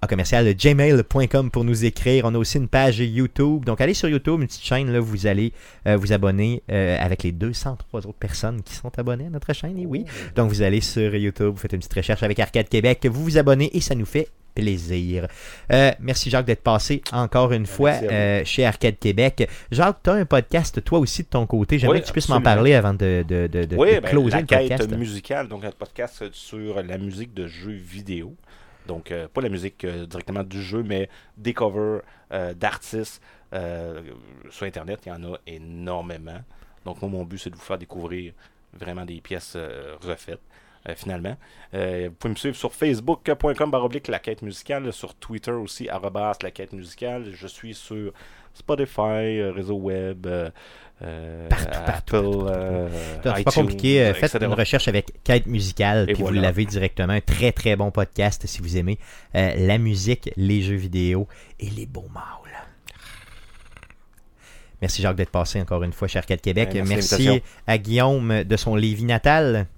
Speaker 1: à commercial gmail.com pour nous écrire. On a aussi une page YouTube. Donc, allez sur YouTube, une petite chaîne, là, vous allez euh, vous abonner euh, avec les 203 autres personnes qui sont abonnées à notre chaîne. Et oui,
Speaker 3: Oh.
Speaker 1: donc vous allez sur YouTube, vous faites une petite recherche avec Arcade Québec, vous vous abonnez et ça nous fait plaisir. Euh, merci Jacques d'être passé encore une fois
Speaker 3: Merci à vous.
Speaker 1: euh, chez Arcade Québec. Jacques, tu as un podcast toi aussi de ton côté. J'aimerais
Speaker 3: Oui,
Speaker 1: que tu puisses m'en
Speaker 3: absolument.
Speaker 1: parler avant de, de, de, de- de
Speaker 3: Oui, ben,
Speaker 1: closer
Speaker 3: la
Speaker 1: le
Speaker 3: quête
Speaker 1: podcast.
Speaker 3: musicale, donc un podcast euh, sur la musique de jeux vidéo. Donc, euh, pas la musique euh, directement du jeu, mais des covers euh, d'artistes euh, sur Internet. Il y en a énormément. Donc, moi, mon but, c'est de vous faire découvrir vraiment des pièces euh, refaites, euh, finalement. Euh, vous pouvez me suivre sur facebook.com baroblique la quête musicale, sur Twitter aussi, arrobas la quête musicale. Je suis sur Spotify, euh, réseau web, euh, euh,
Speaker 1: Partout, partout,
Speaker 3: Apple,
Speaker 1: partout, partout.
Speaker 3: euh,
Speaker 1: C'est pas
Speaker 3: iTunes,
Speaker 1: compliqué. euh, Faites
Speaker 3: etc.
Speaker 1: une recherche avec Quête musicale, puis
Speaker 3: Et
Speaker 1: vous
Speaker 3: voilà.
Speaker 1: l'avez directement. Un très très bon podcast si vous aimez euh, la musique, les jeux vidéo et les beaux mâles. Merci Jacques d'être passé encore une fois chez Arcade Québec.
Speaker 3: Ouais, merci de
Speaker 1: merci
Speaker 3: l'invitation.
Speaker 1: à Guillaume de son Lévis natal.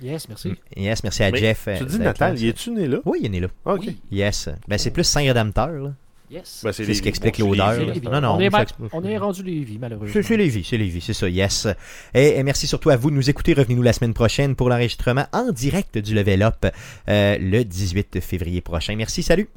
Speaker 2: Yes,
Speaker 1: Mm.
Speaker 2: merci.
Speaker 1: Yes, merci à
Speaker 5: Mais
Speaker 1: Jeff.
Speaker 5: Tu
Speaker 1: euh,
Speaker 5: dis
Speaker 1: d'être
Speaker 5: Natal,
Speaker 1: là.
Speaker 5: il est-tu né là?
Speaker 1: Oui, il est né là.
Speaker 5: Ah, Ok.
Speaker 2: Oui.
Speaker 1: Yes. Ben, c'est plus Saint-Rédempteur. là.
Speaker 2: Yes.
Speaker 5: Ben,
Speaker 1: C'est ce
Speaker 5: les-
Speaker 1: qui explique
Speaker 5: bon, c'est
Speaker 1: l'odeur.
Speaker 5: les-
Speaker 1: là.
Speaker 2: Lévis.
Speaker 1: Ah, Non, non,
Speaker 2: on,
Speaker 1: ça
Speaker 2: est ma-
Speaker 1: explique-
Speaker 2: on est rendu Lévis, malheureusement.
Speaker 1: C'est c'est Lévis, c'est Lévis, c'est ça, yes. Et, et merci surtout à vous de nous écouter. Revenez-nous la semaine prochaine pour l'enregistrement en direct du Level Up euh, le 18 février prochain. Merci, salut!